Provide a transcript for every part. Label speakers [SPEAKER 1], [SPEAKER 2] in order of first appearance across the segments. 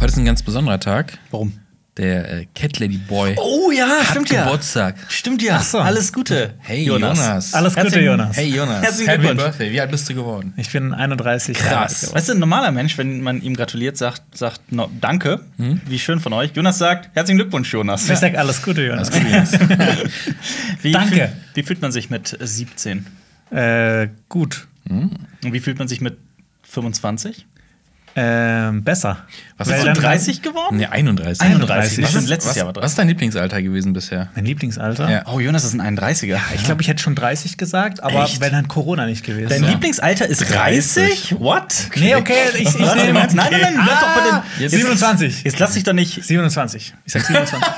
[SPEAKER 1] Heute ist ein ganz besonderer Tag.
[SPEAKER 2] Warum?
[SPEAKER 1] Der äh, Cat Lady Boy
[SPEAKER 2] Oh ja,
[SPEAKER 1] hat
[SPEAKER 2] stimmt ja.
[SPEAKER 1] Geburtstag.
[SPEAKER 2] Stimmt ja.
[SPEAKER 3] so.
[SPEAKER 2] Alles Gute.
[SPEAKER 1] Hey Jonas.
[SPEAKER 3] Alles Gute,
[SPEAKER 2] Herzlichen-
[SPEAKER 3] Jonas.
[SPEAKER 1] Hey Jonas.
[SPEAKER 2] Herzlichen
[SPEAKER 1] Happy
[SPEAKER 2] Glückwunsch.
[SPEAKER 1] Birthday. Wie alt bist du geworden?
[SPEAKER 3] Ich bin 31
[SPEAKER 1] Krass.
[SPEAKER 3] Jahre alt.
[SPEAKER 2] Weißt du, ein normaler Mensch, wenn man ihm gratuliert, sagt, sagt no, danke,
[SPEAKER 1] Hm?
[SPEAKER 2] wie schön von euch. Jonas sagt, herzlichen Glückwunsch, Jonas.
[SPEAKER 3] Ich sag alles Gute, Jonas.
[SPEAKER 1] Alles Gute, Jonas.
[SPEAKER 2] Wie
[SPEAKER 3] Danke.
[SPEAKER 2] Fühl, wie fühlt man sich mit 17?
[SPEAKER 3] Äh, gut.
[SPEAKER 2] Und wie fühlt man sich mit 25?
[SPEAKER 3] Ähm, besser.
[SPEAKER 1] Was
[SPEAKER 3] Weil
[SPEAKER 1] ist so
[SPEAKER 3] dann-
[SPEAKER 2] 30 geworden?
[SPEAKER 1] Nee, 31.
[SPEAKER 2] 31.
[SPEAKER 1] Was
[SPEAKER 2] Stimmt,
[SPEAKER 1] ist,
[SPEAKER 2] letztes
[SPEAKER 1] was,
[SPEAKER 2] Jahr war
[SPEAKER 1] was ist dein Lieblingsalter gewesen bisher?
[SPEAKER 3] Mein Lieblingsalter?
[SPEAKER 1] Ja.
[SPEAKER 2] Oh, Jonas ist ein 31er.
[SPEAKER 3] Ich glaube, ich hätte schon 30 gesagt, aber
[SPEAKER 2] Echt?
[SPEAKER 3] wenn dann Corona nicht gewesen
[SPEAKER 2] Dein
[SPEAKER 3] wäre.
[SPEAKER 2] Lieblingsalter ist 30? What?
[SPEAKER 3] Nee, okay, ich, ich
[SPEAKER 2] Was?
[SPEAKER 3] nehme.
[SPEAKER 2] Nein, nein, nein, bleib doch bei dem-
[SPEAKER 3] Jetzt 27.
[SPEAKER 2] Jetzt lass dich doch nicht.
[SPEAKER 3] 27. Ich sag 27.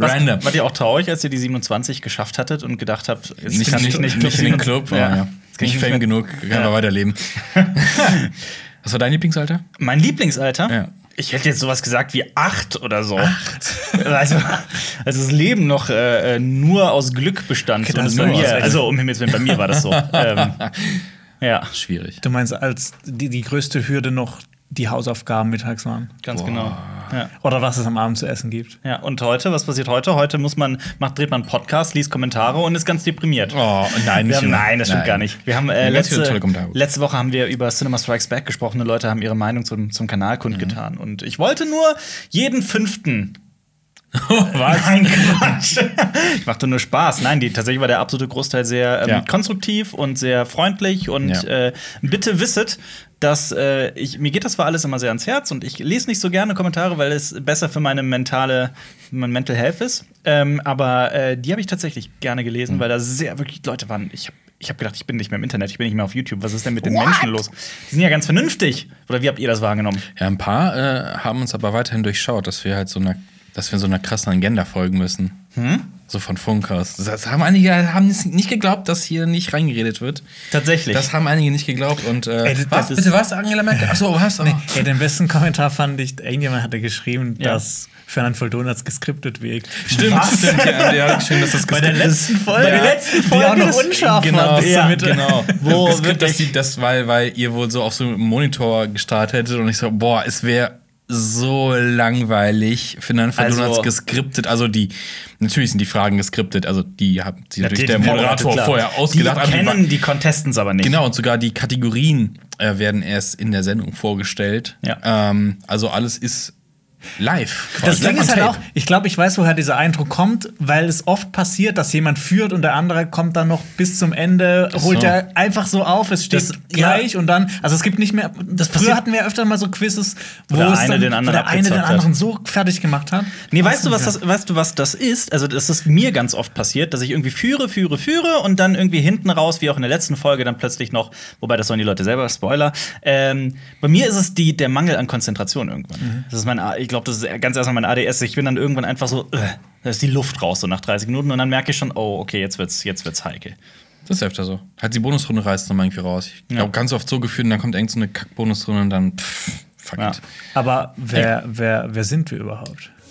[SPEAKER 1] Random.
[SPEAKER 2] Wart ihr auch traurig, als ihr die 27 geschafft hattet und gedacht habt, jetzt
[SPEAKER 1] Nicht,
[SPEAKER 2] kann
[SPEAKER 1] nicht, nicht, nicht in den Club. aber
[SPEAKER 2] Ja.
[SPEAKER 1] Ja.
[SPEAKER 2] Jetzt kann ich
[SPEAKER 1] Nicht
[SPEAKER 2] nicht
[SPEAKER 1] fame
[SPEAKER 2] mehr-
[SPEAKER 1] genug, kann
[SPEAKER 2] Ja.
[SPEAKER 1] man weiterleben. was war dein Lieblingsalter?
[SPEAKER 2] Mein Lieblingsalter?
[SPEAKER 1] Ja.
[SPEAKER 2] Ich hätte jetzt sowas gesagt wie acht oder so. Also, als das Leben noch äh, äh, nur aus Glück bestand.
[SPEAKER 3] Okay, da
[SPEAKER 2] Und
[SPEAKER 3] hast
[SPEAKER 2] bei
[SPEAKER 3] du was
[SPEAKER 2] mir,
[SPEAKER 3] recht.
[SPEAKER 2] also um Himmels Willen, bei mir war das so. ähm, ja,
[SPEAKER 1] Schwierig.
[SPEAKER 3] Du meinst, als die, die größte Hürde noch die Hausaufgaben mittags waren?
[SPEAKER 2] ganz
[SPEAKER 1] Boah.
[SPEAKER 2] genau. Ja.
[SPEAKER 3] Oder was es am Abend zu essen gibt?
[SPEAKER 2] ja, und heute, was passiert heute? Heute muss man, macht, dreht man einen Podcast, liest Kommentare und ist ganz deprimiert.
[SPEAKER 1] Oh, nein,
[SPEAKER 2] Wir haben,
[SPEAKER 1] immer.
[SPEAKER 2] nein, das stimmt gar nicht. Wir haben äh,
[SPEAKER 1] Ganz viele
[SPEAKER 2] letzte,
[SPEAKER 1] tolle Kommentare.
[SPEAKER 2] letzte Woche haben wir über Cinema Strikes Back gesprochen und Leute haben ihre Meinung zum, zum Kanal kundgetan. Und ich wollte nur jeden fünften.
[SPEAKER 1] Oh, Was?
[SPEAKER 2] Nein, Quatsch. ich machte nur Spaß. Nein, die, tatsächlich war der absolute Großteil sehr ähm,
[SPEAKER 1] Ja.
[SPEAKER 2] konstruktiv und sehr freundlich. Und
[SPEAKER 1] Ja.
[SPEAKER 2] äh, bitte wisset, dass äh, ich, mir geht das zwar alles immer sehr ans Herz und ich lese nicht so gerne Kommentare, weil es besser für meine mentale, mein Mental Health ist. Ähm, aber äh, die habe ich tatsächlich gerne
[SPEAKER 1] Mhm.
[SPEAKER 2] gelesen, weil da sehr wirklich Leute waren. Ich habe ich hab gedacht, ich bin nicht mehr im Internet, ich bin nicht mehr auf YouTube. Was ist denn mit den Menschen los? Die sind ja ganz vernünftig. Oder wie habt ihr das wahrgenommen?
[SPEAKER 1] Ja, ein paar äh, haben uns aber weiterhin durchschaut, dass wir halt so einer, dass wir so einer krassen Agenda folgen müssen.
[SPEAKER 3] Hm?
[SPEAKER 1] So von Funk aus. Das haben einige haben es nicht geglaubt, dass hier nicht reingeredet wird.
[SPEAKER 2] Tatsächlich.
[SPEAKER 1] Das haben einige nicht geglaubt und äh,
[SPEAKER 3] Ey, das-
[SPEAKER 1] was?
[SPEAKER 3] das ist-
[SPEAKER 1] bitte was, Angela Merkel? Achso, was? Oh.
[SPEAKER 3] Ey, den besten Kommentar fand ich, irgendjemand hatte geschrieben,
[SPEAKER 2] Ja.
[SPEAKER 3] dass Fernand von Donuts geskriptet wirkt.
[SPEAKER 1] Stimmt, stimmt. Ja, ja, schön, dass das
[SPEAKER 3] Bei der
[SPEAKER 1] geskriptet
[SPEAKER 3] letzten Folge.
[SPEAKER 2] Bei der letzten Folge
[SPEAKER 3] Die auch
[SPEAKER 2] des-
[SPEAKER 3] noch unscharf
[SPEAKER 1] Genau,
[SPEAKER 3] war bis zur
[SPEAKER 1] ja,
[SPEAKER 3] Mitte.
[SPEAKER 1] genau.
[SPEAKER 2] Wo
[SPEAKER 1] das Skript, dass
[SPEAKER 2] wirklich-
[SPEAKER 1] die, das, weil, weil ihr wohl so auf so einem Monitor gestartet hättet und ich so, boah, es wäre so langweilig, Fernand von
[SPEAKER 2] Also-
[SPEAKER 1] Donuts geskriptet. Also die, natürlich sind die Fragen geskriptet, also die hat sich natürlich
[SPEAKER 2] Die-
[SPEAKER 1] der
[SPEAKER 2] die-
[SPEAKER 1] Moderator
[SPEAKER 2] klar.
[SPEAKER 1] vorher ausgedacht.
[SPEAKER 2] Die
[SPEAKER 1] aber die wa-
[SPEAKER 2] kennen die Contestants aber nicht.
[SPEAKER 1] Genau, und sogar die Kategorien äh, werden erst in der Sendung vorgestellt.
[SPEAKER 2] Ja.
[SPEAKER 1] Ähm, also alles ist live.
[SPEAKER 3] Das
[SPEAKER 1] quasi.
[SPEAKER 3] Ding ist
[SPEAKER 1] Live on
[SPEAKER 3] halt auch,
[SPEAKER 1] tape.
[SPEAKER 3] ich glaube, ich weiß, woher dieser Eindruck kommt, weil es oft passiert, dass jemand führt und der andere kommt dann noch bis zum Ende,
[SPEAKER 1] Ach so.
[SPEAKER 3] holt er einfach so auf, es steht
[SPEAKER 2] Das-
[SPEAKER 3] gleich und dann, also es gibt nicht mehr, das früher
[SPEAKER 2] passiert-
[SPEAKER 3] hatten wir ja öfter mal so Quizzes, wo
[SPEAKER 2] der
[SPEAKER 3] es
[SPEAKER 2] eine
[SPEAKER 3] dann,
[SPEAKER 2] den anderen
[SPEAKER 3] wo der eine den
[SPEAKER 2] abgezockt hat.
[SPEAKER 3] anderen so fertig gemacht hat.
[SPEAKER 2] Nee, weißt du, was das, weißt du, was das ist? Also, das ist mir ganz oft passiert, dass ich irgendwie führe, führe, führe und dann irgendwie hinten raus, wie auch in der letzten Folge, dann plötzlich noch, wobei das sollen die Leute selber, Spoiler. Ähm, bei mir ist es die, der Mangel an Konzentration irgendwann. Das ist mein, A- ich glaube, das ist ganz erstmal mein ADS. Ich bin dann irgendwann einfach so, äh, da ist die Luft raus, so nach 30 Minuten und dann merke ich schon, oh, okay, jetzt wird's, jetzt wird's heikel.
[SPEAKER 1] Das ist öfter so. Halt die Bonusrunde reißt nochmal irgendwie raus. Ich glaube, ganz oft so geführt und dann kommt irgend so eine Kack-Bonusrunde und dann pff, fuck
[SPEAKER 2] Ja.
[SPEAKER 1] it.
[SPEAKER 3] Aber wer, wer, wer sind wir überhaupt?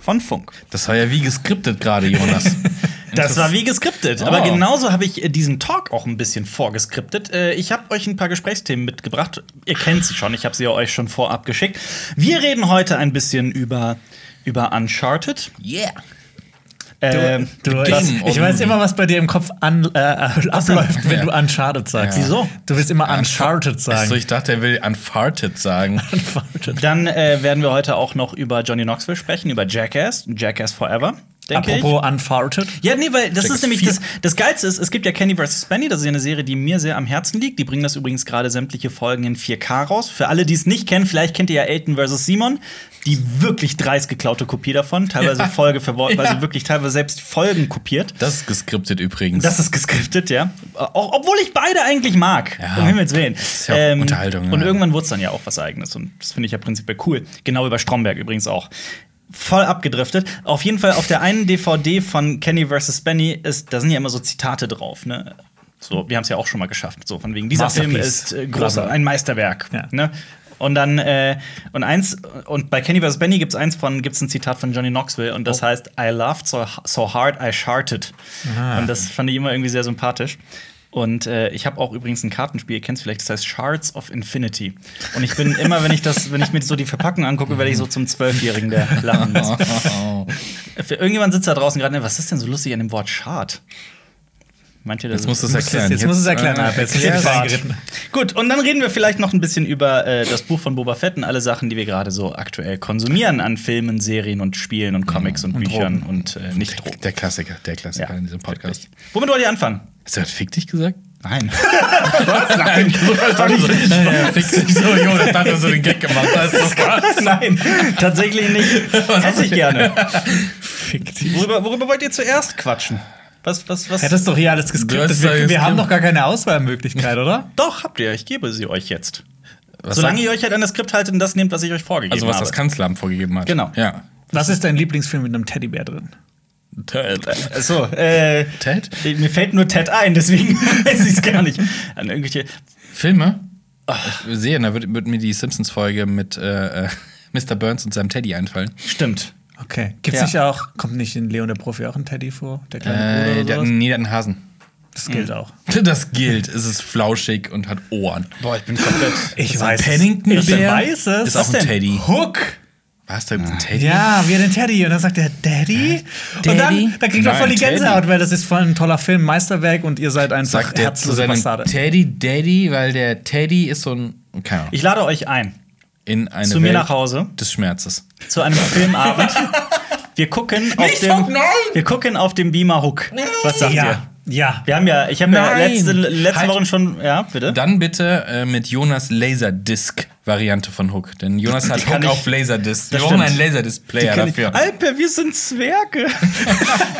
[SPEAKER 2] von Funk.
[SPEAKER 1] Das war ja wie geskriptet gerade, Jonas.
[SPEAKER 2] Das
[SPEAKER 1] Interess-
[SPEAKER 2] war wie geskriptet.
[SPEAKER 1] Oh.
[SPEAKER 2] Aber genauso habe ich äh, diesen Talk auch ein bisschen vorgeskriptet. Äh, Ich habe euch ein paar Gesprächsthemen mitgebracht. Ihr kennt sie schon, ich habe sie ja euch schon vorab geschickt. Wir reden heute ein bisschen über, über Uncharted.
[SPEAKER 1] Yeah.
[SPEAKER 2] Ähm,
[SPEAKER 3] du, du,
[SPEAKER 1] das-
[SPEAKER 3] ich, ich weiß immer, was bei dir im Kopf an, äh, abläuft, wenn
[SPEAKER 1] Ja.
[SPEAKER 3] du Uncharted sagst.
[SPEAKER 1] Ja.
[SPEAKER 2] Wieso?
[SPEAKER 3] Du willst immer Uncharted
[SPEAKER 1] Also
[SPEAKER 3] sagen.
[SPEAKER 1] ich dachte, er will unfarted sagen.
[SPEAKER 3] Uncharted.
[SPEAKER 2] Dann äh, werden wir heute auch noch über Johnny Knoxville sprechen, über Jackass, Jackass Forever. denke ich.
[SPEAKER 3] Apropos Unfarted.
[SPEAKER 2] Ja, nee, weil das
[SPEAKER 1] Check
[SPEAKER 2] ist nämlich
[SPEAKER 1] vier.
[SPEAKER 2] das, das Geilste ist, es gibt ja Candy vs. Benny, das ist ja eine Serie, die mir sehr am Herzen liegt. Die bringen das übrigens gerade sämtliche Folgen in 4K raus. Für alle, die es nicht kennen, vielleicht kennt ihr ja Elton vs. Simon, die wirklich dreist geklaute Kopie davon, teilweise Folge für Wort, weil sie wirklich teilweise selbst Folgen kopiert.
[SPEAKER 1] Das ist geskriptet übrigens.
[SPEAKER 2] Das ist geskriptet, ja. Äh, Auch, obwohl ich beide eigentlich mag.
[SPEAKER 1] Ja.
[SPEAKER 2] Um Himmels Willen.
[SPEAKER 1] ist ja auch Unterhaltung,
[SPEAKER 2] Und
[SPEAKER 1] ja.
[SPEAKER 2] irgendwann wurde es dann ja auch was Eigenes. Und das finde ich ja prinzipiell cool. Genau über Stromberg übrigens auch. Voll abgedriftet. Auf jeden Fall auf der einen DVD von Kenny vs. Benny ist, da sind ja immer so Zitate drauf, ne? So, wir haben es ja auch schon mal geschafft. So, von wegen, dieser Film ist
[SPEAKER 3] Masterpiece.
[SPEAKER 2] äh, groß, ein Meisterwerk.
[SPEAKER 3] Ja.
[SPEAKER 2] Ne? Und dann, äh, und eins, und bei Kenny vs. Benny gibt's eins von, gibt's ein Zitat von Johnny Knoxville und das
[SPEAKER 1] Oh.
[SPEAKER 2] heißt, I laughed so, so hard I sharted.
[SPEAKER 1] Ah.
[SPEAKER 2] Und das fand ich immer irgendwie sehr sympathisch. Und äh, ich habe auch übrigens ein Kartenspiel, ihr kennt vielleicht, das heißt Shards of Infinity. Und ich bin immer, wenn ich das, wenn ich mir so die Verpackung angucke, werde ich so zum Zwölfjährigen, der lachen muss.
[SPEAKER 1] oh,
[SPEAKER 2] Für irgendjemand sitzt da draußen gerade, ne, was ist denn so lustig an dem Wort Shard? Meint ihr das?
[SPEAKER 1] jetzt musst du es
[SPEAKER 3] Jetzt,
[SPEAKER 1] erklären.
[SPEAKER 3] jetzt, muss es erklären. Äh, jetzt
[SPEAKER 1] erklär's.
[SPEAKER 3] ist reingeritten.
[SPEAKER 2] Gut, und dann reden wir vielleicht noch ein bisschen über äh, das Buch von Boba Fett und alle Sachen, die wir gerade so aktuell konsumieren an Filmen, Serien und Spielen und Comics Mhm. und, Büchern und äh, nicht Drogen.
[SPEAKER 1] Der Klassiker, der Klassiker
[SPEAKER 2] Ja,
[SPEAKER 1] in diesem Podcast.
[SPEAKER 2] Womit wollt ihr anfangen?
[SPEAKER 1] Hast du gerade fick dich gesagt?
[SPEAKER 2] Nein.
[SPEAKER 1] Nein, fick dich so, Junge, ich dachte, dass du den Gag gemacht hast. Das war's.
[SPEAKER 2] Nein, tatsächlich nicht. Hätte ich gerne.
[SPEAKER 3] Fick dich.
[SPEAKER 2] Worüber, worüber wollt ihr zuerst quatschen? Was, was, was?
[SPEAKER 3] Hättest doch hier alles
[SPEAKER 1] Du
[SPEAKER 3] geskriptet.
[SPEAKER 1] hast
[SPEAKER 3] Wir,
[SPEAKER 1] alles
[SPEAKER 3] wir haben
[SPEAKER 1] geskriptet.
[SPEAKER 3] doch gar keine Auswahlmöglichkeit, oder?
[SPEAKER 2] Doch, habt ihr. Ich gebe sie euch jetzt.
[SPEAKER 1] Was
[SPEAKER 2] Solange
[SPEAKER 1] sagt-
[SPEAKER 2] ihr euch halt an das Skript haltet und das nehmt, was ich euch vorgegeben
[SPEAKER 1] also, was
[SPEAKER 2] habe.
[SPEAKER 1] das Kanzleramt vorgegeben hat.
[SPEAKER 2] Genau.
[SPEAKER 1] Ja.
[SPEAKER 3] Was ist dein Lieblingsfilm mit einem Teddybär drin?
[SPEAKER 1] Ted.
[SPEAKER 2] Achso, äh,
[SPEAKER 1] Ted?
[SPEAKER 2] mir fällt nur Ted ein, deswegen weiß ich es gar nicht. An irgendwelche.
[SPEAKER 1] Filme? Ich sehe, da wird, wird mir die Simpsons-Folge mit äh, äh, Mr. Burns und seinem Teddy einfallen.
[SPEAKER 2] Stimmt.
[SPEAKER 3] Okay. Gibt's
[SPEAKER 2] Ja.
[SPEAKER 3] nicht auch, kommt nicht in Leon der Profi auch ein Teddy vor? Der kleine
[SPEAKER 1] Äh,
[SPEAKER 3] Bruder
[SPEAKER 1] der,
[SPEAKER 3] oder sowas?
[SPEAKER 1] nee, der hat einen Hasen.
[SPEAKER 3] Das gilt auch.
[SPEAKER 1] Das gilt. Es ist flauschig und hat Ohren.
[SPEAKER 2] Boah, ich bin komplett.
[SPEAKER 3] Ich
[SPEAKER 1] Ist ein
[SPEAKER 3] es.
[SPEAKER 1] Paddington
[SPEAKER 3] Ich
[SPEAKER 1] Bär?
[SPEAKER 3] weiß es.
[SPEAKER 1] Ist auch
[SPEAKER 3] Was
[SPEAKER 1] ein
[SPEAKER 3] denn?
[SPEAKER 1] Teddy.
[SPEAKER 3] Hook.
[SPEAKER 1] Was, da gibt's
[SPEAKER 2] Ah.
[SPEAKER 1] einen Teddy?
[SPEAKER 3] Ja, wie er den Teddy. Und dann sagt er, Daddy? Und dann, da kriegt man
[SPEAKER 1] Nein,
[SPEAKER 3] voll die
[SPEAKER 1] Teddy.
[SPEAKER 3] Gänsehaut, weil das ist voll ein toller Film, Meisterwerk und ihr seid einfach
[SPEAKER 1] Sagt er zu
[SPEAKER 3] herzlose
[SPEAKER 1] seinem
[SPEAKER 3] Bastarde.
[SPEAKER 1] Teddy Daddy, weil der Teddy ist so ein, keine Ahnung,
[SPEAKER 2] Ich lade euch ein.
[SPEAKER 1] in eine
[SPEAKER 2] zu mir
[SPEAKER 1] Welt
[SPEAKER 2] nach Hause.
[SPEAKER 1] des Schmerzes.
[SPEAKER 2] zu einem Filmabend. Wir gucken auf
[SPEAKER 1] Nicht
[SPEAKER 2] dem
[SPEAKER 1] Hook, nein!
[SPEAKER 2] Wir gucken auf dem Beamer Hook. Was sagt ihr?
[SPEAKER 3] Ja, ja.
[SPEAKER 2] Wir haben ja, ich habe ja
[SPEAKER 1] Nein!
[SPEAKER 2] letzte, letzte
[SPEAKER 1] Halt.
[SPEAKER 2] Woche schon, ja, bitte.
[SPEAKER 1] Dann bitte äh, mit Jonas Laserdisc Variante von Hook, denn Jonas hat
[SPEAKER 2] kann
[SPEAKER 1] Hook
[SPEAKER 2] ich-
[SPEAKER 1] auf Laserdisc. Wir
[SPEAKER 2] Das
[SPEAKER 1] brauchen
[SPEAKER 2] stimmt.
[SPEAKER 1] einen Laserdisc Player
[SPEAKER 2] Kenn ich-
[SPEAKER 1] dafür.
[SPEAKER 2] Alper, wir sind Zwerge.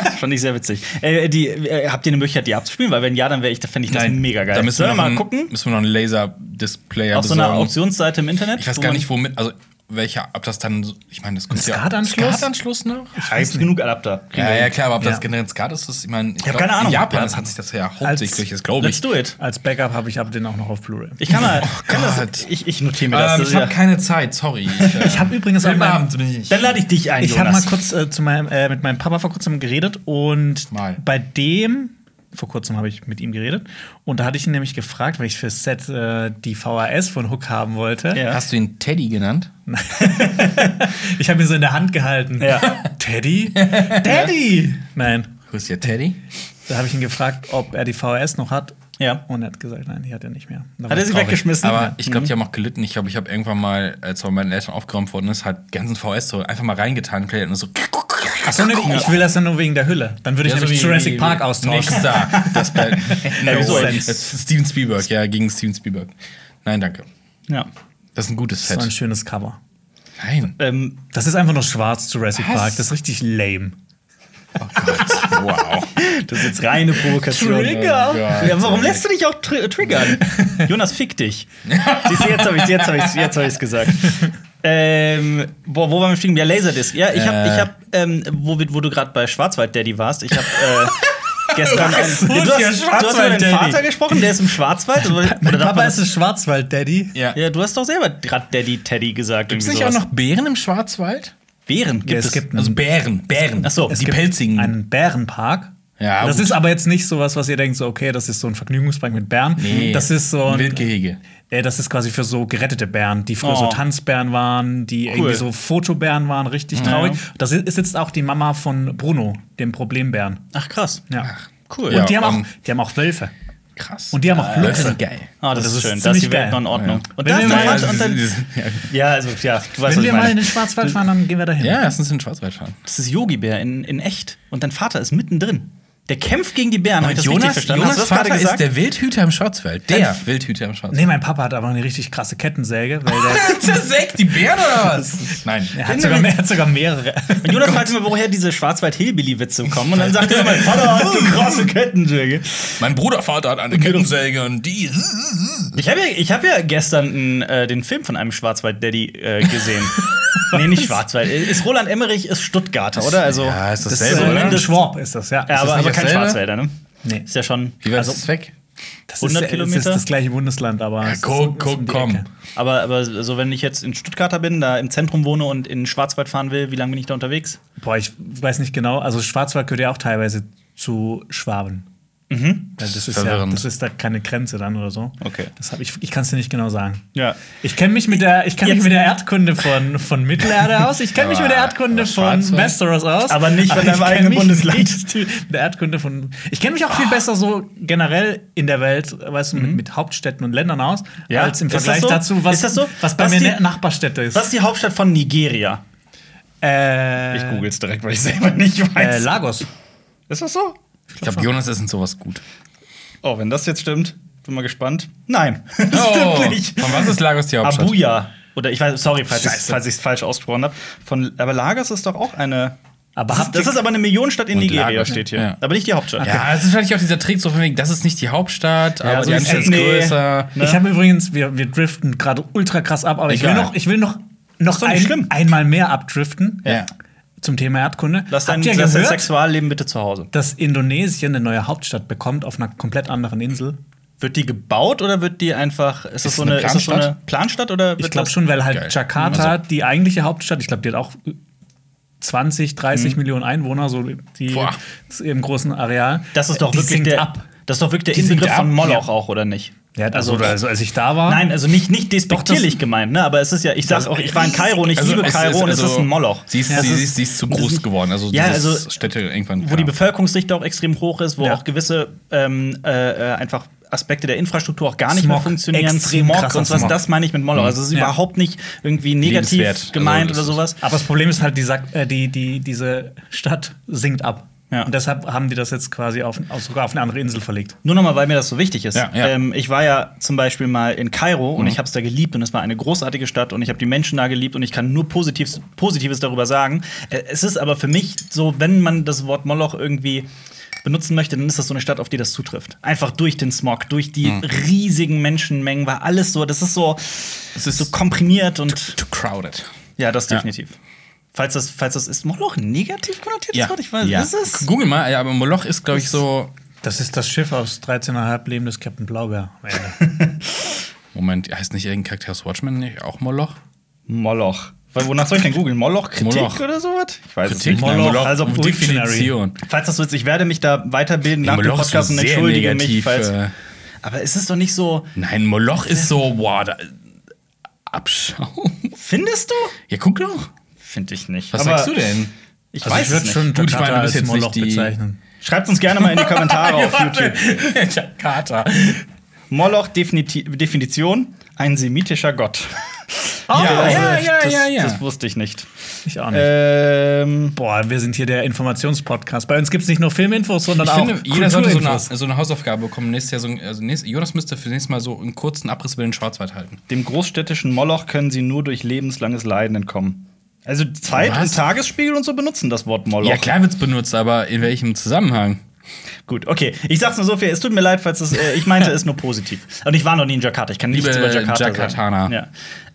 [SPEAKER 2] Das Fand ich sehr witzig. Äh, die, äh, habt ihr eine Möglichkeit, die abzuspielen? Weil wenn ja, dann wäre ich, da fände ich das mega geil.
[SPEAKER 1] Da müssen wir noch
[SPEAKER 2] Sollen wir mal
[SPEAKER 1] einen-
[SPEAKER 2] gucken?
[SPEAKER 1] Müssen wir noch einen Laserdisc Player
[SPEAKER 2] Auf so einer
[SPEAKER 1] besorgen.
[SPEAKER 2] Auktionsseite im Internet.
[SPEAKER 1] ich weiß
[SPEAKER 2] wo
[SPEAKER 1] gar
[SPEAKER 2] man-
[SPEAKER 1] nicht womit, also welcher, ob das dann, so- ich meine, das kommt
[SPEAKER 3] Skatanschluss?
[SPEAKER 1] Skatanschluss noch?
[SPEAKER 2] Da gibt's genug Adapter. Kriegen
[SPEAKER 1] Ja,
[SPEAKER 2] wir
[SPEAKER 1] ja,
[SPEAKER 2] hin.
[SPEAKER 1] klar, aber ob
[SPEAKER 3] Ja.
[SPEAKER 1] das generell Skat ist, das, ich meine, ich,
[SPEAKER 2] hab
[SPEAKER 1] glaub,
[SPEAKER 2] keine Ahnung.
[SPEAKER 1] In Japan
[SPEAKER 2] Ja,
[SPEAKER 1] das hat sich das ja hauptsächlich, das glaube ich.
[SPEAKER 2] Let's do it.
[SPEAKER 3] Als Backup habe ich ab den auch noch auf Blu-ray.
[SPEAKER 2] Ich kann mal.
[SPEAKER 1] Oh
[SPEAKER 2] kann das,
[SPEAKER 1] Gott.
[SPEAKER 2] ich ich notiere mir das.
[SPEAKER 1] Ähm,
[SPEAKER 2] das
[SPEAKER 1] ich
[SPEAKER 2] ist
[SPEAKER 1] habe
[SPEAKER 2] ja-
[SPEAKER 1] keine Zeit, sorry. Ich, äh,
[SPEAKER 3] Ich habe übrigens auch
[SPEAKER 1] am
[SPEAKER 3] mal.
[SPEAKER 1] Abend bin ich.
[SPEAKER 2] dann lade ich dich ein,
[SPEAKER 3] Ich habe
[SPEAKER 2] Jonas.
[SPEAKER 3] mal kurz äh, zu meinem, äh, mit meinem Papa vor kurzem geredet und
[SPEAKER 1] Mal.
[SPEAKER 3] bei dem, vor kurzem habe ich mit ihm geredet und da hatte ich ihn nämlich gefragt, weil ich fürs Set äh, die VHS von Hook haben wollte.
[SPEAKER 2] Ja.
[SPEAKER 1] Hast du ihn Teddy genannt?
[SPEAKER 3] Ich habe ihn so in der Hand gehalten.
[SPEAKER 2] Ja.
[SPEAKER 3] Teddy? Daddy! Nein.
[SPEAKER 1] Who is your Teddy?
[SPEAKER 3] Da habe ich ihn gefragt, ob er die VHS noch hat.
[SPEAKER 2] Ja.
[SPEAKER 3] Und er hat gesagt, nein, die hat er nicht mehr. Da
[SPEAKER 2] Hat
[SPEAKER 3] war
[SPEAKER 2] er sie
[SPEAKER 3] ich traurig.
[SPEAKER 2] weggeschmissen? Mhm.
[SPEAKER 1] Aber ich glaube, die haben auch gelitten. Ich glaube, ich habe irgendwann mal, als bei meinen Eltern aufgeräumt worden ist, halt ganzen VS so einfach mal reingetan, Play und so.
[SPEAKER 3] Ach
[SPEAKER 2] ne,
[SPEAKER 3] so, nee, ich will das dann nur wegen der Hülle. Dann würde ich nämlich Jurassic Park austauschen.
[SPEAKER 1] Nix da. Das bleibt. no.
[SPEAKER 2] Ey, wieso?
[SPEAKER 1] Das ist Steven Spielberg, ja, gegen Steven Spielberg. Nein, danke.
[SPEAKER 2] Ja.
[SPEAKER 1] Das ist ein gutes
[SPEAKER 3] Das war ein
[SPEAKER 1] Set.
[SPEAKER 3] schönes Cover.
[SPEAKER 1] Nein.
[SPEAKER 2] Ähm,
[SPEAKER 3] Das ist einfach nur schwarz, Jurassic
[SPEAKER 1] Was?
[SPEAKER 3] Park. Das ist richtig lame.
[SPEAKER 1] Oh Gott. Wow.
[SPEAKER 2] Das ist jetzt reine Provokation.
[SPEAKER 1] Trigger. Oh Gott.
[SPEAKER 2] Ja, warum lässt du dich auch tri triggern? Jonas, fick dich. Siehst du, jetzt habe ich es jetzt hab ich's, jetzt hab ich's gesagt. Ähm, boah, wo waren wir stehen? Ja, Laserdisc. Ja, ich habe,
[SPEAKER 1] Äh.
[SPEAKER 2] ich hab, ähm, wo, wir- wo du gerade bei Schwarzwald Daddy warst, ich habe äh, gestern. ein-
[SPEAKER 3] wo ist
[SPEAKER 2] du,
[SPEAKER 3] der
[SPEAKER 2] hast, du hast über
[SPEAKER 3] Schwarzwald
[SPEAKER 2] deinen
[SPEAKER 3] Daddy?
[SPEAKER 2] Vater gesprochen, der ist im Schwarzwald. Oder, oder
[SPEAKER 3] Mein
[SPEAKER 2] darf
[SPEAKER 3] Papa
[SPEAKER 2] man
[SPEAKER 3] ist
[SPEAKER 2] das-
[SPEAKER 3] ein Schwarzwald-Daddy.
[SPEAKER 1] Ja.
[SPEAKER 2] ja, du hast doch selber gerade Daddy Teddy gesagt.
[SPEAKER 1] Gibt es
[SPEAKER 2] irgendwie
[SPEAKER 1] nicht auch
[SPEAKER 2] sowas.
[SPEAKER 1] noch Bären im Schwarzwald?
[SPEAKER 2] Bären? Gibt
[SPEAKER 3] Ja,
[SPEAKER 2] es?
[SPEAKER 3] es gibt
[SPEAKER 1] Also Bären, Bären.
[SPEAKER 2] Ach so,
[SPEAKER 1] die
[SPEAKER 3] gibt
[SPEAKER 1] pelzigen.
[SPEAKER 3] Einen Bärenpark.
[SPEAKER 1] Ja,
[SPEAKER 3] das
[SPEAKER 1] gut.
[SPEAKER 3] ist aber jetzt nicht sowas, was ihr denkt, so, okay, das ist so ein Vergnügungspark mit Bären.
[SPEAKER 1] Nee.
[SPEAKER 3] Das ist so ein.
[SPEAKER 1] Wildgehege.
[SPEAKER 3] Äh, das ist quasi für so gerettete Bären, die früher
[SPEAKER 2] Oh.
[SPEAKER 3] so Tanzbären waren, die irgendwie so Fotobären waren, richtig traurig. Da si- sitzt auch die Mama von Bruno, dem Problembären.
[SPEAKER 2] Ach krass.
[SPEAKER 3] Ja.
[SPEAKER 2] Cool.
[SPEAKER 1] Ja.
[SPEAKER 3] Und die haben,
[SPEAKER 1] ähm,
[SPEAKER 3] auch, die haben auch Wölfe.
[SPEAKER 1] Krass.
[SPEAKER 3] Und die haben auch
[SPEAKER 1] Löffel
[SPEAKER 3] Löffel.
[SPEAKER 1] sind geil.
[SPEAKER 2] Ah, das,
[SPEAKER 3] Das
[SPEAKER 2] ist
[SPEAKER 3] ist
[SPEAKER 2] schön. Da ist
[SPEAKER 3] ziemlich
[SPEAKER 2] die Welt
[SPEAKER 3] geil.
[SPEAKER 2] noch in Ordnung.
[SPEAKER 3] Ja.
[SPEAKER 2] Und
[SPEAKER 3] Wenn
[SPEAKER 2] da ist
[SPEAKER 3] wir
[SPEAKER 2] der
[SPEAKER 3] mal-
[SPEAKER 2] Fatsch und dann.
[SPEAKER 1] ja,
[SPEAKER 2] Ja, also, ja, du weißt,
[SPEAKER 3] Wenn
[SPEAKER 2] was ich
[SPEAKER 3] wir mal in
[SPEAKER 2] meine.
[SPEAKER 3] den Schwarzwald fahren, dann gehen wir dahin.
[SPEAKER 1] ja, lass uns in den Schwarzwald fahren.
[SPEAKER 2] Das ist Yogi-Bär in, in echt. Und dein Vater ist mittendrin. Der kämpft gegen die Bären. Hab ich das richtig
[SPEAKER 1] Jonas,
[SPEAKER 2] verstanden?
[SPEAKER 1] Jonas
[SPEAKER 2] Hast du das gerade
[SPEAKER 1] Vater ist
[SPEAKER 2] gesagt?
[SPEAKER 1] der Wildhüter im Schwarzwald. Der
[SPEAKER 2] Ein-
[SPEAKER 1] Wildhüter im Schwarzwald.
[SPEAKER 3] Nee, mein Papa hat aber eine richtig krasse Kettensäge, weil der,
[SPEAKER 1] Zersägt die Bären oder was? Nein.
[SPEAKER 3] er, hat sogar, er hat sogar mehrere.
[SPEAKER 2] Und
[SPEAKER 1] Oh
[SPEAKER 2] Jonas fragt immer, woher diese Schwarzwald-Hillbilly-Witze kommen. Und dann sagt er, mein Vater hat eine krasse Kettensäge.
[SPEAKER 1] Mein Brudervater hat eine Kettensäge und die.
[SPEAKER 2] Ich habe ja, ich hab ja gestern äh, den Film von einem Schwarzwald-Daddy äh, gesehen. nee, nicht Schwarzwald. Äh, Ist Roland Emmerich, ist Stuttgarter, oder? Also,
[SPEAKER 1] Ja, ist
[SPEAKER 2] das
[SPEAKER 1] dasselbe,
[SPEAKER 2] äh,
[SPEAKER 1] oder?
[SPEAKER 2] mindestens-
[SPEAKER 3] Schwab ist das, ja.
[SPEAKER 2] Ja,
[SPEAKER 1] das
[SPEAKER 2] aber,
[SPEAKER 1] nicht
[SPEAKER 2] aber kein
[SPEAKER 1] dasselbe?
[SPEAKER 2] Schwarzwälder, ne?
[SPEAKER 3] Nee.
[SPEAKER 2] Ist ja schon.
[SPEAKER 1] Wie war
[SPEAKER 2] also,
[SPEAKER 1] das weg?
[SPEAKER 3] das
[SPEAKER 2] 100
[SPEAKER 3] ist, Das
[SPEAKER 2] Kilometer?
[SPEAKER 3] ist das gleiche Bundesland, aber. es ist-
[SPEAKER 1] guck,
[SPEAKER 3] ist
[SPEAKER 1] guck,
[SPEAKER 3] um die
[SPEAKER 1] komm.
[SPEAKER 3] Ecke.
[SPEAKER 2] Aber, aber so, wenn ich jetzt in Stuttgarter bin, da im Zentrum wohne und in den Schwarzwald fahren will, wie lange bin ich da unterwegs?
[SPEAKER 3] Boah, ich weiß nicht genau. Also, Schwarzwald gehört ja auch teilweise zu Schwaben. Mhm. Das, ist ja,
[SPEAKER 1] verwirrend.
[SPEAKER 3] das ist da keine Grenze dann oder so.
[SPEAKER 2] Okay.
[SPEAKER 3] Das hab ich ich kann es dir nicht genau sagen.
[SPEAKER 2] Ja.
[SPEAKER 3] Ich kenne mich mit der, ich kenn mich
[SPEAKER 2] Jetzt-
[SPEAKER 3] mit der Erdkunde von, von Mittelerde aus. Ich kenne mich
[SPEAKER 1] Aber-
[SPEAKER 3] mit der Erdkunde
[SPEAKER 1] aber
[SPEAKER 3] von
[SPEAKER 1] Schwarzwald?
[SPEAKER 3] Westeros aus.
[SPEAKER 2] Aber nicht von deinem
[SPEAKER 3] ich kenn
[SPEAKER 2] eigenen
[SPEAKER 3] mich
[SPEAKER 2] Bundesland.
[SPEAKER 3] nicht mit der Erdkunde von. Ich kenne mich auch
[SPEAKER 2] Ah.
[SPEAKER 3] viel besser so generell in der Welt, weißt du, mit, mit Hauptstädten und Ländern aus,
[SPEAKER 2] Mhm. Ja.
[SPEAKER 3] als im
[SPEAKER 2] Ist das
[SPEAKER 3] Vergleich
[SPEAKER 2] so?
[SPEAKER 3] dazu, was,
[SPEAKER 2] Ist das so?
[SPEAKER 3] was bei
[SPEAKER 2] Was
[SPEAKER 3] mir
[SPEAKER 2] die-
[SPEAKER 3] Ne- Nachbarstädte ist.
[SPEAKER 2] Was ist die Hauptstadt von Nigeria?
[SPEAKER 3] Äh,
[SPEAKER 2] es direkt, weil ich selber nicht
[SPEAKER 3] Äh, Lagos.
[SPEAKER 2] ist das so?
[SPEAKER 1] Ich glaube, Jonas ist in sowas gut.
[SPEAKER 2] Oh, wenn das jetzt stimmt, bin mal gespannt. Nein, das stimmt nicht.
[SPEAKER 1] Von was ist Lagos die Hauptstadt?
[SPEAKER 2] Oh. Abuja. Oder ich weiß, sorry, falls ich
[SPEAKER 1] Scheiße.
[SPEAKER 2] es falls falsch ausgesprochen habe. Von, aber Lagos ist doch auch eine.
[SPEAKER 3] Aber
[SPEAKER 2] das, ist,
[SPEAKER 3] habt
[SPEAKER 2] das
[SPEAKER 3] ihr-
[SPEAKER 2] ist aber eine Millionenstadt in
[SPEAKER 1] Und
[SPEAKER 2] Nigeria,
[SPEAKER 1] Lagos,
[SPEAKER 2] steht hier.
[SPEAKER 1] ja.
[SPEAKER 2] Aber nicht die Hauptstadt.
[SPEAKER 1] Ja, das ist vielleicht auch dieser Trick, so von wegen, das ist nicht die Hauptstadt, aber
[SPEAKER 3] so
[SPEAKER 1] die
[SPEAKER 3] ist
[SPEAKER 1] Stadt ist
[SPEAKER 2] es. Nee.
[SPEAKER 1] größer.
[SPEAKER 2] Ne?
[SPEAKER 3] Ich habe übrigens, wir, wir driften gerade ultra krass ab, aber ich will
[SPEAKER 1] Egal.
[SPEAKER 3] noch, ich will noch, noch
[SPEAKER 2] doch nicht schlimm.
[SPEAKER 3] ein, einmal mehr abdriften
[SPEAKER 1] Ja.
[SPEAKER 3] zum Thema Erdkunde.
[SPEAKER 2] Lass dein,
[SPEAKER 3] Habt ihr
[SPEAKER 2] lass dein
[SPEAKER 3] gehört,
[SPEAKER 2] Sexualleben bitte zu Hause.
[SPEAKER 3] dass Indonesien eine neue Hauptstadt bekommt auf einer komplett anderen Insel?
[SPEAKER 2] Wird die gebaut oder wird die einfach. Ist das so eine, ist das so eine Planstadt oder wird
[SPEAKER 3] Ich glaube
[SPEAKER 2] das-
[SPEAKER 3] schon, weil halt
[SPEAKER 1] Geil. Also
[SPEAKER 3] Jakarta, die eigentliche Hauptstadt, ich glaube, die hat auch 20, 30 Millionen Einwohner, so die
[SPEAKER 1] Mhm. Boah.
[SPEAKER 3] im großen Areal.
[SPEAKER 2] Das ist doch
[SPEAKER 3] die
[SPEAKER 2] wirklich
[SPEAKER 3] sinkt
[SPEAKER 2] der.
[SPEAKER 3] ab.
[SPEAKER 2] Das ist doch wirklich der
[SPEAKER 3] Die sinkt
[SPEAKER 2] Inbegriff von
[SPEAKER 3] ab,
[SPEAKER 2] Moloch auch, oder nicht?
[SPEAKER 3] Ja, also, also als ich da war.
[SPEAKER 2] Nein, also nicht, nicht despektierlich gemeint, ne? Aber es ist ja, ich
[SPEAKER 3] Also
[SPEAKER 2] sag auch, ich war in Kairo und ich
[SPEAKER 1] Also
[SPEAKER 2] liebe Kairo und es ist ein Moloch.
[SPEAKER 1] Sie ist,
[SPEAKER 3] Ja, es
[SPEAKER 1] sie,
[SPEAKER 3] ist-
[SPEAKER 1] ist, sie ist zu groß geworden. Also,
[SPEAKER 2] Ja,
[SPEAKER 1] dieses
[SPEAKER 2] also,
[SPEAKER 1] Städte irgendwann.
[SPEAKER 2] wo die Bevölkerungsdichte auch extrem hoch ist, wo
[SPEAKER 3] Ja.
[SPEAKER 2] auch gewisse ähm, äh, äh, einfach Aspekte der Infrastruktur auch gar nicht
[SPEAKER 3] Smog,
[SPEAKER 2] mehr funktionieren.
[SPEAKER 3] extrem
[SPEAKER 2] Smog
[SPEAKER 3] krasser Hm.
[SPEAKER 2] und was,
[SPEAKER 1] Smog.
[SPEAKER 2] das meine ich mit Moloch. Also es ist
[SPEAKER 3] Ja.
[SPEAKER 2] überhaupt nicht irgendwie
[SPEAKER 1] Lebenswert.
[SPEAKER 2] negativ
[SPEAKER 1] Also,
[SPEAKER 2] gemeint
[SPEAKER 1] das
[SPEAKER 2] oder
[SPEAKER 1] ist-
[SPEAKER 2] sowas.
[SPEAKER 3] Aber das Problem ist halt, die, Sack- äh, die, die, diese Stadt sinkt ab.
[SPEAKER 2] Ja.
[SPEAKER 3] Und deshalb haben die das jetzt quasi auf, auf, sogar auf eine andere Insel verlegt.
[SPEAKER 2] Nur nochmal, weil mir das so wichtig ist.
[SPEAKER 1] Ja, ja. Mhm.
[SPEAKER 2] Ähm, ich war ja zum Beispiel mal in Kairo und ich habe es da geliebt und es war eine großartige Stadt und ich habe die Menschen da geliebt und ich kann nur Positives, Positives darüber sagen. Äh, Es ist aber für mich so, wenn man das Wort Moloch irgendwie benutzen möchte, dann ist das so eine Stadt, auf die das zutrifft. Einfach durch den Smog, durch die
[SPEAKER 1] Mhm.
[SPEAKER 2] riesigen Menschenmengen war alles so, das ist so, es ist so komprimiert und
[SPEAKER 1] Too crowded.
[SPEAKER 2] ja, das
[SPEAKER 1] Ja.
[SPEAKER 2] definitiv. Falls das, falls das ist Moloch ein negativ konnotiertes Wort, ich weiß,
[SPEAKER 1] ja.
[SPEAKER 2] ist es?
[SPEAKER 1] Google mal, ja, aber Moloch ist, glaube ich, so.
[SPEAKER 3] Das ist das Schiff aus 13,5 Leben des Captain Blaubeer. am Ende.
[SPEAKER 1] Moment, heißt nicht irgendein Charakter aus Watchmen nicht auch Moloch?
[SPEAKER 2] Moloch. Weil, wonach soll ich denn googeln? Moloch Kritik
[SPEAKER 1] Moloch.
[SPEAKER 2] oder sowas? Ich weiß
[SPEAKER 1] Kritik? Nein,
[SPEAKER 2] Moloch,
[SPEAKER 1] Moloch,
[SPEAKER 2] also
[SPEAKER 1] Definition.
[SPEAKER 2] Falls das so ist, ich werde mich da weiterbilden nach dem
[SPEAKER 1] Moloch ist
[SPEAKER 2] Podcast
[SPEAKER 1] so
[SPEAKER 2] und
[SPEAKER 1] sehr
[SPEAKER 2] entschuldige mich,
[SPEAKER 1] negativ.
[SPEAKER 2] falls.
[SPEAKER 1] äh,
[SPEAKER 2] Aber ist es doch nicht so.
[SPEAKER 1] Nein, Moloch ist so, wow, da, Abschaum.
[SPEAKER 2] Findest du?
[SPEAKER 1] Ja, guck doch.
[SPEAKER 2] Finde ich nicht.
[SPEAKER 1] Was
[SPEAKER 2] Aber
[SPEAKER 1] sagst du denn?
[SPEAKER 2] Ich
[SPEAKER 3] Also
[SPEAKER 2] weiß
[SPEAKER 3] ich würde
[SPEAKER 2] es nicht.
[SPEAKER 3] schon
[SPEAKER 1] Gut, ich meine, du
[SPEAKER 3] Jakarta
[SPEAKER 1] bist
[SPEAKER 3] als
[SPEAKER 1] jetzt
[SPEAKER 3] Moloch
[SPEAKER 1] nicht die-
[SPEAKER 3] bezeichnen.
[SPEAKER 2] Schreibt uns gerne mal in die Kommentare auf YouTube.
[SPEAKER 1] Jakarta.
[SPEAKER 2] Moloch Definiti- Definition: ein semitischer Gott.
[SPEAKER 1] ja, ja,
[SPEAKER 2] also,
[SPEAKER 1] ja,
[SPEAKER 2] das,
[SPEAKER 1] ja, ja.
[SPEAKER 2] Das wusste ich nicht.
[SPEAKER 3] Ich auch nicht.
[SPEAKER 1] Äh,
[SPEAKER 2] Ähm.
[SPEAKER 3] Boah, wir sind hier der Informationspodcast. Bei uns gibt es nicht nur Filminfos, sondern
[SPEAKER 1] Ich
[SPEAKER 3] auch
[SPEAKER 1] finde, jeder sollte so eine,
[SPEAKER 3] Kulturinfos.
[SPEAKER 1] so eine Hausaufgabe bekommen. Nächstes Jahr so ein, also nächstes, Jonas müsste für nächstes Mal so einen kurzen Abriss über den Schwarzwald halten.
[SPEAKER 2] Dem großstädtischen Moloch können sie nur durch lebenslanges Leiden entkommen. Also Zeit
[SPEAKER 1] Was?
[SPEAKER 2] und Tagesspiegel und so benutzen das Wort Moloch.
[SPEAKER 1] Ja, klar wird's benutzt, aber in welchem Zusammenhang?
[SPEAKER 2] Gut, okay. Ich sag's nur so viel. Es tut mir leid, falls es. Äh, ich meinte es nur positiv. Und ich war noch nie in Jakarta. Ich kann nichts
[SPEAKER 1] Liebe
[SPEAKER 2] über Jakarta
[SPEAKER 1] Jakartaner.
[SPEAKER 2] sagen. Ja.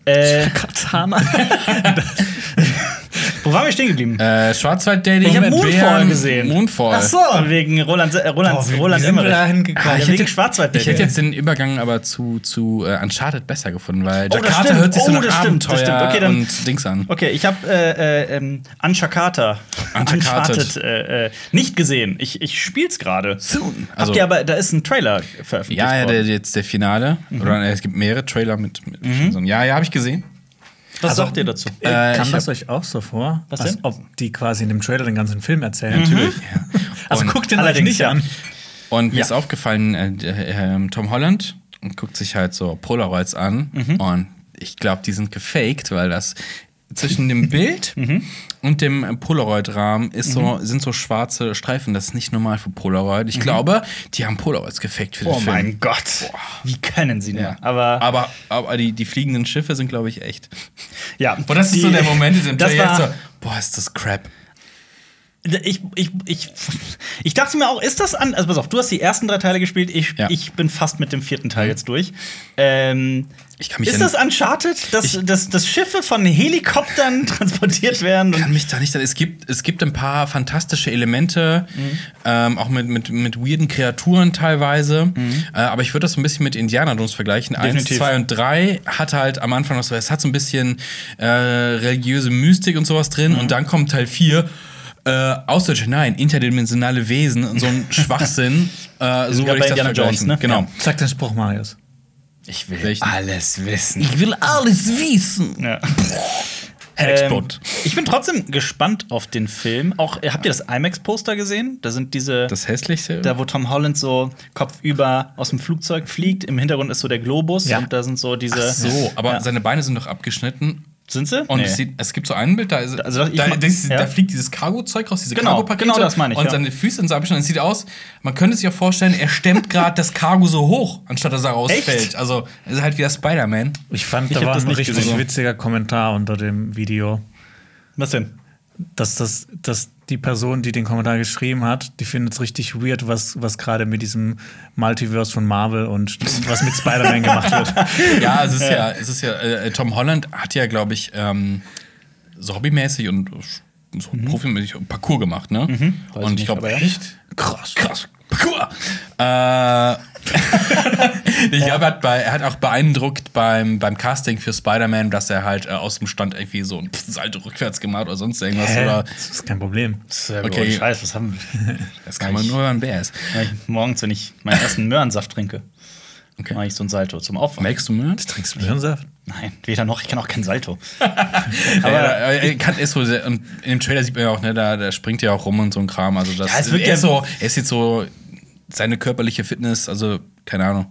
[SPEAKER 2] Äh,
[SPEAKER 3] Katana.
[SPEAKER 2] wo waren wir stehen geblieben?
[SPEAKER 1] Äh, Schwarzwald Daddy.
[SPEAKER 2] Ich hab
[SPEAKER 1] Moment,
[SPEAKER 2] Moonfall
[SPEAKER 1] Bären,
[SPEAKER 2] gesehen.
[SPEAKER 1] Moonfall.
[SPEAKER 2] Ach so, wegen Roland, äh, Roland,
[SPEAKER 3] Boah, wie- wie
[SPEAKER 2] Roland
[SPEAKER 3] sind wir
[SPEAKER 2] Emmerich.
[SPEAKER 3] da hingekommen?
[SPEAKER 2] Ah,
[SPEAKER 3] Ich
[SPEAKER 2] ich
[SPEAKER 3] hätte-
[SPEAKER 2] wegen Schwarzwald.
[SPEAKER 1] Ich hätte jetzt den Übergang aber zu, zu äh, Uncharted besser gefunden, weil
[SPEAKER 2] das
[SPEAKER 1] Jakarta
[SPEAKER 2] stimmt.
[SPEAKER 1] hört sich so
[SPEAKER 2] Oh,
[SPEAKER 1] nach
[SPEAKER 2] das stimmt,
[SPEAKER 1] Abenteuer
[SPEAKER 2] das stimmt. Okay, dann-
[SPEAKER 1] und Dings an.
[SPEAKER 2] Okay, ich habe äh, äh, ähm, Uncharted,
[SPEAKER 1] Uncharted.
[SPEAKER 2] Uncharted äh, äh, nicht gesehen. Ich, ich spiel's gerade.
[SPEAKER 1] Soon. Also
[SPEAKER 2] Habt ihr aber, da ist ein Trailer veröffentlicht
[SPEAKER 1] Ja, ja,
[SPEAKER 2] worden.
[SPEAKER 1] der, jetzt der Finale. Oder äh, es gibt mehrere Trailer mit. mit mhm. Ja, ja, habe ich gesehen.
[SPEAKER 2] Was
[SPEAKER 3] Also-
[SPEAKER 2] sagt ihr dazu?
[SPEAKER 1] Äh,
[SPEAKER 3] Kam
[SPEAKER 1] ich
[SPEAKER 3] das euch auch so vor,
[SPEAKER 2] Was
[SPEAKER 3] als
[SPEAKER 2] denn? Mhm.
[SPEAKER 1] Hm?
[SPEAKER 3] ob die quasi in dem Trailer den ganzen Film erzählen? Natürlich.
[SPEAKER 1] Ja.
[SPEAKER 3] Also
[SPEAKER 1] Und-
[SPEAKER 3] guckt den euch
[SPEAKER 2] Allerdings,
[SPEAKER 3] nicht
[SPEAKER 2] ja.
[SPEAKER 3] an.
[SPEAKER 1] Und mir
[SPEAKER 3] Ja.
[SPEAKER 1] ist aufgefallen, äh, äh, ähm, Tom Holland guckt sich halt so Polaroids an
[SPEAKER 2] Mhm.
[SPEAKER 1] und ich glaube, die sind gefaked, weil das zwischen dem Bild
[SPEAKER 2] Mhm.
[SPEAKER 1] und dem äh, Polaroid-Rahmen ist so, sind so schwarze Streifen. Das ist nicht normal für Polaroid. Ich glaube, die haben Polaroids gefaked für den
[SPEAKER 2] Mhm. Oh
[SPEAKER 1] Film.
[SPEAKER 2] mein Gott. Wie können sie nur?
[SPEAKER 1] Ja.
[SPEAKER 2] Aber,
[SPEAKER 1] aber, aber die, die fliegenden Schiffe sind, glaube ich, echt.
[SPEAKER 2] ja.
[SPEAKER 1] Boah, das ist so
[SPEAKER 2] Die-
[SPEAKER 1] der Moment, in dem
[SPEAKER 2] das
[SPEAKER 1] Trailer
[SPEAKER 2] war,
[SPEAKER 1] so, boah, ist das crap.
[SPEAKER 2] Ich, ich, ich, ich dachte mir auch, ist das an. Also pass auf, du hast die ersten drei Teile gespielt, ich,
[SPEAKER 1] Ja. Mhm.
[SPEAKER 2] ich bin fast mit dem vierten Teil jetzt durch. Ähm,
[SPEAKER 1] Ich kann mich
[SPEAKER 2] ist
[SPEAKER 1] ja-
[SPEAKER 2] das Uncharted, dass,
[SPEAKER 1] Ich-
[SPEAKER 2] dass, dass Schiffe von Helikoptern transportiert werden?
[SPEAKER 1] kann
[SPEAKER 2] Und,
[SPEAKER 1] mich da nicht. Es gibt, es gibt ein paar fantastische Elemente, ähm, auch mit, mit, mit weirden Kreaturen teilweise. Äh, aber ich würde das so ein bisschen mit Indiana Jones vergleichen.
[SPEAKER 2] Mhm. Definitiv.
[SPEAKER 1] Eins, zwei und drei hatte halt am Anfang noch so, es hat so ein bisschen äh, religiöse Mystik und sowas
[SPEAKER 2] Mhm.
[SPEAKER 1] drin. Und dann kommt Teil vier. Äh, Außerirdische, nein, interdimensionale Wesen und so ein Schwachsinn. äh, so
[SPEAKER 2] gerade
[SPEAKER 1] würde
[SPEAKER 2] bei
[SPEAKER 1] ich das
[SPEAKER 2] Indiana Jones,
[SPEAKER 1] vergleichen.
[SPEAKER 2] ne?
[SPEAKER 1] Genau.
[SPEAKER 2] Ja.
[SPEAKER 3] Sag den Spruch, Marius.
[SPEAKER 1] Ich will
[SPEAKER 4] Alles wissen.
[SPEAKER 1] Ich will alles wissen.
[SPEAKER 2] ja. Ähm,
[SPEAKER 1] Hexbot.
[SPEAKER 2] ich bin trotzdem gespannt auf den Film. Auch äh, habt ihr das IMAX-Poster gesehen? Da sind diese.
[SPEAKER 1] Das hässlichste.
[SPEAKER 2] da, wo Tom Holland so kopfüber aus dem Flugzeug fliegt. Im Hintergrund ist so der Globus
[SPEAKER 3] Ja.
[SPEAKER 2] und da sind so diese.
[SPEAKER 1] Ach so, aber
[SPEAKER 2] Ja.
[SPEAKER 1] seine Beine sind doch abgeschnitten
[SPEAKER 2] Sind sie?
[SPEAKER 1] Und
[SPEAKER 2] Nee.
[SPEAKER 1] es, sieht, es gibt so ein Bild, da, ist,
[SPEAKER 2] Also, ich
[SPEAKER 1] da,
[SPEAKER 2] mach-
[SPEAKER 1] das,
[SPEAKER 2] ja.
[SPEAKER 1] da fliegt dieses Cargo-Zeug raus, diese
[SPEAKER 2] Genau,
[SPEAKER 1] Cargo-Pakete.
[SPEAKER 2] genau das meine ich,
[SPEAKER 1] Und
[SPEAKER 2] ja.
[SPEAKER 1] seine Füße sind so abgeschnitten. Es sieht aus, man könnte sich auch vorstellen, er stemmt gerade das Cargo so hoch, anstatt dass er rausfällt.
[SPEAKER 2] Echt?
[SPEAKER 1] Also, es ist halt wie der Spider-Man.
[SPEAKER 3] Ich fand,
[SPEAKER 2] Ich
[SPEAKER 3] da
[SPEAKER 2] hab
[SPEAKER 3] war
[SPEAKER 2] das
[SPEAKER 3] ein
[SPEAKER 2] nicht
[SPEAKER 3] richtig
[SPEAKER 2] gesehen.
[SPEAKER 3] witziger Kommentar unter dem Video.
[SPEAKER 2] Was denn?
[SPEAKER 3] dass, das, dass die Person, die den Kommentar geschrieben hat, die findet es richtig weird, was, was gerade mit diesem Multiverse von Marvel und was mit Spider-Man gemacht wird.
[SPEAKER 1] ja, es ist ja, es ist ja äh, Tom Holland hat ja, glaube ich, ähm, so hobbymäßig und so profimäßig Parcours gemacht, ne?
[SPEAKER 2] Mhm. Weiß
[SPEAKER 1] Und
[SPEAKER 2] ich
[SPEAKER 1] ich glaube,
[SPEAKER 2] nicht, aber ja.
[SPEAKER 1] echt krass, krass. Parcours. Äh, ich glaube, er, hat bei- er hat auch beeindruckt beim, beim Casting für Spider-Man, dass er halt äh, aus dem Stand irgendwie so ein Salto rückwärts gemacht oder sonst irgendwas.
[SPEAKER 3] Hä?
[SPEAKER 1] Oder,
[SPEAKER 3] Das ist kein Problem.
[SPEAKER 1] Okay.
[SPEAKER 2] Okay. Scheiß, was haben wir?
[SPEAKER 1] das kann man nur, wenn man ein Bär ist.
[SPEAKER 2] Mach ich morgens, wenn ich meinen ersten Möhrensaft trinke,
[SPEAKER 1] Okay.
[SPEAKER 2] mache ich so ein Salto zum Aufwachen.
[SPEAKER 1] Merkst du mir?
[SPEAKER 3] Trinkst du Birnensaft?
[SPEAKER 2] Nein, weder noch, ich kann auch kein Salto.
[SPEAKER 1] Aber er kann ist wohl sehr, und in dem Trailer sieht man ja auch, ne, da, da springt ja auch rum und so ein Kram. Also das
[SPEAKER 2] Ja, es wirkt
[SPEAKER 1] er
[SPEAKER 2] ja-
[SPEAKER 1] ist so, er ist jetzt so seine körperliche Fitness, also keine Ahnung.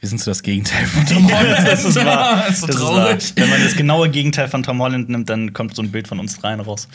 [SPEAKER 1] Wir sind so das Gegenteil von Tom Holland.
[SPEAKER 2] Das ist wahr.
[SPEAKER 1] Das ist so
[SPEAKER 2] Das ist
[SPEAKER 1] traurig.
[SPEAKER 2] wahr. Wenn man das genaue Gegenteil von Tom Holland nimmt, dann kommt so ein Bild von uns rein raus.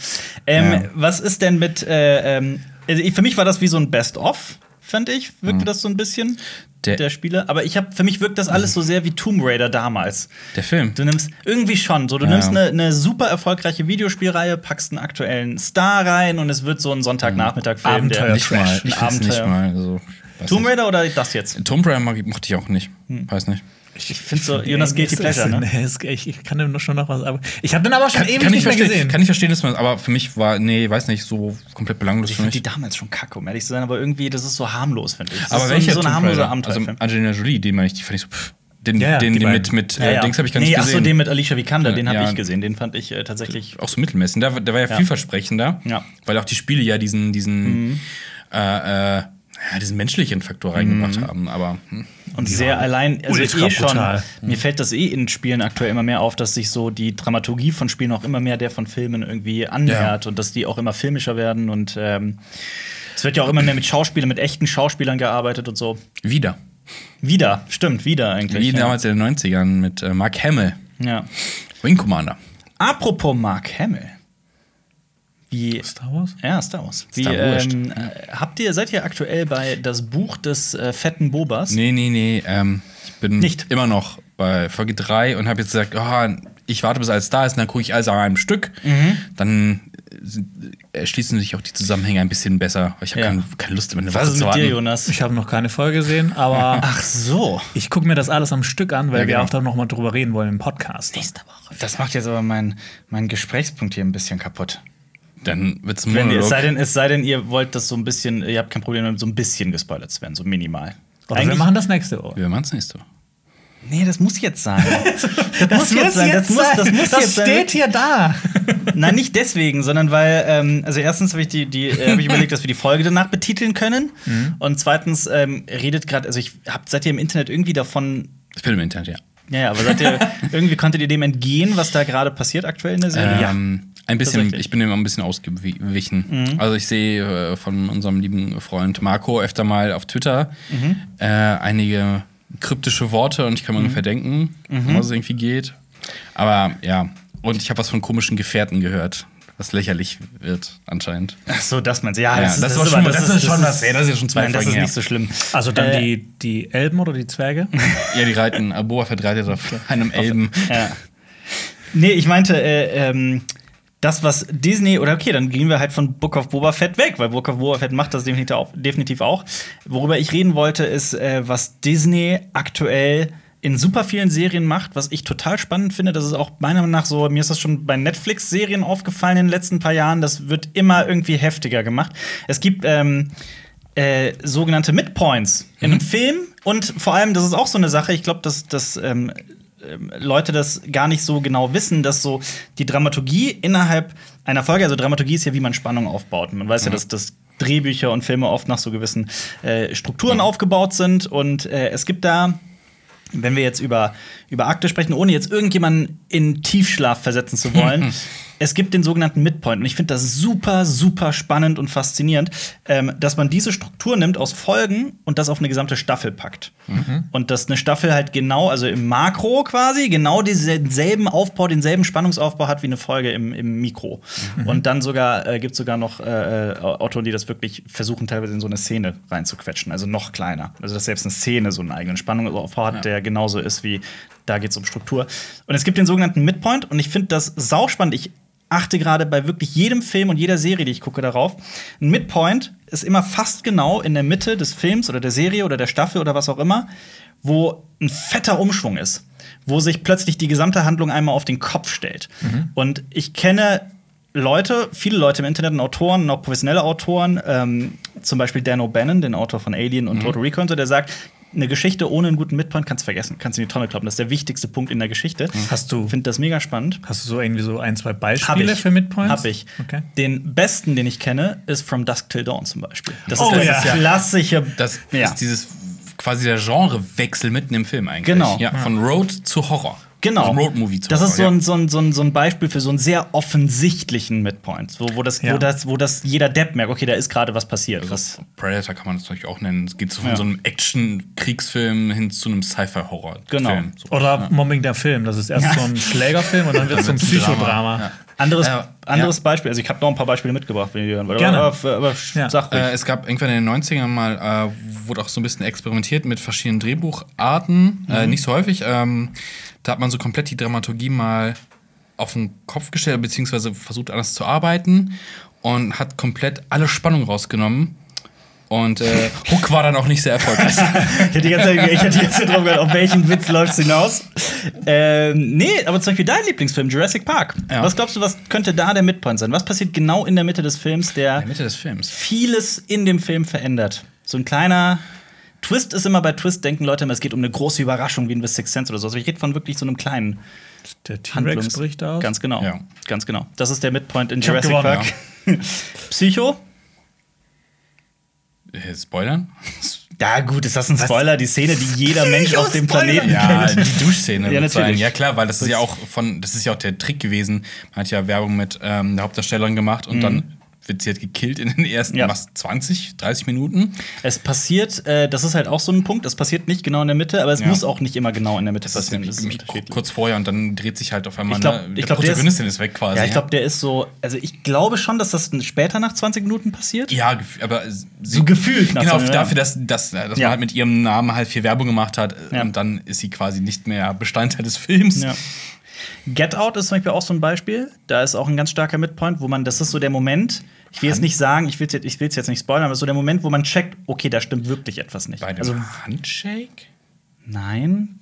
[SPEAKER 2] Ähm,
[SPEAKER 3] Ja.
[SPEAKER 2] Was ist denn mit. Äh, ähm, also ich, für mich war das wie so ein Best-of, fand ich. Wirkte das so ein bisschen. Der,
[SPEAKER 1] Der-
[SPEAKER 2] Spiele. Aber ich habe für mich wirkt das alles so sehr wie Tomb Raider damals.
[SPEAKER 1] Der Film.
[SPEAKER 2] Du nimmst irgendwie schon, so du
[SPEAKER 1] Ja.
[SPEAKER 2] nimmst eine, eine super erfolgreiche Videospielreihe, packst einen aktuellen Star rein und es wird so ein Sonntagnachmittag-Film. der-
[SPEAKER 3] Abenteuer.
[SPEAKER 1] Nicht mal.
[SPEAKER 2] Ein
[SPEAKER 1] Ich find's
[SPEAKER 2] Abenteuer.
[SPEAKER 1] nicht mal. Also, weiß
[SPEAKER 2] Tomb
[SPEAKER 1] nicht.
[SPEAKER 2] Raider Hm. oder das jetzt?
[SPEAKER 1] Tomb Raider mag- mochte ich auch nicht. Weiß nicht.
[SPEAKER 2] Ich finde so Jonas
[SPEAKER 3] Ey,
[SPEAKER 2] Guilty
[SPEAKER 3] das ist-
[SPEAKER 2] Pleasure, ne?
[SPEAKER 3] nee, ist- Ich, ich kann dem nur schon noch was. Aber ich habe den aber schon ewig
[SPEAKER 1] kann ich
[SPEAKER 3] nicht mehr
[SPEAKER 1] verstehen,
[SPEAKER 3] gesehen.
[SPEAKER 1] Kann ich verstehen, dass man, aber für mich war, nee, weiß nicht, so komplett belanglos
[SPEAKER 2] Also Ich
[SPEAKER 1] für
[SPEAKER 2] fand die
[SPEAKER 1] mich.
[SPEAKER 2] damals schon kacke, um ehrlich zu sein, aber irgendwie, das ist so harmlos, finde ich. Das
[SPEAKER 1] Aber
[SPEAKER 2] ist
[SPEAKER 1] welcher
[SPEAKER 2] so, ein- so ein
[SPEAKER 1] Tomb
[SPEAKER 2] harmloser
[SPEAKER 1] Raider?
[SPEAKER 2] Abenteuerfilm.
[SPEAKER 1] Also Angelina Jolie, den meine ich, die fand ich so, pff, den,
[SPEAKER 3] Ja, ja,
[SPEAKER 1] den,
[SPEAKER 3] die
[SPEAKER 1] den mit,
[SPEAKER 3] beiden.
[SPEAKER 1] mit äh, Dings habe ich gar
[SPEAKER 2] nee,
[SPEAKER 1] nicht
[SPEAKER 2] ach
[SPEAKER 1] gesehen.
[SPEAKER 2] so, den mit Alicia Vikander, den habe
[SPEAKER 1] Ja.
[SPEAKER 2] ich gesehen, den fand ich äh, tatsächlich.
[SPEAKER 1] auch so mittelmäßig. Der, der war ja,
[SPEAKER 2] Ja.
[SPEAKER 1] vielversprechender,
[SPEAKER 2] Ja. Mhm.
[SPEAKER 1] weil auch die Spiele ja diesen, diesen, äh, äh, ja, diesen menschlichen Faktor reingebracht
[SPEAKER 2] Mhm.
[SPEAKER 1] haben. Aber hm.
[SPEAKER 2] Und sehr allein, also
[SPEAKER 3] ultra
[SPEAKER 2] eh schon,
[SPEAKER 3] brutal.
[SPEAKER 2] mir fällt das eh in Spielen aktuell immer mehr auf, dass sich so die Dramaturgie von Spielen auch immer mehr der von Filmen irgendwie annähert und dass die auch immer filmischer werden und ähm, es wird ja auch immer mehr mit Schauspielern, mit echten Schauspielern gearbeitet und so.
[SPEAKER 1] wieder.
[SPEAKER 2] Wieder, stimmt, wieder eigentlich.
[SPEAKER 1] Wie
[SPEAKER 2] ja.
[SPEAKER 1] damals in den 90ern mit äh, Mark Hamill,
[SPEAKER 2] ja.
[SPEAKER 1] Wing Commander.
[SPEAKER 2] Apropos Mark Hamill. Wie
[SPEAKER 3] Star Wars?
[SPEAKER 2] Ja, Star Wars. Wie,
[SPEAKER 1] Star Wars.
[SPEAKER 3] Hm.
[SPEAKER 2] ähm, äh, habt ihr, seid ihr aktuell bei das Buch des äh, fetten Bobas?
[SPEAKER 1] Nee, nee, nee. Ähm, ich bin
[SPEAKER 2] Nicht.
[SPEAKER 1] immer noch bei Folge 3 und habe jetzt gesagt, oh, ich warte, bis alles da ist, und dann gucke ich alles an einem Stück.
[SPEAKER 2] Mhm.
[SPEAKER 1] Dann äh, erschließen sich auch die Zusammenhänge ein bisschen besser. Ich habe
[SPEAKER 2] Ja.
[SPEAKER 1] keine, keine Lust, immer eine
[SPEAKER 2] Was
[SPEAKER 1] Woche
[SPEAKER 2] ist
[SPEAKER 1] zu
[SPEAKER 2] mit
[SPEAKER 1] warten.
[SPEAKER 2] dir, Jonas?
[SPEAKER 3] Ich habe noch keine Folge gesehen, aber
[SPEAKER 2] Ach so.
[SPEAKER 3] ich gucke mir das alles am Stück an, weil
[SPEAKER 1] Ja, genau.
[SPEAKER 3] wir auch da noch mal drüber reden wollen im Podcast.
[SPEAKER 2] Das macht jetzt aber meinen mein Gesprächspunkt hier ein bisschen kaputt.
[SPEAKER 1] Dann wird es
[SPEAKER 2] Wenn, ihr- es,
[SPEAKER 1] Monolog.
[SPEAKER 2] sei denn, es sei denn, ihr wollt das so ein bisschen, ihr habt kein Problem damit, so ein bisschen gespoilert zu werden, so minimal.
[SPEAKER 3] Oder wir
[SPEAKER 2] Eigentlich-
[SPEAKER 3] machen das nächste Woche.
[SPEAKER 1] Wir machen es nächste Woche.
[SPEAKER 2] nee, das muss jetzt sein. Das, das muss jetzt sein.
[SPEAKER 3] hier da.
[SPEAKER 2] Nein, nicht deswegen, sondern weil, ähm, also erstens habe ich die, die äh, hab ich überlegt, dass wir die Folge danach betiteln können.
[SPEAKER 3] Mhm.
[SPEAKER 2] Und zweitens ähm, redet gerade, also ich hab, seid ihr im Internet irgendwie davon,
[SPEAKER 1] Ich bin im Internet, ja.
[SPEAKER 2] ja, ja, aber seid ihr, irgendwie konntet ihr dem entgehen, was da gerade passiert aktuell in der Serie?
[SPEAKER 1] Ähm, Ein bisschen,
[SPEAKER 2] Tatsächlich. Mhm.
[SPEAKER 1] ich bin dem ein bisschen ausgewichen. Also ich sehe äh, von unserem lieben Freund Marco öfter mal auf Twitter
[SPEAKER 2] Mhm.
[SPEAKER 1] äh, einige kryptische Worte und ich kann mir ungefähr denken,
[SPEAKER 2] Mhm.
[SPEAKER 1] was es irgendwie geht. Aber ja, und ich habe was von komischen Gefährten gehört, was lächerlich wird anscheinend.
[SPEAKER 2] Ach so, das meinst du. Ja, das,
[SPEAKER 1] Ja, das
[SPEAKER 2] ist,
[SPEAKER 1] war schon-
[SPEAKER 2] aber-
[SPEAKER 1] das ist schon was, ey, das ist ja schon zwei
[SPEAKER 2] Nein, das
[SPEAKER 1] Folgen
[SPEAKER 2] ist
[SPEAKER 1] her.
[SPEAKER 2] nicht so schlimm.
[SPEAKER 3] Also dann
[SPEAKER 2] Äh,
[SPEAKER 3] die, die Elben oder die Zwerge?
[SPEAKER 1] Ja, die reiten, äh, Boa verreitet auf einem Elben.
[SPEAKER 2] Ja. Nee, ich meinte, äh, ähm, das, was Disney, oder okay, dann gehen wir halt von Book of Boba Fett weg, weil Book of Boba Fett macht das definitiv auch. Definitiv auch. Worüber ich reden wollte, ist, äh, was Disney aktuell in super vielen Serien macht, was ich total spannend finde. Das ist auch meiner Meinung nach so, mir ist das schon bei Netflix-Serien aufgefallen in den letzten paar Jahren. Das wird immer irgendwie heftiger gemacht. Es gibt ähm, äh, sogenannte Midpoints in einem Film und vor allem, das ist auch so eine Sache, ich glaube, dass das ähm, ähm, Leute das gar nicht so genau wissen, dass so die Dramaturgie innerhalb einer Folge, also Dramaturgie ist ja, wie man Spannung aufbaut. Man weiß ja, dass, dass Drehbücher und Filme oft nach so gewissen äh, Strukturen aufgebaut sind und äh, es gibt da wenn wir jetzt über, über Akte sprechen, ohne jetzt irgendjemanden in Tiefschlaf versetzen zu wollen, es gibt den sogenannten Midpoint. Und ich finde das super, super spannend und faszinierend, ähm, dass man diese Struktur nimmt aus Folgen und das auf eine gesamte Staffel packt. Und dass eine Staffel halt genau, also im Makro quasi, genau denselben Aufbau, denselben Spannungsaufbau hat wie eine Folge im, im Mikro. Und dann sogar äh, gibt es sogar noch äh, Autoren, die das wirklich versuchen, teilweise in so eine Szene reinzuquetschen. Also noch kleiner. Also, dass selbst eine Szene so einen eigenen Spannungsaufbau hat, der genauso ist wie da geht es um Struktur. Und es gibt den sogenannten Midpoint und ich finde das sauspannend. Ich achte gerade bei wirklich jedem Film und jeder Serie, die ich gucke, darauf. Ein Midpoint ist immer fast genau in der Mitte des Films oder der Serie oder der Staffel oder was auch immer, wo ein fetter Umschwung ist, wo sich plötzlich die gesamte Handlung einmal auf den Kopf stellt.
[SPEAKER 3] Mhm.
[SPEAKER 2] Und ich kenne Leute, viele Leute im Internet und Autoren, und auch professionelle Autoren, ähm, zum Beispiel Dan O'Bannon, den Autor von Alien
[SPEAKER 3] Mhm.
[SPEAKER 2] und Total Recon, so, der sagt, eine Geschichte ohne einen guten Midpoint kannst du vergessen, kannst du in die Tonne kloppen. Das ist der wichtigste Punkt in der Geschichte.
[SPEAKER 3] Mhm. Hast du-
[SPEAKER 2] Ich finde das mega spannend.
[SPEAKER 3] Hast du so irgendwie so ein, zwei
[SPEAKER 2] Hab
[SPEAKER 3] Beispiele für Midpoints?
[SPEAKER 2] Hab ich.
[SPEAKER 3] Okay.
[SPEAKER 2] Den besten, den ich kenne, ist From Dusk Till Dawn zum Beispiel. Das
[SPEAKER 3] Oh,
[SPEAKER 2] ist das
[SPEAKER 3] ja.
[SPEAKER 2] klassische.
[SPEAKER 1] Das
[SPEAKER 2] ja.
[SPEAKER 1] ist dieses quasi der Genrewechsel mitten im Film eigentlich.
[SPEAKER 2] Genau.
[SPEAKER 1] Ja, von Road zu Horror.
[SPEAKER 2] Genau.
[SPEAKER 1] Von Road Movie zu
[SPEAKER 2] das
[SPEAKER 1] Horror.
[SPEAKER 2] ist so
[SPEAKER 1] ja.
[SPEAKER 2] ein, so, ein, so, ein, so ein Beispiel für so einen sehr offensichtlichen Midpoint, wo, wo, das,
[SPEAKER 3] Ja.
[SPEAKER 2] wo, das, wo das jeder Depp merkt, okay, da ist gerade was passiert. Was,
[SPEAKER 1] Predator kann man das natürlich auch nennen. Es geht so von
[SPEAKER 2] Ja.
[SPEAKER 1] so einem Action-Kriegsfilm hin zu einem Sci-Fi-Horror.
[SPEAKER 2] Genau.
[SPEAKER 1] So.
[SPEAKER 3] Oder Mobbing der Film. Das ist erst so ein Schlägerfilm und dann wird es so ein
[SPEAKER 1] Dann wird's ein
[SPEAKER 3] Psychodrama.
[SPEAKER 1] Drama,
[SPEAKER 2] Anderes,
[SPEAKER 1] Ja.
[SPEAKER 2] anderes Beispiel, also ich habe noch ein paar Beispiele mitgebracht, wenn ihr hören wollt.
[SPEAKER 3] Gerne.
[SPEAKER 2] Aber, aber, aber
[SPEAKER 3] Ja.
[SPEAKER 2] sag ruhig.
[SPEAKER 1] Äh, es gab irgendwann in den 90ern mal, äh, wurde auch so ein bisschen experimentiert mit verschiedenen Drehbucharten. Äh, nicht so häufig. Ähm, da hat man so komplett die Dramaturgie mal auf den Kopf gestellt, beziehungsweise versucht anders zu arbeiten und hat komplett alle Spannung rausgenommen. Und äh, Hook war dann auch nicht sehr erfolgreich.
[SPEAKER 2] Ich hätte die ganze Zeit, ich hätte die ganze Zeit drauf gehört, auf welchen Witz läuft's hinaus? Ähm, nee, aber zum Beispiel dein Lieblingsfilm, Jurassic Park.
[SPEAKER 1] Ja.
[SPEAKER 2] Was glaubst du, was könnte da der Midpoint sein? Was passiert genau in der Mitte des Films, der
[SPEAKER 1] In der Mitte des Films.
[SPEAKER 2] vieles in dem Film verändert? So ein kleiner Twist ist immer bei Twist, denken Leute immer, es geht um eine große Überraschung wie in The Sixth Sense oder so. Also ich rede von wirklich so einem kleinen
[SPEAKER 3] Der T-Rex
[SPEAKER 2] Handlungs
[SPEAKER 3] bricht aus.
[SPEAKER 2] Ganz genau.
[SPEAKER 1] Ja.
[SPEAKER 2] Ganz genau. Das ist der Midpoint in
[SPEAKER 3] hab
[SPEAKER 2] Jurassic
[SPEAKER 3] gewonnen,
[SPEAKER 2] Park. Psycho?
[SPEAKER 1] Äh, Spoilern?
[SPEAKER 2] Ja, gut, ist das ein Spoiler? Die Szene, die jeder Mensch auf dem
[SPEAKER 3] Spoiler.
[SPEAKER 2] Planeten
[SPEAKER 1] Ja,
[SPEAKER 2] kennt.
[SPEAKER 1] die Duschszene.
[SPEAKER 2] Ja,
[SPEAKER 1] wird sein.
[SPEAKER 2] natürlich.
[SPEAKER 1] ja klar, weil das ist ja auch von, das ist ja auch der Trick gewesen. Man hat ja Werbung mit ähm, der Hauptdarstellerin gemacht und dann wird sie halt gekillt in den ersten
[SPEAKER 2] Mhm. Ja.
[SPEAKER 1] was, 20, 30 Minuten.
[SPEAKER 2] Es passiert, äh, das ist halt auch so ein Punkt, es passiert nicht genau in der Mitte, aber es
[SPEAKER 1] Ja.
[SPEAKER 2] muss auch nicht immer genau in der Mitte
[SPEAKER 1] Das ist
[SPEAKER 2] passieren. Das ist
[SPEAKER 1] nämlich ku-
[SPEAKER 2] unterschiedlich.
[SPEAKER 1] kurz vorher und dann dreht sich halt auf einmal
[SPEAKER 2] Ich glaub-
[SPEAKER 1] ne,
[SPEAKER 2] ich
[SPEAKER 1] der
[SPEAKER 2] glaub, der
[SPEAKER 1] Protagonistin ist, weg quasi.
[SPEAKER 2] Ja, ich glaube, der ist so, also ich glaube schon, dass das später nach 20 Minuten passiert.
[SPEAKER 1] Ja, gef- aber sie,
[SPEAKER 2] So gefühlt nach
[SPEAKER 1] Genau,
[SPEAKER 2] so einer-
[SPEAKER 1] dafür, dass, dass, dass
[SPEAKER 2] Ja.
[SPEAKER 1] man halt mit ihrem Namen halt viel Werbung gemacht hat
[SPEAKER 2] Ja.
[SPEAKER 1] und dann ist sie quasi nicht mehr Bestandteil des Films.
[SPEAKER 2] Ja. Get Out ist zum Beispiel auch so ein Beispiel. Da ist auch ein ganz starker Midpoint, wo man, das ist so der Moment, ich will jetzt nicht sagen, ich will es jetzt, ich will's jetzt nicht spoilern, aber so der Moment, wo man checkt, okay, da stimmt wirklich etwas nicht.
[SPEAKER 1] Bei dem
[SPEAKER 2] Also,
[SPEAKER 1] Handshake?
[SPEAKER 2] nein.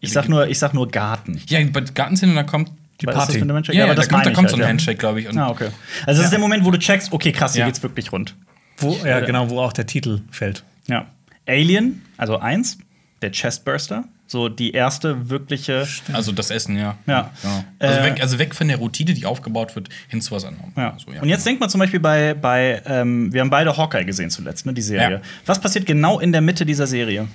[SPEAKER 2] Ich sag nur, ich sag nur Garten.
[SPEAKER 1] Ja, bei Gartenszene, da kommt
[SPEAKER 3] Die
[SPEAKER 2] Was ist das
[SPEAKER 3] Party.
[SPEAKER 2] für eine Mensch-
[SPEAKER 1] Ja, ja, da kommt,
[SPEAKER 2] meine
[SPEAKER 1] da
[SPEAKER 2] ich
[SPEAKER 1] kommt
[SPEAKER 2] halt,
[SPEAKER 1] so ein
[SPEAKER 2] ja.
[SPEAKER 1] Handshake, glaube ich. Und
[SPEAKER 2] Ah, okay. Also, das ist der Moment, wo du checkst, okay, krass, hier
[SPEAKER 1] Ja.
[SPEAKER 2] geht's wirklich rund.
[SPEAKER 3] Wo, ja, genau, wo auch der Titel fällt.
[SPEAKER 2] Ja. Alien, also eins, der Chestburster, so die erste wirkliche.
[SPEAKER 1] Also das Essen, ja.
[SPEAKER 2] Ja.
[SPEAKER 1] Genau. Also,
[SPEAKER 2] Äh,
[SPEAKER 1] weg, also weg von der Routine, die aufgebaut wird, hin zu was anderem.
[SPEAKER 2] Ja.
[SPEAKER 1] Also,
[SPEAKER 2] Und jetzt denkt man zum Beispiel bei, bei ähm, wir haben beide Hawkeye gesehen zuletzt, ne, die Serie.
[SPEAKER 1] Ja.
[SPEAKER 2] Was passiert genau in der Mitte dieser Serie?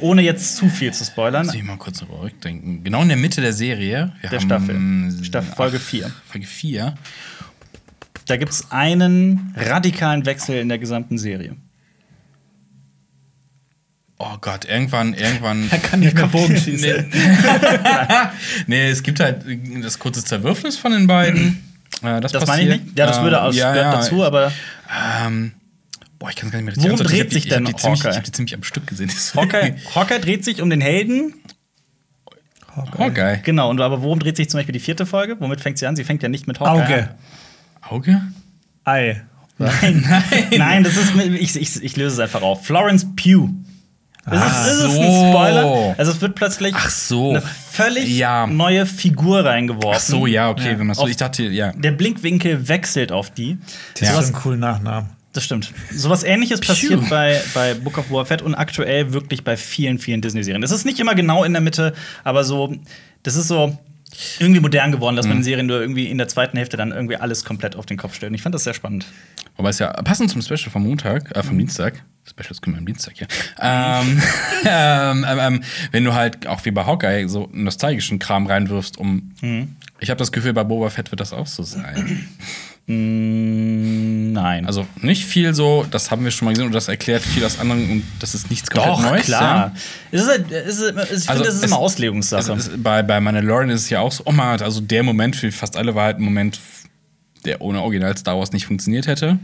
[SPEAKER 2] Ohne jetzt zu viel zu spoilern.
[SPEAKER 1] Muss ich mal kurz zurückdenken. Genau in der Mitte der Serie. Wir
[SPEAKER 2] Der
[SPEAKER 1] haben,
[SPEAKER 2] Staffel. Staffel- Folge
[SPEAKER 1] ach,
[SPEAKER 2] vier.
[SPEAKER 1] Folge 4.
[SPEAKER 2] Da gibt es einen radikalen Wechsel in der gesamten Serie.
[SPEAKER 1] Oh Gott, irgendwann, irgendwann.
[SPEAKER 3] kann nicht mehr Bogen schießen.
[SPEAKER 1] Nee. nee, es gibt halt das kurze Zerwürfnis von den beiden. Äh, das
[SPEAKER 2] Das
[SPEAKER 1] passiert.
[SPEAKER 2] meine ich nicht. Ja, das würde
[SPEAKER 1] Ähm,
[SPEAKER 2] aus,
[SPEAKER 1] ja,
[SPEAKER 2] gehört
[SPEAKER 1] ja.
[SPEAKER 2] dazu, aber
[SPEAKER 1] Ähm, boah, ich kann es gar nicht mehr
[SPEAKER 2] Worum
[SPEAKER 1] antworten. Ich
[SPEAKER 2] dreht
[SPEAKER 1] hab die-
[SPEAKER 2] sich
[SPEAKER 1] ich hab
[SPEAKER 2] denn
[SPEAKER 1] die ziemlich, Ich
[SPEAKER 2] Hawkeye?
[SPEAKER 1] habe die ziemlich am Stück gesehen. deswegen-
[SPEAKER 2] Hawkeye, Hawkeye dreht sich um den Helden.
[SPEAKER 1] Hawkeye.
[SPEAKER 2] Genau, und aber worum dreht sich zum Beispiel die vierte Folge? Womit fängt sie an? Sie fängt ja nicht mit Hawkeye an.
[SPEAKER 3] Auge.
[SPEAKER 1] Auge?
[SPEAKER 3] Ei.
[SPEAKER 2] Nein, nein. das ist. mit- Ich, ich, ich löse es einfach auf. Florence Pugh. Das
[SPEAKER 1] Ah,
[SPEAKER 2] ist, das ist
[SPEAKER 1] so.
[SPEAKER 2] ein Spoiler. Also es wird plötzlich
[SPEAKER 1] Ach so.
[SPEAKER 2] eine völlig
[SPEAKER 1] Ja.
[SPEAKER 2] neue Figur reingeworfen.
[SPEAKER 1] Ach so, ja, okay, wenn man so.
[SPEAKER 2] Hm. Auf-
[SPEAKER 1] Ich dachte, ja.
[SPEAKER 2] Der Blickwinkel wechselt auf die.
[SPEAKER 3] Das
[SPEAKER 1] Ja.
[SPEAKER 3] ist so ein cooler Nachnamen.
[SPEAKER 2] Das stimmt. Sowas ähnliches passiert
[SPEAKER 1] Phew.
[SPEAKER 2] bei, bei Book of Boba Fett und aktuell wirklich bei vielen, vielen Disney-Serien. Das ist nicht immer genau in der Mitte, aber so, das ist so irgendwie modern
[SPEAKER 1] Hm.
[SPEAKER 2] geworden, dass man in Serien nur irgendwie in der zweiten Hälfte dann irgendwie alles komplett auf den Kopf stellt. Und ich fand das sehr spannend.
[SPEAKER 1] Wobei es ja passend zum Special vom Montag, äh,
[SPEAKER 2] Mhm.
[SPEAKER 1] vom Dienstag. Specials kommen am Dienstag, ja. Ähm, ähm, ähm, ähm, wenn du halt auch wie bei Hawkeye so nostalgischen Kram reinwirfst, um.
[SPEAKER 2] Mhm.
[SPEAKER 1] Ich habe das Gefühl, bei Boba Fett wird das auch so sein.
[SPEAKER 2] Nein.
[SPEAKER 1] Also nicht viel so, das haben wir schon mal gesehen und das erklärt viel aus anderen und das ist nichts komplett
[SPEAKER 2] doch,
[SPEAKER 1] Halt Neues.
[SPEAKER 2] klar.
[SPEAKER 1] Ja?
[SPEAKER 2] Es ist halt, es ist, ich finde,
[SPEAKER 1] Also,
[SPEAKER 2] das ist
[SPEAKER 1] es-
[SPEAKER 2] immer
[SPEAKER 1] Also,
[SPEAKER 2] Auslegungssache.
[SPEAKER 1] es- bei, bei Mandalorian ist es ja auch so, oh man, hat also der Moment für fast alle war halt ein Moment, der ohne Original Star Wars nicht funktioniert hätte.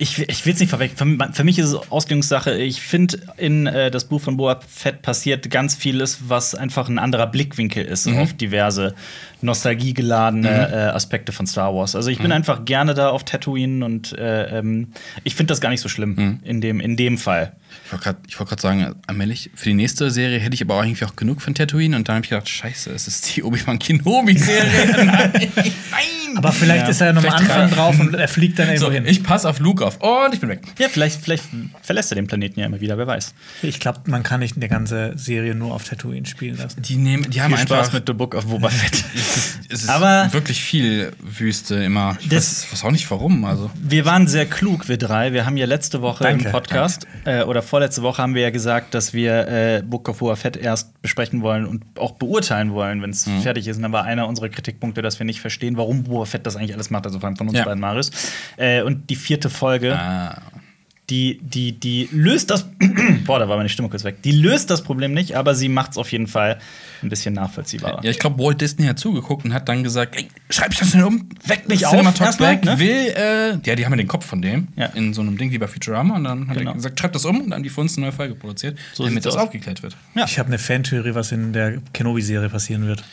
[SPEAKER 2] Ich, ich will es nicht verwechseln. Für, für mich ist es Auslegungssache. Ich finde, in äh, das Buch von Boa Fett passiert ganz vieles, was einfach ein anderer Blickwinkel ist
[SPEAKER 1] Mhm.
[SPEAKER 2] auf diverse nostalgiegeladene äh, Aspekte von Star Wars. Also
[SPEAKER 1] Mhm.
[SPEAKER 2] ich bin einfach gerne da auf Tatooine und äh, ähm, ich finde das gar nicht so schlimm
[SPEAKER 1] Mhm.
[SPEAKER 2] in, dem, in dem Fall.
[SPEAKER 1] Ich wollte gerade wollt sagen, allmählich, für die nächste Serie hätte ich aber auch irgendwie auch genug von Tatooine und dann habe ich gedacht, scheiße, es ist die Obi-Wan Kenobi-Serie. Nein!
[SPEAKER 3] Aber vielleicht
[SPEAKER 2] Ja.
[SPEAKER 3] ist er noch am
[SPEAKER 1] Vielleicht
[SPEAKER 3] Anfang
[SPEAKER 1] gerade-
[SPEAKER 3] drauf und er fliegt dann irgendwo
[SPEAKER 1] so,
[SPEAKER 3] hin.
[SPEAKER 1] ich passe auf Luke auf und ich bin weg.
[SPEAKER 2] Ja, vielleicht, vielleicht verlässt er den Planeten ja immer wieder, wer weiß.
[SPEAKER 3] Ich glaube, man kann nicht eine ganze Serie nur auf Tatooine spielen lassen.
[SPEAKER 1] Die, nehmen, die haben
[SPEAKER 2] Viel Spaß
[SPEAKER 1] einfach.
[SPEAKER 2] mit The Book of Boba Fett.
[SPEAKER 1] es ist, es ist
[SPEAKER 2] Aber-
[SPEAKER 1] wirklich viel Wüste immer. Ich
[SPEAKER 2] Das-
[SPEAKER 1] weiß, ich weiß auch nicht warum. Also.
[SPEAKER 2] Wir waren sehr klug, wir drei. Wir haben ja letzte Woche
[SPEAKER 3] Danke.
[SPEAKER 2] im Podcast äh, oder vorletzte Woche haben wir ja gesagt, dass wir äh, Book of Boba Fett erst besprechen wollen und auch beurteilen wollen, wenn es
[SPEAKER 1] Mhm.
[SPEAKER 2] fertig ist. Und dann war einer unserer Kritikpunkte, dass wir nicht verstehen, warum Boba Fett das eigentlich alles macht, also vor allem von uns
[SPEAKER 1] Ja.
[SPEAKER 2] beiden Marius. Äh, und die vierte Folge,
[SPEAKER 1] Ah,
[SPEAKER 2] die, die, die löst das. Boah, da war meine Stimme kurz weg. Die löst das Problem nicht, aber sie macht es auf jeden Fall ein bisschen nachvollziehbarer.
[SPEAKER 1] ja, ich glaube, Walt Disney hat zugeguckt und hat dann gesagt: ey, schreib ich das schnell um, weck mich
[SPEAKER 2] mich auf,
[SPEAKER 1] Cinematalks
[SPEAKER 2] erstmal,
[SPEAKER 1] weg,
[SPEAKER 2] ne?
[SPEAKER 1] will. Äh, ja, die haben ja den Kopf von dem
[SPEAKER 2] Ja.
[SPEAKER 1] in so einem Ding wie bei Futurama und dann hat
[SPEAKER 2] Genau.
[SPEAKER 1] er gesagt: schreib das um und dann die für uns eine neue Folge produziert,
[SPEAKER 2] So
[SPEAKER 1] damit
[SPEAKER 2] sieht's
[SPEAKER 1] das
[SPEAKER 2] aus.
[SPEAKER 1] aufgeklärt wird.
[SPEAKER 2] Ja.
[SPEAKER 3] Ich habe eine Fantheorie, was in der Kenobi-Serie passieren wird.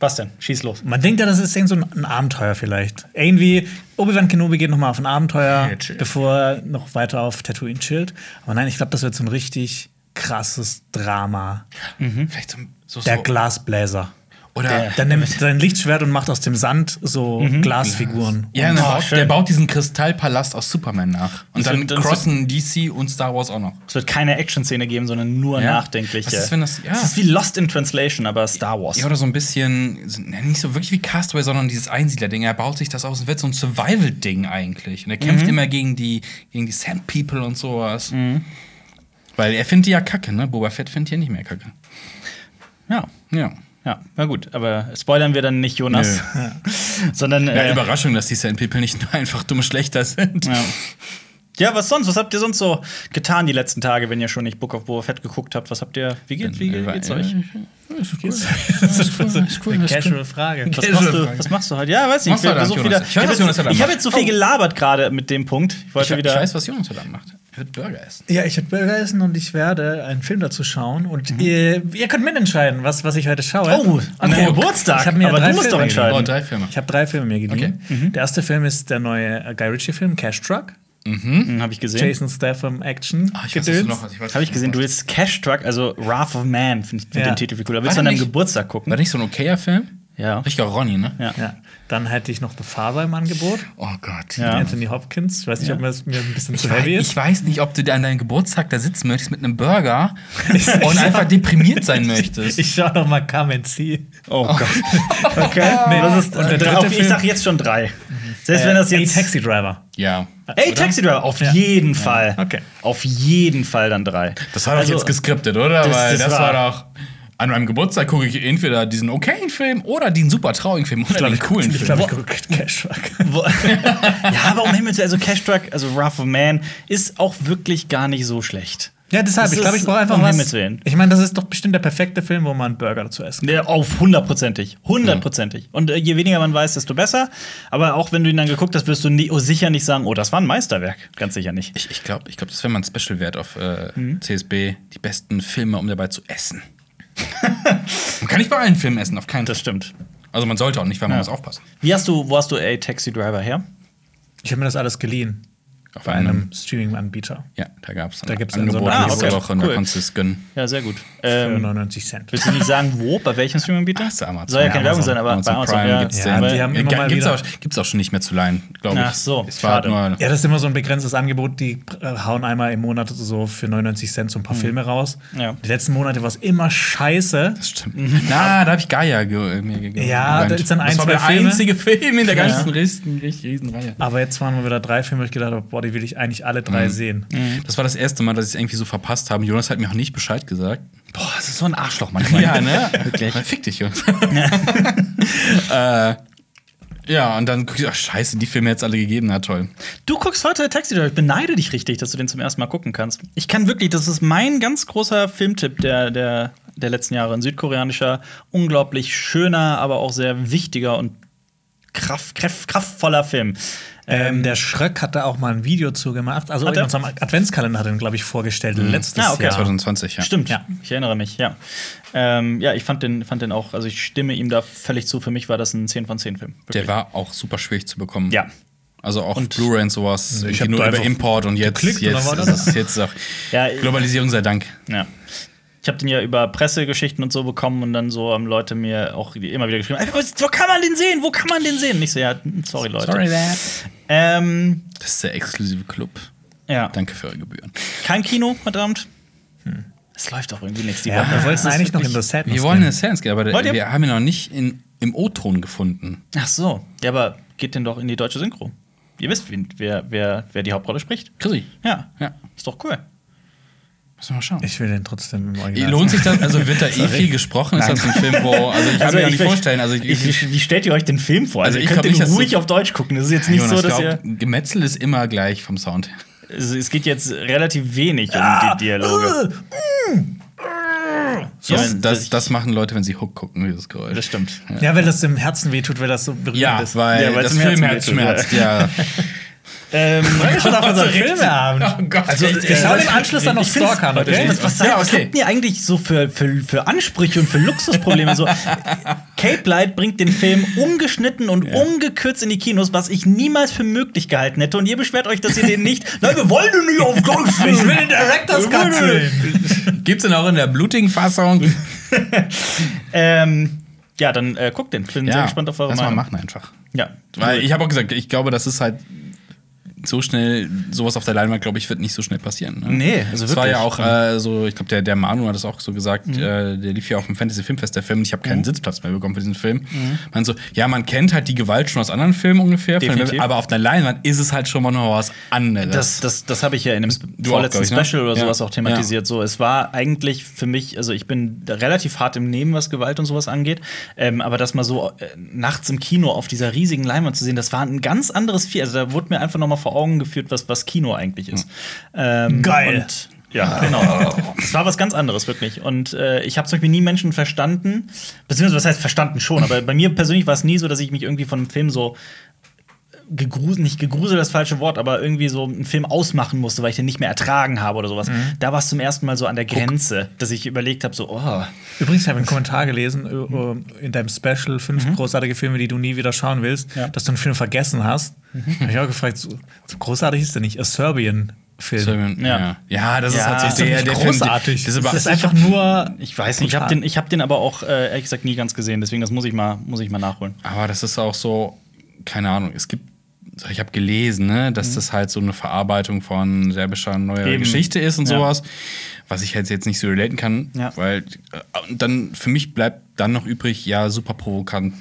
[SPEAKER 2] Was denn? Schieß los.
[SPEAKER 3] Man denkt ja, das ist irgend so ein, ein Abenteuer vielleicht. Irgendwie, Obi-Wan Kenobi geht noch mal auf ein Abenteuer,
[SPEAKER 1] Ja, chill.
[SPEAKER 3] bevor er noch weiter auf Tatooine chillt. Aber nein, ich glaube, das wird so ein richtig krasses Drama.
[SPEAKER 1] Vielleicht so, so,
[SPEAKER 3] Der
[SPEAKER 1] so
[SPEAKER 3] Glasbläser.
[SPEAKER 1] oder
[SPEAKER 2] Mhm. der-
[SPEAKER 3] Dann nimmt sein Lichtschwert und macht aus dem Sand so Glasfiguren.
[SPEAKER 1] ja,
[SPEAKER 2] Oh,
[SPEAKER 1] der, baut,
[SPEAKER 2] schön.
[SPEAKER 1] der baut diesen Kristallpalast aus Superman nach. Und
[SPEAKER 2] Das
[SPEAKER 1] dann
[SPEAKER 2] wird- das
[SPEAKER 1] crossen DC und Star Wars auch noch.
[SPEAKER 2] Es wird keine Action-Szene geben, sondern nur
[SPEAKER 1] Ja.
[SPEAKER 2] nachdenkliche.
[SPEAKER 1] Was ist, wenn das- ja.
[SPEAKER 2] Es ist wie Lost in Translation, aber Star Wars.
[SPEAKER 1] Ja, oder so ein bisschen, so- ne, nicht so wirklich wie Castaway, sondern dieses Einsiedler-Ding. Er baut sich das aus und wird so ein Survival-Ding eigentlich. Und er kämpft immer gegen die, gegen die Sand People und sowas. Weil er findet die ja kacke, ne? Boba Fett findet die ja nicht mehr kacke.
[SPEAKER 2] ja.
[SPEAKER 1] Ja.
[SPEAKER 2] Ja, na gut, aber spoilern wir dann nicht Jonas, sondern
[SPEAKER 1] Ja,
[SPEAKER 2] äh, ja,
[SPEAKER 1] Überraschung, dass die Sand People nicht nur einfach dumme Schlechter sind.
[SPEAKER 2] ja. was sonst? Was habt ihr sonst so getan die letzten Tage, wenn ihr schon nicht Book of Boba Fett geguckt habt? Was habt ihr? Wie geht's, wie
[SPEAKER 1] Über-
[SPEAKER 2] geht's euch?
[SPEAKER 1] Ja, Ist cool. ist cool,
[SPEAKER 3] Eine
[SPEAKER 1] ist cool.
[SPEAKER 3] casual Frage.
[SPEAKER 2] Was machst,
[SPEAKER 1] Casual
[SPEAKER 2] du,
[SPEAKER 1] Frage.
[SPEAKER 2] was machst du heute? Ja, weiß nicht.
[SPEAKER 1] Machst du
[SPEAKER 2] Ich,
[SPEAKER 1] heute
[SPEAKER 2] versuch
[SPEAKER 1] Abend,
[SPEAKER 2] wieder,
[SPEAKER 1] Jonas?
[SPEAKER 2] ich
[SPEAKER 1] Ich weiß,
[SPEAKER 2] habe
[SPEAKER 1] was Jonas
[SPEAKER 2] jetzt,
[SPEAKER 1] heute
[SPEAKER 2] ich hab
[SPEAKER 1] macht.
[SPEAKER 2] jetzt so viel gelabert gerade mit dem Punkt. Ich wollte
[SPEAKER 1] Ich, ich
[SPEAKER 2] wieder.
[SPEAKER 1] weiß, was Jonas heute Abend macht. Er wird Burger essen.
[SPEAKER 3] Ja, ich werde Burger essen und ich werde einen Film dazu schauen. Und ihr, ihr könnt mitentscheiden, was, was ich heute schaue.
[SPEAKER 2] Mhm. oh, an deinem
[SPEAKER 3] Oh,
[SPEAKER 2] Geburtstag.
[SPEAKER 3] Ich hab mir ja
[SPEAKER 2] aber
[SPEAKER 3] drei
[SPEAKER 2] du musst doch
[SPEAKER 3] Filme
[SPEAKER 2] entscheiden.
[SPEAKER 1] Oh, drei Filme.
[SPEAKER 3] Ich habe drei Filme mir geliehen.
[SPEAKER 2] Mhm.
[SPEAKER 3] Der erste Film ist der neue äh, Guy Ritchie-Film, Cash Truck.
[SPEAKER 2] Hm, Hab ich gesehen.
[SPEAKER 3] Jason Statham Action.
[SPEAKER 1] Ah, ich weiß, was
[SPEAKER 3] Gedöns.
[SPEAKER 1] du noch hast. Ich weiß,
[SPEAKER 2] Habe ich
[SPEAKER 1] was
[SPEAKER 2] gesehen, du
[SPEAKER 1] noch
[SPEAKER 2] willst Cash Truck, also Wrath of Man, finde ich find
[SPEAKER 3] Ja.
[SPEAKER 2] den Titel viel cooler. Willst
[SPEAKER 1] War
[SPEAKER 2] du
[SPEAKER 1] der
[SPEAKER 2] an deinem
[SPEAKER 1] nicht-
[SPEAKER 2] Geburtstag
[SPEAKER 1] War
[SPEAKER 2] gucken?
[SPEAKER 1] nicht so ein okayer Film?
[SPEAKER 2] Ja.
[SPEAKER 1] Richtiger Ronny, ne?
[SPEAKER 2] Ja.
[SPEAKER 3] Ja. Dann hätte ich noch The Father im Angebot.
[SPEAKER 1] Oh Gott.
[SPEAKER 2] Ja.
[SPEAKER 3] Anthony Hopkins. Ich weiß nicht, ob mir das mir ein bisschen zu
[SPEAKER 1] Ich,
[SPEAKER 3] heavy ist.
[SPEAKER 1] ich weiß nicht, ob du dir an deinem Geburtstag da sitzen möchtest mit einem Burger und einfach deprimiert sein möchtest.
[SPEAKER 3] Ich schau noch mal Come and See.
[SPEAKER 2] Oh Gott. Okay. Nee, das ist,
[SPEAKER 3] Und der
[SPEAKER 2] drei,
[SPEAKER 3] dritte
[SPEAKER 2] auf, ich
[SPEAKER 3] Film-
[SPEAKER 2] sag jetzt schon drei.
[SPEAKER 1] Mhm.
[SPEAKER 2] Selbst wenn das
[SPEAKER 3] Äh,
[SPEAKER 2] jetzt.
[SPEAKER 3] Ey, Taxi Driver.
[SPEAKER 1] ja.
[SPEAKER 2] Ey,
[SPEAKER 3] oder?
[SPEAKER 2] Taxi Driver, auf
[SPEAKER 3] Ja.
[SPEAKER 2] jeden Fall.
[SPEAKER 3] Okay.
[SPEAKER 2] Auf jeden Fall dann drei.
[SPEAKER 1] Das war doch
[SPEAKER 2] Also,
[SPEAKER 1] jetzt geskriptet, oder?
[SPEAKER 2] das-
[SPEAKER 1] Weil
[SPEAKER 2] das
[SPEAKER 1] das,
[SPEAKER 2] war-
[SPEAKER 1] war, doch. An meinem Geburtstag gucke ich entweder diesen okayen Film oder den super traurigen Film oder den coolen
[SPEAKER 3] Ich
[SPEAKER 1] Film.
[SPEAKER 3] glaube, ich gucke Cash Fuck.
[SPEAKER 2] Wo, ja, aber um Himmels Willen, also Cash Truck, also Rough of Man, ist auch wirklich gar nicht so schlecht.
[SPEAKER 3] Ja, deshalb.
[SPEAKER 2] Das
[SPEAKER 3] Ich glaube,
[SPEAKER 2] ist
[SPEAKER 3] ich brauche einfach
[SPEAKER 2] um
[SPEAKER 3] was.
[SPEAKER 2] Himmels Willen.
[SPEAKER 3] Ich meine, das ist doch bestimmt der perfekte Film, wo man einen Burger zu essen
[SPEAKER 2] Ja, auf hundertprozentig. Hundertprozentig. Und äh, je weniger man weiß, desto besser. Aber auch wenn du ihn dann geguckt hast, wirst du nie, oh, sicher nicht sagen, oh, das war ein Meisterwerk. Ganz sicher nicht.
[SPEAKER 1] Ich, ich glaube, ich glaub, das wäre mal ein Special wert auf äh, CSB. Die besten Filme, um dabei zu essen. man kann nicht bei allen Filmen essen, auf keinen Fall.
[SPEAKER 2] Das stimmt.
[SPEAKER 1] Also man sollte auch nicht, weil man
[SPEAKER 2] Ja.
[SPEAKER 1] muss aufpassen.
[SPEAKER 2] Wie hast du, wo hast du A Taxi Driver her?
[SPEAKER 3] Ich habe mir das alles geliehen.
[SPEAKER 1] Auf
[SPEAKER 3] Bei
[SPEAKER 2] Mhm.
[SPEAKER 3] einem Streaming-Anbieter.
[SPEAKER 1] Ja, da gab es
[SPEAKER 3] Da gibt's dann so
[SPEAKER 1] Angebot
[SPEAKER 2] einen- Ah,
[SPEAKER 1] nächste
[SPEAKER 2] okay,
[SPEAKER 1] Woche und da
[SPEAKER 2] cool.
[SPEAKER 1] konntest du es gönnen.
[SPEAKER 2] Ja, sehr gut.
[SPEAKER 3] Für
[SPEAKER 2] Ähm,
[SPEAKER 3] 99 Cent.
[SPEAKER 2] willst du nicht sagen, wo, bei welchem Streaming-Anbieter?
[SPEAKER 1] Ach, ist Amazon.
[SPEAKER 2] Soll ja keine
[SPEAKER 1] Ja,
[SPEAKER 2] Werbung
[SPEAKER 1] Amazon.
[SPEAKER 2] sein, aber
[SPEAKER 1] Amazon
[SPEAKER 2] bei Amazon,
[SPEAKER 1] Prime
[SPEAKER 2] ja.
[SPEAKER 1] gibt's
[SPEAKER 3] den.
[SPEAKER 2] Aber-
[SPEAKER 3] Die haben immer mal
[SPEAKER 1] Gibt es
[SPEAKER 3] wieder-
[SPEAKER 1] auch, gibt's auch schon nicht mehr zu leihen, glaube ich.
[SPEAKER 2] Ach so,
[SPEAKER 1] es war halt
[SPEAKER 2] schade.
[SPEAKER 1] nur
[SPEAKER 3] Ja, das ist immer so ein begrenztes Angebot. Die äh, hauen einmal im Monat so für 99 Cent so ein paar Filme raus.
[SPEAKER 2] Mhm. Ja.
[SPEAKER 3] Die letzten Monate war es immer scheiße.
[SPEAKER 1] Das stimmt. Na, da habe ich Gaia ge äh, mir gegeben.
[SPEAKER 3] Ja, da ist dann ein,
[SPEAKER 1] Das war
[SPEAKER 3] zwei
[SPEAKER 1] der
[SPEAKER 3] Filme.
[SPEAKER 1] einzige Film in der
[SPEAKER 3] Ja. Ah.
[SPEAKER 1] ganzen riesen, riesen Reihe.
[SPEAKER 3] Aber jetzt waren wir wieder drei Filme, wo ich gedacht habe, boah, die will ich eigentlich alle drei
[SPEAKER 2] Mhm.
[SPEAKER 3] sehen.
[SPEAKER 1] Das war das erste Mal, dass ich es irgendwie so verpasst habe. Jonas hat mir auch nicht Bescheid gesagt.
[SPEAKER 2] Boah, das ist so ein Arschloch manchmal.
[SPEAKER 1] Ja, ne?
[SPEAKER 2] Wirklich.
[SPEAKER 1] Fick dich, Jungs. äh, ja, und dann guck ich, ach scheiße, die Filme jetzt alle gegeben, na toll.
[SPEAKER 2] Du guckst heute Taxi Driver. Ich beneide dich richtig, dass du den zum ersten Mal gucken kannst. Ich kann wirklich, das ist mein ganz großer Filmtipp der, der, der letzten Jahre. Ein südkoreanischer, unglaublich schöner, aber auch sehr wichtiger und kraft, kräf- kraftvoller Film. Äh,
[SPEAKER 3] Ähm, der Schröck hat da auch mal ein Video zu gemacht. Also
[SPEAKER 2] Hat er?
[SPEAKER 3] in unserem Adventskalender hat er ihn, glaube ich, vorgestellt. Letztes
[SPEAKER 2] Ah, okay.
[SPEAKER 3] Jahr.
[SPEAKER 1] 2020, ja.
[SPEAKER 2] Stimmt,
[SPEAKER 3] Ja.
[SPEAKER 2] ich erinnere mich, ja. Ähm, ja, ich fand den, fand den auch, also ich stimme ihm da völlig zu. Für mich war das ein 10 von 10 Film.
[SPEAKER 1] Der war auch super schwierig zu bekommen.
[SPEAKER 2] Ja.
[SPEAKER 1] Also auch Blu-ray und sowas.
[SPEAKER 3] Ich
[SPEAKER 1] irgendwie
[SPEAKER 3] hab
[SPEAKER 1] nur
[SPEAKER 3] da
[SPEAKER 1] über
[SPEAKER 3] einfach
[SPEAKER 1] Import und jetzt,
[SPEAKER 3] geklickt und dann
[SPEAKER 1] jetzt,
[SPEAKER 3] war
[SPEAKER 1] ist
[SPEAKER 3] das.
[SPEAKER 1] es jetzt auch
[SPEAKER 2] Ja,
[SPEAKER 1] Globalisierung sei Dank.
[SPEAKER 2] Ja. Ich habe den ja über Pressegeschichten und so bekommen und dann so haben Leute mir auch immer wieder geschrieben, "Ey, was- wo kann man den sehen? Wo kann man den sehen? Und ich so, ja, sorry Leute.
[SPEAKER 1] that.
[SPEAKER 2] Ähm,
[SPEAKER 1] Das ist der exklusive Club.
[SPEAKER 2] ja.
[SPEAKER 1] Danke Hm. für eure Gebühren.
[SPEAKER 2] Kein Kino, verdammt. Es läuft auch irgendwie nichts die
[SPEAKER 3] Ja, wir
[SPEAKER 2] Woche.
[SPEAKER 3] wollten eigentlich noch in The Sadness
[SPEAKER 1] Wir wollen
[SPEAKER 3] gehen.
[SPEAKER 1] eine Sans gehen, aber
[SPEAKER 2] Wollt ihr?
[SPEAKER 1] wir haben ihn noch nicht in, im O-Ton gefunden.
[SPEAKER 2] Ach so. Ja, aber geht denn doch in die deutsche Synchro. Ihr wisst, wen, wer, wer, wer die Hauptrolle spricht.
[SPEAKER 1] Chrissy.
[SPEAKER 2] Ja.
[SPEAKER 1] Ja.
[SPEAKER 2] Ist doch cool.
[SPEAKER 1] Müssen wir mal schauen.
[SPEAKER 3] Ich will den trotzdem im Original.
[SPEAKER 1] Lohnt sich das? Also wird da eh viel gesprochen? Ist das ein Film, wo. Also ich kann mir auch nicht vorstellen. Also ich,
[SPEAKER 2] ich, ich, wie stellt ihr euch den Film vor?
[SPEAKER 1] Also
[SPEAKER 2] Also, ihr
[SPEAKER 1] ich
[SPEAKER 2] könnt
[SPEAKER 1] glaub nicht,
[SPEAKER 2] den
[SPEAKER 1] dass
[SPEAKER 2] ruhig
[SPEAKER 1] du-
[SPEAKER 2] auf Deutsch gucken. Das ist jetzt nicht
[SPEAKER 1] Jonas,
[SPEAKER 2] so, dass ihr.
[SPEAKER 1] glaub, Gemetzel ist immer gleich vom Sound. her.
[SPEAKER 2] Es es geht jetzt relativ wenig um
[SPEAKER 1] Ah!
[SPEAKER 2] die Dialoge.
[SPEAKER 1] So,
[SPEAKER 2] Ja,
[SPEAKER 1] das, das,
[SPEAKER 2] ich-
[SPEAKER 1] das machen Leute, wenn sie Hook gucken, dieses Geräusch.
[SPEAKER 2] Das stimmt.
[SPEAKER 3] Ja, weil das im Herzen wehtut, weil das so berührend
[SPEAKER 1] Ja,
[SPEAKER 3] ist.
[SPEAKER 1] weil
[SPEAKER 2] Ja, weil
[SPEAKER 1] das
[SPEAKER 2] es im
[SPEAKER 1] Film
[SPEAKER 2] Herzen wehtut,
[SPEAKER 1] Herzschmerz, ja.
[SPEAKER 2] Ähm,
[SPEAKER 3] wir schon auf unseren Filmeabend.
[SPEAKER 1] Oh Gott,
[SPEAKER 3] Also,
[SPEAKER 1] echt,
[SPEAKER 3] wir
[SPEAKER 1] ey.
[SPEAKER 3] schauen im Anschluss dann noch
[SPEAKER 2] ich find's-
[SPEAKER 3] Stalker.
[SPEAKER 2] okay.
[SPEAKER 3] Okay.
[SPEAKER 2] was, was,
[SPEAKER 1] Ja,
[SPEAKER 2] was
[SPEAKER 1] okay.
[SPEAKER 2] habt ihr eigentlich so für, für, für Ansprüche und für Luxusprobleme? so, Cape Light bringt den Film ungeschnitten und ungekürzt in die Kinos, was ich niemals für möglich gehalten hätte. Und ihr beschwert euch, dass ihr den nicht. Nein, wir wollen den nicht auf Golf.
[SPEAKER 3] Ich will den Directors Cut sehen.
[SPEAKER 1] Gibt's denn auch in der blutigen Fassung?
[SPEAKER 2] Ähm, ja, dann äh, guckt den. Bin sehr gespannt auf eure
[SPEAKER 1] lass mal
[SPEAKER 2] Meinung.
[SPEAKER 1] machen einfach.
[SPEAKER 2] Ja,
[SPEAKER 1] Weil ich habe auch gesagt, ich glaube, das ist halt so schnell, sowas auf der Leinwand, glaube ich, wird nicht so schnell passieren. Ne?
[SPEAKER 2] Nee, also
[SPEAKER 1] Das war
[SPEAKER 2] wirklich.
[SPEAKER 1] ja
[SPEAKER 2] Mhm.
[SPEAKER 1] auch äh, so, ich glaube, der, der Manu hat das auch so gesagt, äh, der lief ja auf dem Fantasy-Filmfest, der Film, und ich habe keinen Sitzplatz mehr bekommen für diesen Film.
[SPEAKER 2] Mhm.
[SPEAKER 1] Man so, ja, man kennt halt die Gewalt schon aus anderen Filmen ungefähr, von der-
[SPEAKER 2] Definitiv.
[SPEAKER 1] aber auf der Leinwand ist es halt schon mal noch was anderes.
[SPEAKER 2] Das, das, das habe ich ja in einem Sp-
[SPEAKER 1] Äh, Du auch,
[SPEAKER 2] vorletzten
[SPEAKER 1] glaub ich, ne?
[SPEAKER 2] Special oder
[SPEAKER 1] Ja.
[SPEAKER 2] sowas auch thematisiert. So, es war eigentlich für mich, also ich bin da relativ hart im Nehmen, was Gewalt und sowas angeht. Ähm, aber das mal so äh, nachts im Kino auf dieser riesigen Leinwand zu sehen, das war ein ganz anderes Vieh. Also da wurde mir einfach noch mal vor Augen geführt, was, was Kino eigentlich
[SPEAKER 1] Hm.
[SPEAKER 2] ist. Ähm,
[SPEAKER 3] Geil.
[SPEAKER 2] Und ja, genau. Das war was ganz anderes, wirklich. Und äh, ich habe zum Beispiel nie Menschen verstanden, beziehungsweise was heißt verstanden schon, aber bei mir persönlich war es nie so, dass ich mich irgendwie von einem Film so gegruselt, nicht gegruselt das falsche Wort, aber irgendwie so einen Film ausmachen musste, weil ich den nicht mehr ertragen habe oder sowas. Da war es zum ersten Mal so an der Grenze, dass ich überlegt habe, so, oh.
[SPEAKER 3] Übrigens, ich habe einen Kommentar gelesen äh, äh, in deinem Special fünf
[SPEAKER 1] Mhm.
[SPEAKER 3] großartige Filme, die du nie wieder schauen willst,
[SPEAKER 2] Ja.
[SPEAKER 1] Mhm.
[SPEAKER 3] dass du einen Film vergessen hast. Hab Ich habe gefragt, so, so großartig ist der nicht. A Serbian. Film.
[SPEAKER 1] Silverman-
[SPEAKER 2] Ja.
[SPEAKER 1] ja. ja, das ist
[SPEAKER 2] Ja.
[SPEAKER 1] halt
[SPEAKER 2] Ist
[SPEAKER 1] so
[SPEAKER 2] doch
[SPEAKER 1] der,
[SPEAKER 3] nicht
[SPEAKER 1] der
[SPEAKER 3] großartig.
[SPEAKER 1] Das ist,
[SPEAKER 3] Das
[SPEAKER 1] aber,
[SPEAKER 3] ist einfach nur.
[SPEAKER 2] Ich weiß nicht, ich habe
[SPEAKER 3] Schade.
[SPEAKER 2] den, ich hab den aber auch äh, ehrlich gesagt nie ganz gesehen, deswegen das muss ich mal, muss ich mal nachholen.
[SPEAKER 1] aber das ist auch so, keine Ahnung, es gibt, ich habe gelesen, ne, dass das halt so eine Verarbeitung von serbischer neuer
[SPEAKER 2] Mhm. Eben.
[SPEAKER 1] Geschichte ist und
[SPEAKER 2] Ja.
[SPEAKER 1] sowas, was ich halt jetzt nicht so relaten kann,
[SPEAKER 2] Ja.
[SPEAKER 1] weil äh, und dann für mich bleibt dann noch übrig, ja, super Provokation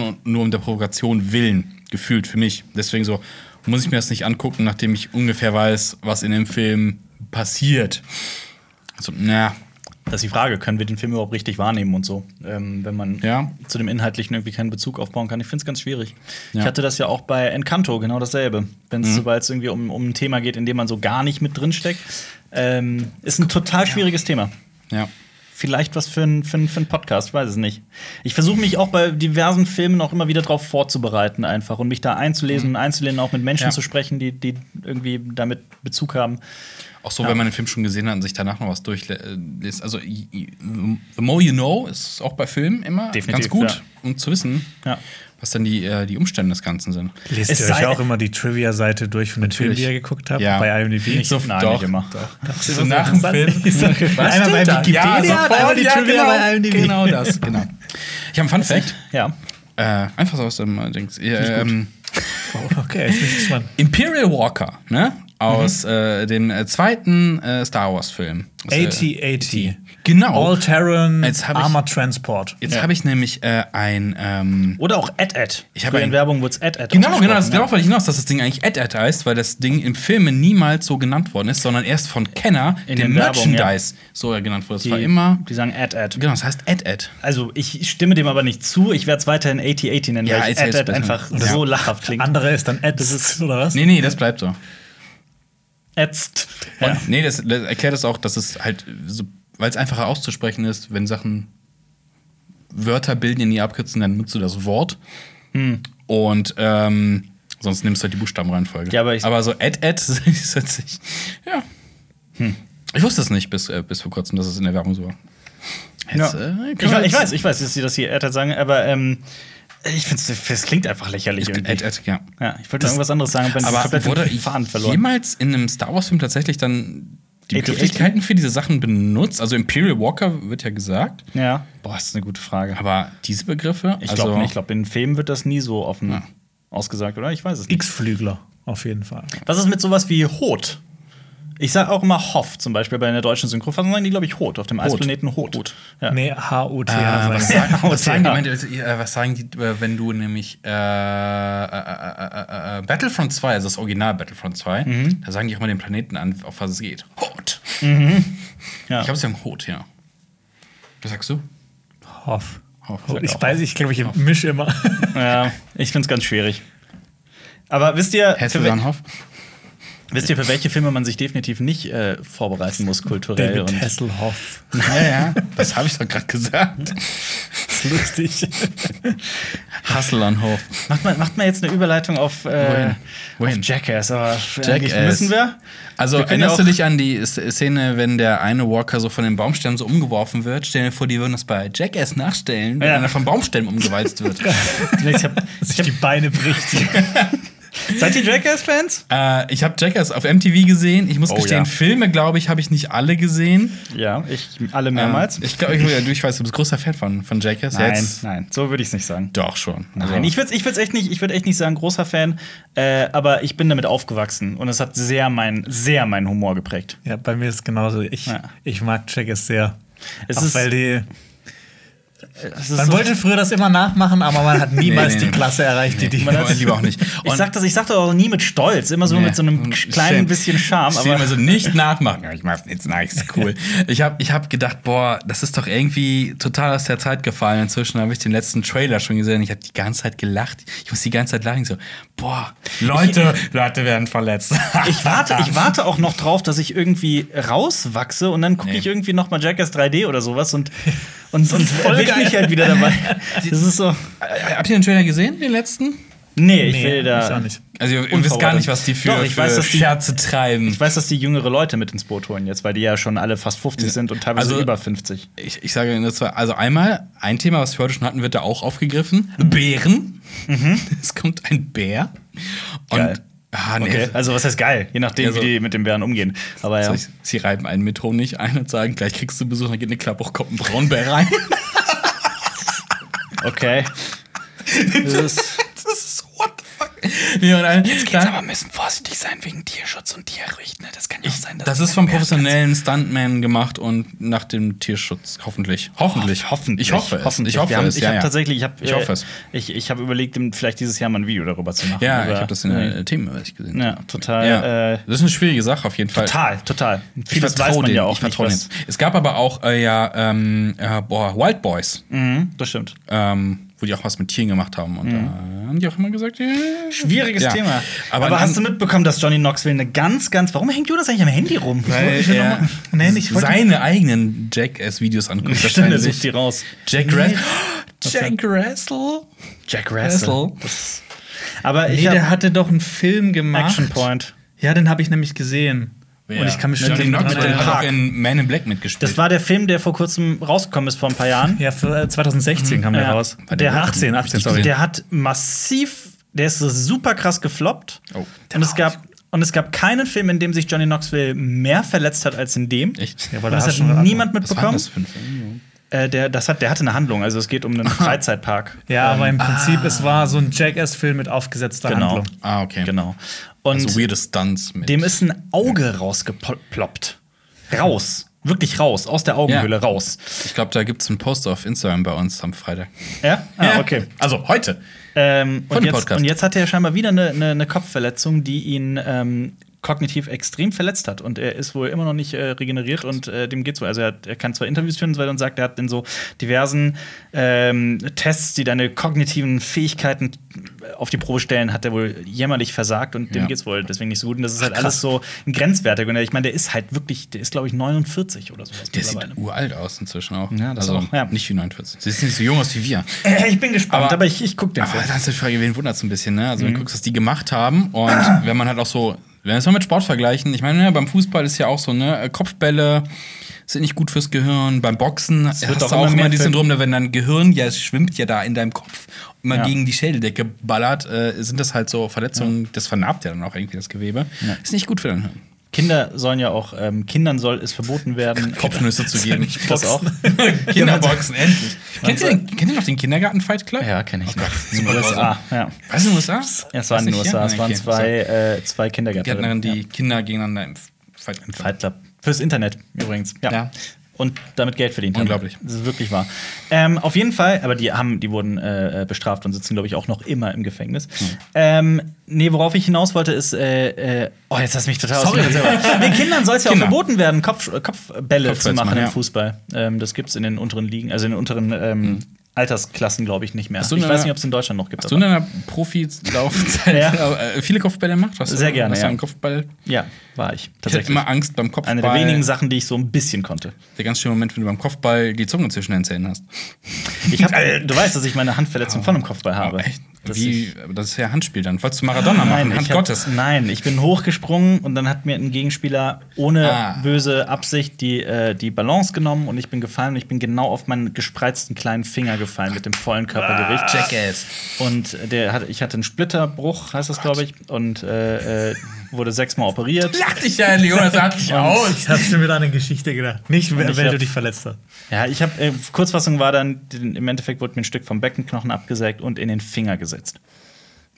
[SPEAKER 1] und nur um der Provokation willen, gefühlt für mich. Deswegen so, muss ich mir das nicht angucken, nachdem ich ungefähr weiß, was in dem Film passiert. Also, na,
[SPEAKER 2] Das ist die Frage, können wir den Film überhaupt richtig wahrnehmen und so, ähm, wenn man
[SPEAKER 1] Ja.
[SPEAKER 2] zu dem Inhaltlichen irgendwie keinen Bezug aufbauen kann. Ich finde es ganz schwierig.
[SPEAKER 1] Ja.
[SPEAKER 2] Ich hatte das ja auch bei Encanto genau dasselbe. Wenn es sobald es irgendwie um, um ein Thema geht, in dem man so gar nicht mit drin steckt, ähm, ist ein total schwieriges Thema.
[SPEAKER 1] ja.
[SPEAKER 2] Vielleicht was für einen für ein- für ein Podcast, ich weiß es nicht. Ich versuche mich auch bei diversen Filmen auch immer wieder darauf vorzubereiten, einfach und mich da einzulesen und einzulehnen, auch mit Menschen
[SPEAKER 1] Mhm. Ja.
[SPEAKER 2] zu sprechen, die, die irgendwie damit Bezug haben.
[SPEAKER 1] Auch so, wenn man den Film schon gesehen hat und sich danach noch was durchlässt. Also, i- i- the more you know ist auch bei Filmen immer
[SPEAKER 2] Definitiv,
[SPEAKER 1] ganz gut,
[SPEAKER 2] ja.
[SPEAKER 1] um zu wissen,
[SPEAKER 2] Ja.
[SPEAKER 1] was dann die, äh, die Umstände des Ganzen sind.
[SPEAKER 3] Lest
[SPEAKER 2] Es
[SPEAKER 3] ihr
[SPEAKER 2] sei-
[SPEAKER 3] euch auch immer die Trivia-Seite durch von den Filmen, die
[SPEAKER 1] Natürlich.
[SPEAKER 3] ihr geguckt habt?
[SPEAKER 1] Ja.
[SPEAKER 3] Bei IMDb?
[SPEAKER 1] So,
[SPEAKER 2] nein,
[SPEAKER 1] doch.
[SPEAKER 2] nicht immer.
[SPEAKER 1] So nach dem Film.
[SPEAKER 3] Ich sag, einmal bei
[SPEAKER 1] stimmt da?
[SPEAKER 3] Wikipedia,
[SPEAKER 1] ja,
[SPEAKER 3] einmal
[SPEAKER 1] sofort,
[SPEAKER 3] die
[SPEAKER 1] ja,
[SPEAKER 3] Trivia
[SPEAKER 1] genau,
[SPEAKER 3] bei IMDb.
[SPEAKER 1] Genau das, genau. Ich habe einen Fun-Fact.
[SPEAKER 2] Ja.
[SPEAKER 1] Äh, einfach so aus dem äh, Dings. Äh, ähm,
[SPEAKER 3] Oh, okay, jetzt bin ich gespannt.
[SPEAKER 1] Imperial Walker, ne? Aus äh, dem äh, zweiten äh, Star Wars-Film. Das, äh,
[SPEAKER 3] AT-AT.
[SPEAKER 1] Genau.
[SPEAKER 3] All-Terran
[SPEAKER 1] Jetzt hab ich-
[SPEAKER 3] Armor Transport.
[SPEAKER 1] Jetzt
[SPEAKER 2] Ja.
[SPEAKER 1] habe ich nämlich äh, ein. Ähm,
[SPEAKER 2] Oder auch Ad-Ad.
[SPEAKER 1] Ich hab
[SPEAKER 2] Früher in
[SPEAKER 1] ein-
[SPEAKER 2] Werbung wurde es Ad-Ad.
[SPEAKER 1] Genau, genau, das
[SPEAKER 2] ausgesprochen, ne?
[SPEAKER 1] darauf wollte ich hinaus, dass das Ding eigentlich Ad-Ad heißt, weil das Ding im Filmen niemals so genannt worden ist, sondern erst von Kenner,
[SPEAKER 2] In
[SPEAKER 1] dem
[SPEAKER 2] den Werbung,
[SPEAKER 1] Merchandise, so er genannt wurde. Das
[SPEAKER 2] Die,
[SPEAKER 1] war immer.
[SPEAKER 2] die sagen Ad-Ad.
[SPEAKER 1] Genau, das heißt Ad-Ad.
[SPEAKER 2] Also, ich stimme dem aber nicht zu. Ich werde es weiterhin AT-AT nennen,
[SPEAKER 1] Ja,
[SPEAKER 2] weil ich
[SPEAKER 1] AT-AT
[SPEAKER 2] Ad-Ad
[SPEAKER 1] besser.
[SPEAKER 2] einfach
[SPEAKER 1] Ja.
[SPEAKER 2] so lachhaft klingt.
[SPEAKER 3] Andere ist dann Ad, das ist, oder was?
[SPEAKER 1] Nee, nee, das bleibt so.
[SPEAKER 2] Ätzt.
[SPEAKER 1] Und
[SPEAKER 2] Ja.
[SPEAKER 1] nee, das, das erklärt es auch, dass es halt, so, weil es einfacher auszusprechen ist, wenn Sachen Wörter bilden, in die abkürzen, dann nutzt du das Wort.
[SPEAKER 2] Hm.
[SPEAKER 1] Und ähm, sonst nimmst du halt die Buchstabenreihenfolge.
[SPEAKER 2] Ja, aber ich-
[SPEAKER 1] so Ad-Ad ist jetzt nicht. Ja.
[SPEAKER 2] Hm.
[SPEAKER 1] Ich wusste es nicht bis, äh, bis vor kurzem, dass es in der Werbung so war. Jetzt,
[SPEAKER 2] Ja.
[SPEAKER 1] äh, können
[SPEAKER 2] ich,
[SPEAKER 1] wir
[SPEAKER 2] we- ich
[SPEAKER 1] jetzt-
[SPEAKER 2] weiß, ich weiß, dass sie das hier Ad-Ad sagen, aber ähm, ich finde es klingt einfach lächerlich irgendwie.
[SPEAKER 1] Ad, Ad, ja.
[SPEAKER 2] Ja, ich wollte irgendwas anderes sagen, aber ich
[SPEAKER 1] Aber
[SPEAKER 2] Also komplett den
[SPEAKER 1] wurde
[SPEAKER 2] Faden verloren.
[SPEAKER 1] jemals in einem Star Wars-Film tatsächlich dann die
[SPEAKER 2] AT-AT?
[SPEAKER 1] Begrifflichkeiten für diese Sachen benutzt? Also Imperial Walker wird ja gesagt.
[SPEAKER 2] Ja. Boah, das ist eine gute Frage.
[SPEAKER 1] Aber diese Begriffe, also,
[SPEAKER 2] Ich glaube, nicht. ich glaube, in Filmen wird das nie so offen ausgesagt, oder? Ich weiß es nicht.
[SPEAKER 3] X-Flügler, auf jeden Fall.
[SPEAKER 2] Was ist mit sowas wie Hot? Ich sage auch immer Hoff, zum Beispiel bei einer deutschen Synchrofassung sagen die, glaube ich, Hot, auf dem Eisplaneten Hot. Ja.
[SPEAKER 3] Nee, H-O-T.
[SPEAKER 1] Ah, was,
[SPEAKER 3] also-
[SPEAKER 1] sagen, was, sagen die,
[SPEAKER 2] Ja.
[SPEAKER 1] meinte, also, äh, was sagen die, äh, wenn du nämlich äh, äh, äh, äh, äh, Battlefront 2, also das Original Battlefront 2,
[SPEAKER 2] Mhm.
[SPEAKER 1] da sagen die auch mal den Planeten an, auf was es geht. Hot.
[SPEAKER 2] Mhm. Ja.
[SPEAKER 1] Ich glaube, sie sagen Hot, ja. Was sagst du?
[SPEAKER 3] Hoff.
[SPEAKER 1] Hoff,
[SPEAKER 3] Oh,
[SPEAKER 1] sag
[SPEAKER 3] Ich
[SPEAKER 1] auch.
[SPEAKER 3] weiß, ich glaube, ich mische immer.
[SPEAKER 2] Ja, ich finde es ganz schwierig. Aber wisst ihr, für,
[SPEAKER 1] Hessel
[SPEAKER 2] wel-
[SPEAKER 1] Hoff?
[SPEAKER 2] wisst ihr, für welche Filme man sich definitiv nicht äh, vorbereiten muss, kulturell?
[SPEAKER 3] David
[SPEAKER 2] und
[SPEAKER 3] Hasselhoff.
[SPEAKER 1] Ja, ja, das habe ich doch gerade gesagt.
[SPEAKER 2] das ist lustig.
[SPEAKER 1] Hassel an Hoff.
[SPEAKER 2] macht, man, macht man jetzt eine Überleitung auf, äh,
[SPEAKER 1] Wohin? Wohin?
[SPEAKER 2] auf Jackass, aber eigentlich
[SPEAKER 1] Jackass.
[SPEAKER 2] müssen wir.
[SPEAKER 1] Also
[SPEAKER 2] Wir können
[SPEAKER 1] erinnerst
[SPEAKER 2] ja
[SPEAKER 1] du
[SPEAKER 2] auch-
[SPEAKER 1] dich an die S- Szene, wenn der eine Walker so von den Baumstämmen so umgeworfen wird? Stell dir vor, die würden das bei Jackass nachstellen, wenn
[SPEAKER 2] Ja.
[SPEAKER 1] einer von Baumstämmen umgewalzt wird.
[SPEAKER 2] Ich hab,
[SPEAKER 3] Sich die Beine bricht.
[SPEAKER 2] seid ihr Jackass-Fans?
[SPEAKER 1] äh, ich habe Jackass auf MTV gesehen. Ich muss
[SPEAKER 2] Oh,
[SPEAKER 1] gestehen,
[SPEAKER 2] ja.
[SPEAKER 1] Filme, glaube ich, habe ich nicht alle gesehen.
[SPEAKER 2] Ja, ich alle mehrmals.
[SPEAKER 1] Ähm, ich glaube, ich, du, ich weiß, du bist großer Fan von, von Jackass. Jetzt- Also.
[SPEAKER 2] nein, so würde ich es nicht sagen.
[SPEAKER 1] Doch schon.
[SPEAKER 2] Nein, ich würde ich würd's echt nicht, ich würde echt nicht sagen großer Fan, äh, aber ich bin damit aufgewachsen und es hat sehr mein sehr meinen Humor geprägt.
[SPEAKER 3] Ja, bei mir ist es genauso. Ich,
[SPEAKER 2] Ja.
[SPEAKER 3] ich mag Jackass sehr.
[SPEAKER 2] Es
[SPEAKER 3] Auch
[SPEAKER 2] ist-
[SPEAKER 3] weil die,
[SPEAKER 2] Äh, Es ist
[SPEAKER 3] man
[SPEAKER 2] so-
[SPEAKER 3] wollte früher das immer nachmachen, aber man hat niemals
[SPEAKER 1] nee,
[SPEAKER 3] die
[SPEAKER 1] nee.
[SPEAKER 3] Klasse erreicht, die die.
[SPEAKER 1] man hat lieber auch nicht.
[SPEAKER 2] ich sag das, ich sag das auch nie mit Stolz, immer so
[SPEAKER 1] Nee.
[SPEAKER 2] mit so einem
[SPEAKER 1] Ich
[SPEAKER 2] kleinen
[SPEAKER 1] steh-
[SPEAKER 2] bisschen Charme,
[SPEAKER 1] Hm, Ich stehe
[SPEAKER 2] aber
[SPEAKER 1] immer so nicht nachmachen. Ja, Ich mach's jetzt nach, ist cool. Ich habe ich hab gedacht, boah, das ist doch irgendwie total aus der Zeit gefallen. Inzwischen habe ich den letzten Trailer schon gesehen. Ich habe die ganze Zeit gelacht. Ich muss die ganze Zeit lachen. Ich So, boah, Leute, Leute werden verletzt.
[SPEAKER 2] ich warte, ich warte auch noch drauf, dass ich irgendwie rauswachse und dann gucke
[SPEAKER 1] Nee.
[SPEAKER 2] ich irgendwie noch mal Jackass 3D oder sowas und und, und
[SPEAKER 3] voll
[SPEAKER 2] erwisch mich
[SPEAKER 3] geil.
[SPEAKER 2] halt wieder dabei. Das ist so
[SPEAKER 1] Äh, Habt ihr den Trailer gesehen, den letzten?
[SPEAKER 2] Nee, ich
[SPEAKER 3] Nee,
[SPEAKER 2] will da
[SPEAKER 3] ich auch nicht.
[SPEAKER 1] Also ihr, ihr wisst gar nicht, was die für,
[SPEAKER 2] Doch, ich
[SPEAKER 1] für
[SPEAKER 2] weiß, dass die-
[SPEAKER 1] Scherze treiben.
[SPEAKER 2] Ich weiß, dass die jüngere Leute mit ins Boot holen jetzt, weil die ja schon alle fast 50 sind und teilweise
[SPEAKER 1] Also-
[SPEAKER 2] über 50.
[SPEAKER 1] Ich, ich sage nur zwei. Also einmal, ein Thema, was wir heute schon hatten, wird da auch aufgegriffen. Bären. Es kommt ein Bär. Und
[SPEAKER 2] Mhm. Geil.
[SPEAKER 1] Ah, nee.
[SPEAKER 2] Okay. Also was heißt geil? Je nachdem,
[SPEAKER 1] Ja, so.
[SPEAKER 2] wie die mit den Bären umgehen. Aber ja.
[SPEAKER 1] Also ich, sie reiben einen Metro nicht ein und sagen, gleich kriegst du Besuch, dann geht eine Klappe hoch, kommt ein Braunbär rein.
[SPEAKER 2] Okay. Das ist,
[SPEAKER 1] das ist what the fuck. Nee, und dann, Jetzt dann,
[SPEAKER 2] müssen vorsichtig sein wegen Tierschutz und Tierrecht. Ne? Das kann ja auch sein.
[SPEAKER 1] Das ist vom professionellen Stuntman gemacht und nach dem Tierschutz, hoffentlich. Hoffentlich.
[SPEAKER 2] Hoffentlich.
[SPEAKER 1] Ich hoffe es.
[SPEAKER 2] Hoffentlich.
[SPEAKER 1] Ich hoffe
[SPEAKER 2] wir haben,
[SPEAKER 1] es.
[SPEAKER 2] Ich
[SPEAKER 1] ja,
[SPEAKER 2] habe
[SPEAKER 1] ja.
[SPEAKER 2] tatsächlich, ich habe,
[SPEAKER 1] Ich hoffe es.
[SPEAKER 2] Ich, ich habe überlegt, im- vielleicht dieses Jahr mal ein Video darüber zu machen.
[SPEAKER 1] ja,
[SPEAKER 2] über,
[SPEAKER 1] ich habe das in der Themenübersicht gesehen.
[SPEAKER 2] Ja, total.
[SPEAKER 1] Ja.
[SPEAKER 2] Äh,
[SPEAKER 1] das ist eine schwierige Sache auf jeden Fall.
[SPEAKER 2] total, total.
[SPEAKER 1] Ich
[SPEAKER 2] Vieles
[SPEAKER 1] vertrau
[SPEAKER 2] weiß man
[SPEAKER 1] denen,
[SPEAKER 2] ja auch
[SPEAKER 1] Ich vertraue
[SPEAKER 2] nicht.
[SPEAKER 1] denen. Es gab aber auch äh, ja, ähm, äh, boah, Wild Boys,
[SPEAKER 2] was- Mhm, das stimmt.
[SPEAKER 1] ähm, wo die auch was mit Tieren gemacht haben.
[SPEAKER 2] Mhm.
[SPEAKER 1] Und da haben die auch immer gesagt, äh,
[SPEAKER 2] Schwieriges
[SPEAKER 1] ja.
[SPEAKER 2] Thema.
[SPEAKER 1] Aber,
[SPEAKER 2] Aber, hast du mitbekommen, dass Johnny Knoxville eine ganz, ganz. Warum hängt Jonas eigentlich am Handy rum?
[SPEAKER 1] weil
[SPEAKER 3] Ich will noch
[SPEAKER 1] er
[SPEAKER 3] mal- Nee, ich wollte-
[SPEAKER 1] seine eigenen Jackass-Videos anguckt.
[SPEAKER 2] Stimmt, er
[SPEAKER 1] wahrscheinlich.
[SPEAKER 2] sucht die raus.
[SPEAKER 1] Jack Rassel. Jack Rassel?
[SPEAKER 2] Jack
[SPEAKER 1] Rassel.
[SPEAKER 2] Aber ich
[SPEAKER 3] Nee, der
[SPEAKER 2] habe
[SPEAKER 3] hatte doch einen Film gemacht.
[SPEAKER 2] Action Point.
[SPEAKER 3] Ja, den habe ich nämlich gesehen. Und ich kann mich schon
[SPEAKER 1] Johnny
[SPEAKER 3] nicht mehr
[SPEAKER 1] Knoxville
[SPEAKER 3] dran
[SPEAKER 1] hat auch
[SPEAKER 2] Park.
[SPEAKER 1] in Man in Black mitgespielt.
[SPEAKER 2] Das war der Film, der vor kurzem rausgekommen ist, vor ein paar Jahren.
[SPEAKER 3] Ja, für, äh, 2016 kam der
[SPEAKER 2] Mhm. Ja.
[SPEAKER 3] raus.
[SPEAKER 1] War der
[SPEAKER 3] Der
[SPEAKER 1] gut?
[SPEAKER 3] 18, 18, sorry.
[SPEAKER 2] Der hat massiv, der ist so super krass gefloppt.
[SPEAKER 1] Oh.
[SPEAKER 2] und, es gab, und es gab keinen Film, in dem sich Johnny Knoxville mehr verletzt hat als in dem.
[SPEAKER 1] Echt?
[SPEAKER 3] Ja,
[SPEAKER 2] Und
[SPEAKER 3] weil da
[SPEAKER 2] das
[SPEAKER 3] hast
[SPEAKER 2] hat
[SPEAKER 3] du schon
[SPEAKER 2] niemand
[SPEAKER 1] Was war denn
[SPEAKER 2] mitbekommen.
[SPEAKER 1] das für ein Film?
[SPEAKER 2] Äh, der, das hat, der hatte eine Handlung, also es geht um einen Freizeitpark.
[SPEAKER 3] Ja, aber im Prinzip, es war so ein Jackass-Film mit aufgesetzter
[SPEAKER 2] Genau.
[SPEAKER 3] Handlung.
[SPEAKER 1] Ah, okay.
[SPEAKER 2] Genau. Und
[SPEAKER 1] Also weirde Stunts mit.
[SPEAKER 2] dem ist ein Auge rausgeploppt. Raus. Wirklich raus. Aus der Augenhöhle
[SPEAKER 1] Ja.
[SPEAKER 2] raus.
[SPEAKER 1] ich glaube, da gibt es einen Post auf Instagram bei uns am Freitag.
[SPEAKER 2] Ja? Ah, okay.
[SPEAKER 1] Also heute.
[SPEAKER 2] Ähm,
[SPEAKER 1] Von
[SPEAKER 2] und,
[SPEAKER 1] dem
[SPEAKER 2] jetzt,
[SPEAKER 1] Podcast.
[SPEAKER 2] und jetzt hat er ja scheinbar wieder eine, eine, eine Kopfverletzung, die ihn ähm, kognitiv extrem verletzt hat. Und er ist wohl immer noch nicht äh, regeneriert und äh, dem geht's wohl. Also er, hat, er kann zwar Interviews führen und so weiter und sagt, er hat in so diversen ähm, Tests, die deine kognitiven Fähigkeiten äh, auf die Probe stellen, hat er wohl jämmerlich versagt und dem
[SPEAKER 1] Ja.
[SPEAKER 2] geht's wohl deswegen nicht so gut. Und das ist halt
[SPEAKER 1] krass.
[SPEAKER 2] alles so ein grenzwertig. Und ich meine, der ist halt wirklich, der ist, glaube ich, 49 oder sowas
[SPEAKER 1] Der sieht uralt aus inzwischen auch.
[SPEAKER 2] Ja, das
[SPEAKER 1] also
[SPEAKER 2] auch, ja.
[SPEAKER 1] nicht wie 49. Sie ist nicht so jung aus wie wir.
[SPEAKER 2] ich bin gespannt, aber,
[SPEAKER 1] Aber-
[SPEAKER 2] ich, ich gucke den
[SPEAKER 1] Aber
[SPEAKER 2] Film.
[SPEAKER 1] dann ist die Frage, wen wundert es ein bisschen, ne? Also, wenn du guckst, was die gemacht haben und wenn man halt auch so, wenn wir es mal mit Sport vergleichen, ich meine, ja, beim Fußball ist ja auch so, ne? Kopfbälle sind nicht gut fürs Gehirn, beim Boxen hast
[SPEAKER 2] wird
[SPEAKER 1] du
[SPEAKER 2] auch
[SPEAKER 1] auch
[SPEAKER 2] immer
[SPEAKER 1] immer,
[SPEAKER 2] mehr
[SPEAKER 1] dieses
[SPEAKER 2] Fett.
[SPEAKER 1] Syndrom, ne, wenn dein Gehirn ja es schwimmt ja da in deinem Kopf immer
[SPEAKER 2] Ja.
[SPEAKER 1] gegen die Schädeldecke ballert, äh, sind das halt so Verletzungen, das vernarbt ja dann auch irgendwie das Gewebe. Ist nicht gut für dein Hirn.
[SPEAKER 2] Kinder sollen ja auch, ähm, Kindern soll es verboten werden.
[SPEAKER 1] Kopfnüsse zu geben.
[SPEAKER 2] Das auch.
[SPEAKER 1] Kinderboxen, endlich. Kennt ihr, den, kennt ihr noch den Kindergarten-Fight Club?
[SPEAKER 2] Ja, kenne ich noch.
[SPEAKER 1] Super
[SPEAKER 2] USA,
[SPEAKER 1] USA.
[SPEAKER 2] Oh Ah, ja.
[SPEAKER 1] Was in den USA?
[SPEAKER 2] Ja, es waren in den USA, es waren zwei, äh, zwei
[SPEAKER 1] Die hatten dann
[SPEAKER 2] Kindergärtnerinnen.
[SPEAKER 1] die Kinder gegeneinander im Fight Club.
[SPEAKER 2] Ja. Fight Club. Fürs Internet übrigens. Ja.
[SPEAKER 1] Ja.
[SPEAKER 2] Und damit Geld verdient. haben.
[SPEAKER 1] Unglaublich.
[SPEAKER 2] Das ist wirklich wahr. Ähm, auf jeden Fall, aber die haben, die wurden äh, bestraft und sitzen, glaube ich, auch noch immer im Gefängnis.
[SPEAKER 1] Hm.
[SPEAKER 2] Ähm, nee, worauf ich hinaus wollte, ist, äh, äh, oh, jetzt hast du mich total
[SPEAKER 1] Sorry.
[SPEAKER 2] aus dem Konzept gebracht. Den Kindern soll es ja auch
[SPEAKER 1] Kinder.
[SPEAKER 2] verboten werden, Kopf, Kopfbälle zu
[SPEAKER 1] Kopfbälle
[SPEAKER 2] machen
[SPEAKER 1] machen,
[SPEAKER 2] im
[SPEAKER 1] ja.
[SPEAKER 2] Fußball. Ähm, das gibt es in den unteren Ligen, also in den unteren ähm, Altersklassen, glaube ich, nicht mehr.
[SPEAKER 1] Hm. du
[SPEAKER 2] ich
[SPEAKER 1] eine-
[SPEAKER 2] weiß nicht, ob es in Deutschland noch gibt.
[SPEAKER 1] Hast du in deiner Profi-Laufzeit
[SPEAKER 2] Ja.
[SPEAKER 1] äh, viele Kopfbälle gemacht? Hast du-
[SPEAKER 2] Sehr gerne,
[SPEAKER 1] Hast du
[SPEAKER 2] ja.
[SPEAKER 1] einen Kopfball?
[SPEAKER 2] ja, war ich.
[SPEAKER 1] Ich hatte
[SPEAKER 2] Tatsächlich.
[SPEAKER 1] immer Angst beim Kopfball.
[SPEAKER 2] Eine der wenigen Sachen, die ich so ein bisschen konnte.
[SPEAKER 1] Der ganz schöne Moment, wenn du beim Kopfball die Zunge zwischen den Zähnen hast.
[SPEAKER 2] Ich hab, du weißt, dass ich meine Handverletzung von dem Kopfball habe.
[SPEAKER 1] Aber Oh, echt?
[SPEAKER 2] Dass
[SPEAKER 1] Wie,
[SPEAKER 2] ich-
[SPEAKER 1] das ist ja Handspiel dann. Wolltest du Maradona machen?
[SPEAKER 2] ich
[SPEAKER 1] Hand
[SPEAKER 2] hab,
[SPEAKER 1] Gottes.
[SPEAKER 2] Nein, ich bin hochgesprungen und dann hat mir ein Gegenspieler ohne
[SPEAKER 1] Ah.
[SPEAKER 2] böse Absicht die, äh, die Balance genommen und ich bin gefallen und ich bin genau auf meinen gespreizten kleinen Finger gefallen mit dem vollen Körpergewicht.
[SPEAKER 1] Ah. Jackass.
[SPEAKER 2] Und der hat, ich hatte einen Splitterbruch, heißt das, glaube ich, und äh, äh, wurde sechsmal operiert.
[SPEAKER 1] Lach dich ja, Leona, sag dich aus.
[SPEAKER 3] Ich hab schon wieder an eine Geschichte gedacht. Nicht, wenn
[SPEAKER 2] ich
[SPEAKER 3] wenn
[SPEAKER 2] hab-
[SPEAKER 3] du dich verletzt hast.
[SPEAKER 2] Ja, ich habe, äh, Kurzfassung war dann, den- im Endeffekt wurde mir ein Stück vom Beckenknochen abgesägt und in den Finger gesetzt.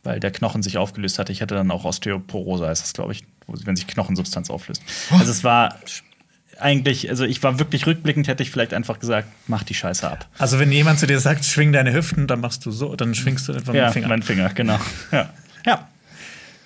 [SPEAKER 2] Weil der Knochen sich aufgelöst hatte. Ich hatte dann auch Osteoporose, heißt das, glaube ich, wo- wenn sich Knochensubstanz auflöst. Also es war eigentlich, also ich war wirklich rückblickend, hätte ich vielleicht einfach gesagt, mach die Scheiße ab.
[SPEAKER 3] Also, wenn jemand zu dir sagt, schwing deine Hüften, dann machst du so, dann schwingst du einfach mit
[SPEAKER 2] Ja,
[SPEAKER 3] dem Finger.
[SPEAKER 2] mein Finger, genau. Ja. ja.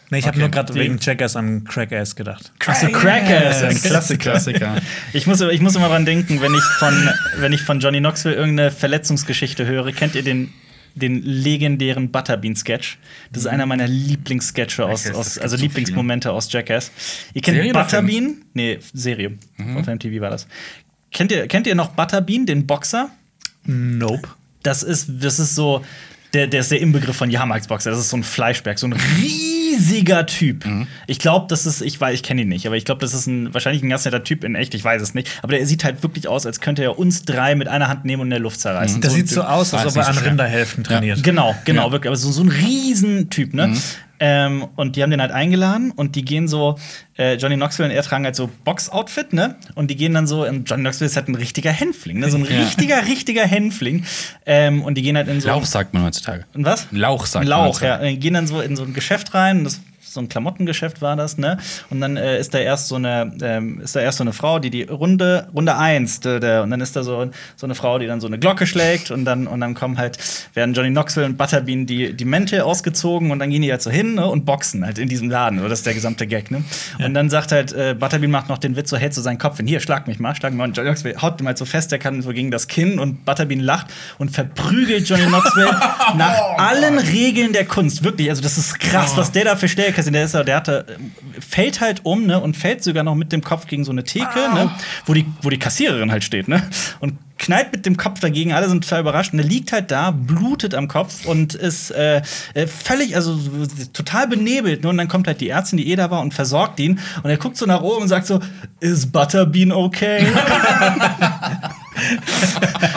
[SPEAKER 3] Nee, ich habe
[SPEAKER 1] Okay.
[SPEAKER 3] nur gerade
[SPEAKER 2] Die-
[SPEAKER 3] wegen Jackass an Crackass gedacht.
[SPEAKER 2] Achso, Cracker ist ein Klassiker.
[SPEAKER 1] Klassiker.
[SPEAKER 2] Ich muss, ich muss immer dran denken, wenn ich, von, wenn ich von Johnny Knoxville irgendeine Verletzungsgeschichte höre. Kennt ihr den, den legendären Butterbean-Sketch? Das ist einer meiner Lieblingssketche
[SPEAKER 1] Jackass,
[SPEAKER 2] aus,
[SPEAKER 1] das
[SPEAKER 2] aus
[SPEAKER 1] gibt
[SPEAKER 2] also
[SPEAKER 1] so
[SPEAKER 2] Lieblingsmomente aus Jackass. Ihr kennt
[SPEAKER 1] Serie oder Film?
[SPEAKER 2] Butterbean? Nee, Serie.
[SPEAKER 1] Mhm.
[SPEAKER 2] Auf MTV war das. Kennt ihr, kennt ihr noch Butterbean, den Boxer?
[SPEAKER 3] Nope.
[SPEAKER 2] Das ist, das ist so. Der, der ist der Inbegriff von Jahrmarktsboxer. Das ist so ein Fleischberg, so ein riesiger Typ. Ich glaube, das ist, ich weiß, ich kenne ihn nicht, aber ich glaube, das ist ein, wahrscheinlich ein ganz netter Typ in echt, ich weiß es nicht. Aber der sieht halt wirklich aus, als könnte er uns drei mit einer Hand nehmen und in der Luft zerreißen.
[SPEAKER 3] Mhm. Das
[SPEAKER 2] ein
[SPEAKER 3] sieht so
[SPEAKER 2] Typ.
[SPEAKER 3] aus, als
[SPEAKER 1] Ah,
[SPEAKER 3] ob
[SPEAKER 1] ist
[SPEAKER 3] er
[SPEAKER 1] nicht
[SPEAKER 3] an
[SPEAKER 1] so schwer.
[SPEAKER 3] Rinderhälften trainiert.
[SPEAKER 2] Genau, genau, wirklich. Aber so, so ein Riesentyp, ne? Ähm, und die haben den halt eingeladen und die gehen so, äh, Johnny Knoxville und er tragen halt so Box-Outfit, ne? Und die gehen dann so, und Johnny Knoxville ist halt ein richtiger Hänfling, ne? So ein
[SPEAKER 1] Ja.
[SPEAKER 2] richtiger, richtiger Hänfling. Ähm, und die gehen halt in so.
[SPEAKER 1] Lauch sagt man heutzutage.
[SPEAKER 2] Und was?
[SPEAKER 1] Lauch sagt man
[SPEAKER 2] Lauch, ja.
[SPEAKER 1] heutzutage.
[SPEAKER 2] Die gehen dann so in so ein Geschäft rein, das so ein Klamottengeschäft war das, ne? Und dann äh, ist da erst so eine, ähm, ist da erst so eine Frau, die die Runde, Runde 1, dä, dä. und dann ist da so, so eine Frau, die dann so eine Glocke schlägt und dann, und dann kommen halt, werden Johnny Knoxville und Butterbean die, die Mäntel ausgezogen und dann gehen die halt so hin ne? und boxen halt in diesem Laden, so, das ist der gesamte Gag, ne? Und dann sagt halt, äh, Butterbean macht noch den Witz, so hält so seinen Kopf hin, hier, schlag mich mal, schlag mich mal. Und Johnny Knoxville haut ihm halt so fest, der kann so gegen das Kinn und Butterbean lacht und verprügelt Johnny Knoxville nach allen Regeln der Kunst. Wirklich, also das ist krass, was der da für Stellkasten, der ist ja, der hatte, ähm, fällt halt um, ne, und fällt sogar noch mit dem Kopf gegen so eine Theke, ne, wo die, wo die Kassiererin halt steht, ne, und knallt mit dem Kopf dagegen, alle sind total überrascht und der liegt halt da, blutet am Kopf und ist äh, äh, völlig, also so- so- total benebelt, ne, und dann kommt halt die Ärztin, die eh da war und versorgt ihn und er guckt so nach oben und sagt so, is Butterbean okay?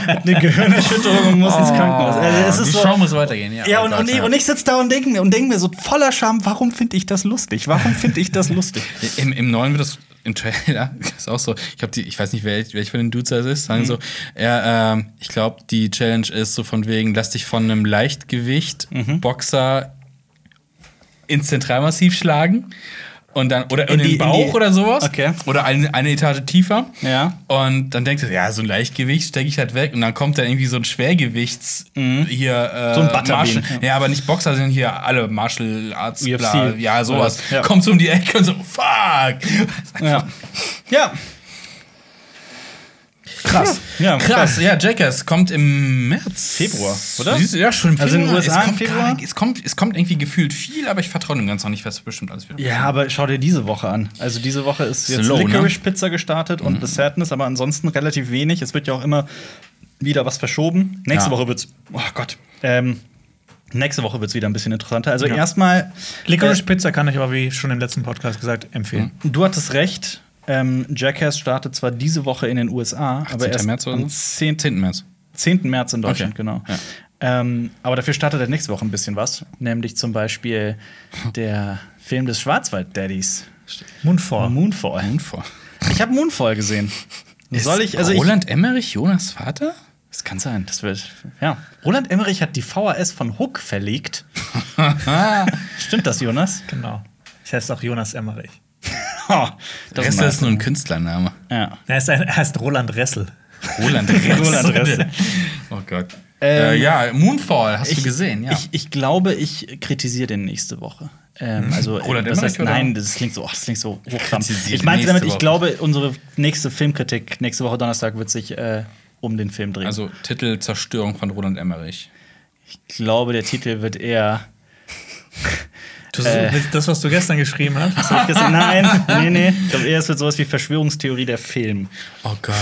[SPEAKER 2] Eine Gehirnerschütterung und muss ins Krankenhaus. Also, es ist
[SPEAKER 1] Ah, die
[SPEAKER 2] so,
[SPEAKER 1] Show muss weitergehen, ja.
[SPEAKER 2] ja,
[SPEAKER 1] Oh
[SPEAKER 2] und,
[SPEAKER 1] Gott,
[SPEAKER 2] und, ich, und ich sitze da und denke mir, und denk mir so voller Scham, warum finde ich das lustig? Warum finde ich das lustig?
[SPEAKER 1] Im, Im neuen wird das im Trailer ist auch so. Ich glaube, die, ich weiß nicht, wel, welch von den Dudes das ist,
[SPEAKER 2] Mhm.
[SPEAKER 1] sagen so, ja, ähm, ich glaube, die Challenge ist so von wegen, lass dich von einem Leichtgewicht
[SPEAKER 2] Mhm.
[SPEAKER 1] Boxer ins Zentralmassiv schlagen und dann oder in,
[SPEAKER 2] In die- in
[SPEAKER 1] den Bauch
[SPEAKER 2] die-
[SPEAKER 1] oder sowas
[SPEAKER 2] Okay.
[SPEAKER 1] oder eine, eine Etage tiefer.
[SPEAKER 2] Ja.
[SPEAKER 1] Und dann denkt er, ja, so ein Leichtgewicht stecke ich halt weg und dann kommt dann irgendwie so ein Schwergewichts hier äh,
[SPEAKER 2] Mhm. So ein Butterbean,
[SPEAKER 1] Martial-
[SPEAKER 2] ja.
[SPEAKER 1] ja. aber nicht Boxer, sondern hier alle Martial Arts
[SPEAKER 2] UFC.
[SPEAKER 1] bla, ja, sowas.
[SPEAKER 2] Ja.
[SPEAKER 1] Kommst du um die Ecke und so, fuck!
[SPEAKER 2] Ja. Ja. Krass. Ja,
[SPEAKER 1] Krass, ja, Jackass kommt im März.
[SPEAKER 2] Februar, oder?
[SPEAKER 1] Siehst du, Ja, schon im
[SPEAKER 2] Also in den USA
[SPEAKER 1] es kommt
[SPEAKER 2] im Februar?
[SPEAKER 1] Gar, es, kommt, es kommt irgendwie gefühlt viel, aber ich vertraue dem Ganzen noch nicht, was bestimmt alles wird.
[SPEAKER 2] Ja, aber schau dir diese Woche an. Also diese Woche ist jetzt
[SPEAKER 1] Slow, ne?
[SPEAKER 2] Licorice Pizza gestartet und The Sadness, aber ansonsten relativ wenig. Es wird ja auch immer wieder was verschoben. Nächste
[SPEAKER 1] Ja.
[SPEAKER 2] Woche wird's. Oh Gott. Ähm, nächste Woche wird's wieder ein bisschen interessanter. Also
[SPEAKER 3] Ja.
[SPEAKER 2] erstmal
[SPEAKER 3] Licorice Pizza kann ich aber, wie schon im letzten Podcast gesagt, empfehlen.
[SPEAKER 2] Du hattest recht. Ähm, Jackass startet zwar diese Woche in den USA, aber
[SPEAKER 1] 10.
[SPEAKER 2] erst
[SPEAKER 1] März oder
[SPEAKER 2] am
[SPEAKER 1] so?
[SPEAKER 2] 10.
[SPEAKER 1] 10. März.
[SPEAKER 2] 10. März in Deutschland,
[SPEAKER 1] Okay.
[SPEAKER 2] genau.
[SPEAKER 1] Ja.
[SPEAKER 2] Ähm, aber dafür startet er nächste Woche ein bisschen was, nämlich zum Beispiel der Film des Schwarzwald-Daddies,
[SPEAKER 3] Mundvor.
[SPEAKER 2] Moonfall.
[SPEAKER 1] Unvor.
[SPEAKER 2] Ich habe Moonfall gesehen. Soll ich, also ich,
[SPEAKER 1] Roland Emmerich, Jonas Vater?
[SPEAKER 2] das kann sein, das wird, ja. Roland Emmerich hat die VHS von Hook verlegt.
[SPEAKER 1] Ah.
[SPEAKER 2] Stimmt das, Jonas?
[SPEAKER 3] Genau. Ich heiße auch Jonas Emmerich.
[SPEAKER 2] Oh,
[SPEAKER 1] Das Rest ist nur ein Künstlername.
[SPEAKER 2] ja.
[SPEAKER 3] Er heißt, ein, er heißt Roland Ressel.
[SPEAKER 1] Roland Rest.
[SPEAKER 2] Roland Rest.
[SPEAKER 1] Oh Gott. äh,
[SPEAKER 2] Ähm,
[SPEAKER 1] ja, Moonfall, hast
[SPEAKER 2] ich,
[SPEAKER 1] du gesehen, ja.
[SPEAKER 2] Ich, ich glaube, ich kritisiere den nächste Woche. Ähm, also,
[SPEAKER 1] Oder
[SPEAKER 2] das
[SPEAKER 1] Emmerich,
[SPEAKER 2] heißt,
[SPEAKER 1] oder?
[SPEAKER 2] nein, das klingt so, ach, das klingt so hochklampig.
[SPEAKER 1] kritisiere
[SPEAKER 2] Ich meinte
[SPEAKER 1] nächste
[SPEAKER 2] damit, ich
[SPEAKER 1] Woche.
[SPEAKER 2] glaube, unsere nächste Filmkritik nächste Woche Donnerstag wird sich äh, um den Film drehen. Also,
[SPEAKER 1] also Titel Zerstörung von Roland Emmerich.
[SPEAKER 2] ich glaube, der Titel wird eher.
[SPEAKER 3] Du, Das, was du gestern geschrieben hast.
[SPEAKER 2] Hab ich gesehen? Nein, nee, nee. Ich glaube, eher es wird sowas wie Verschwörungstheorie der Film.
[SPEAKER 1] Oh Gott.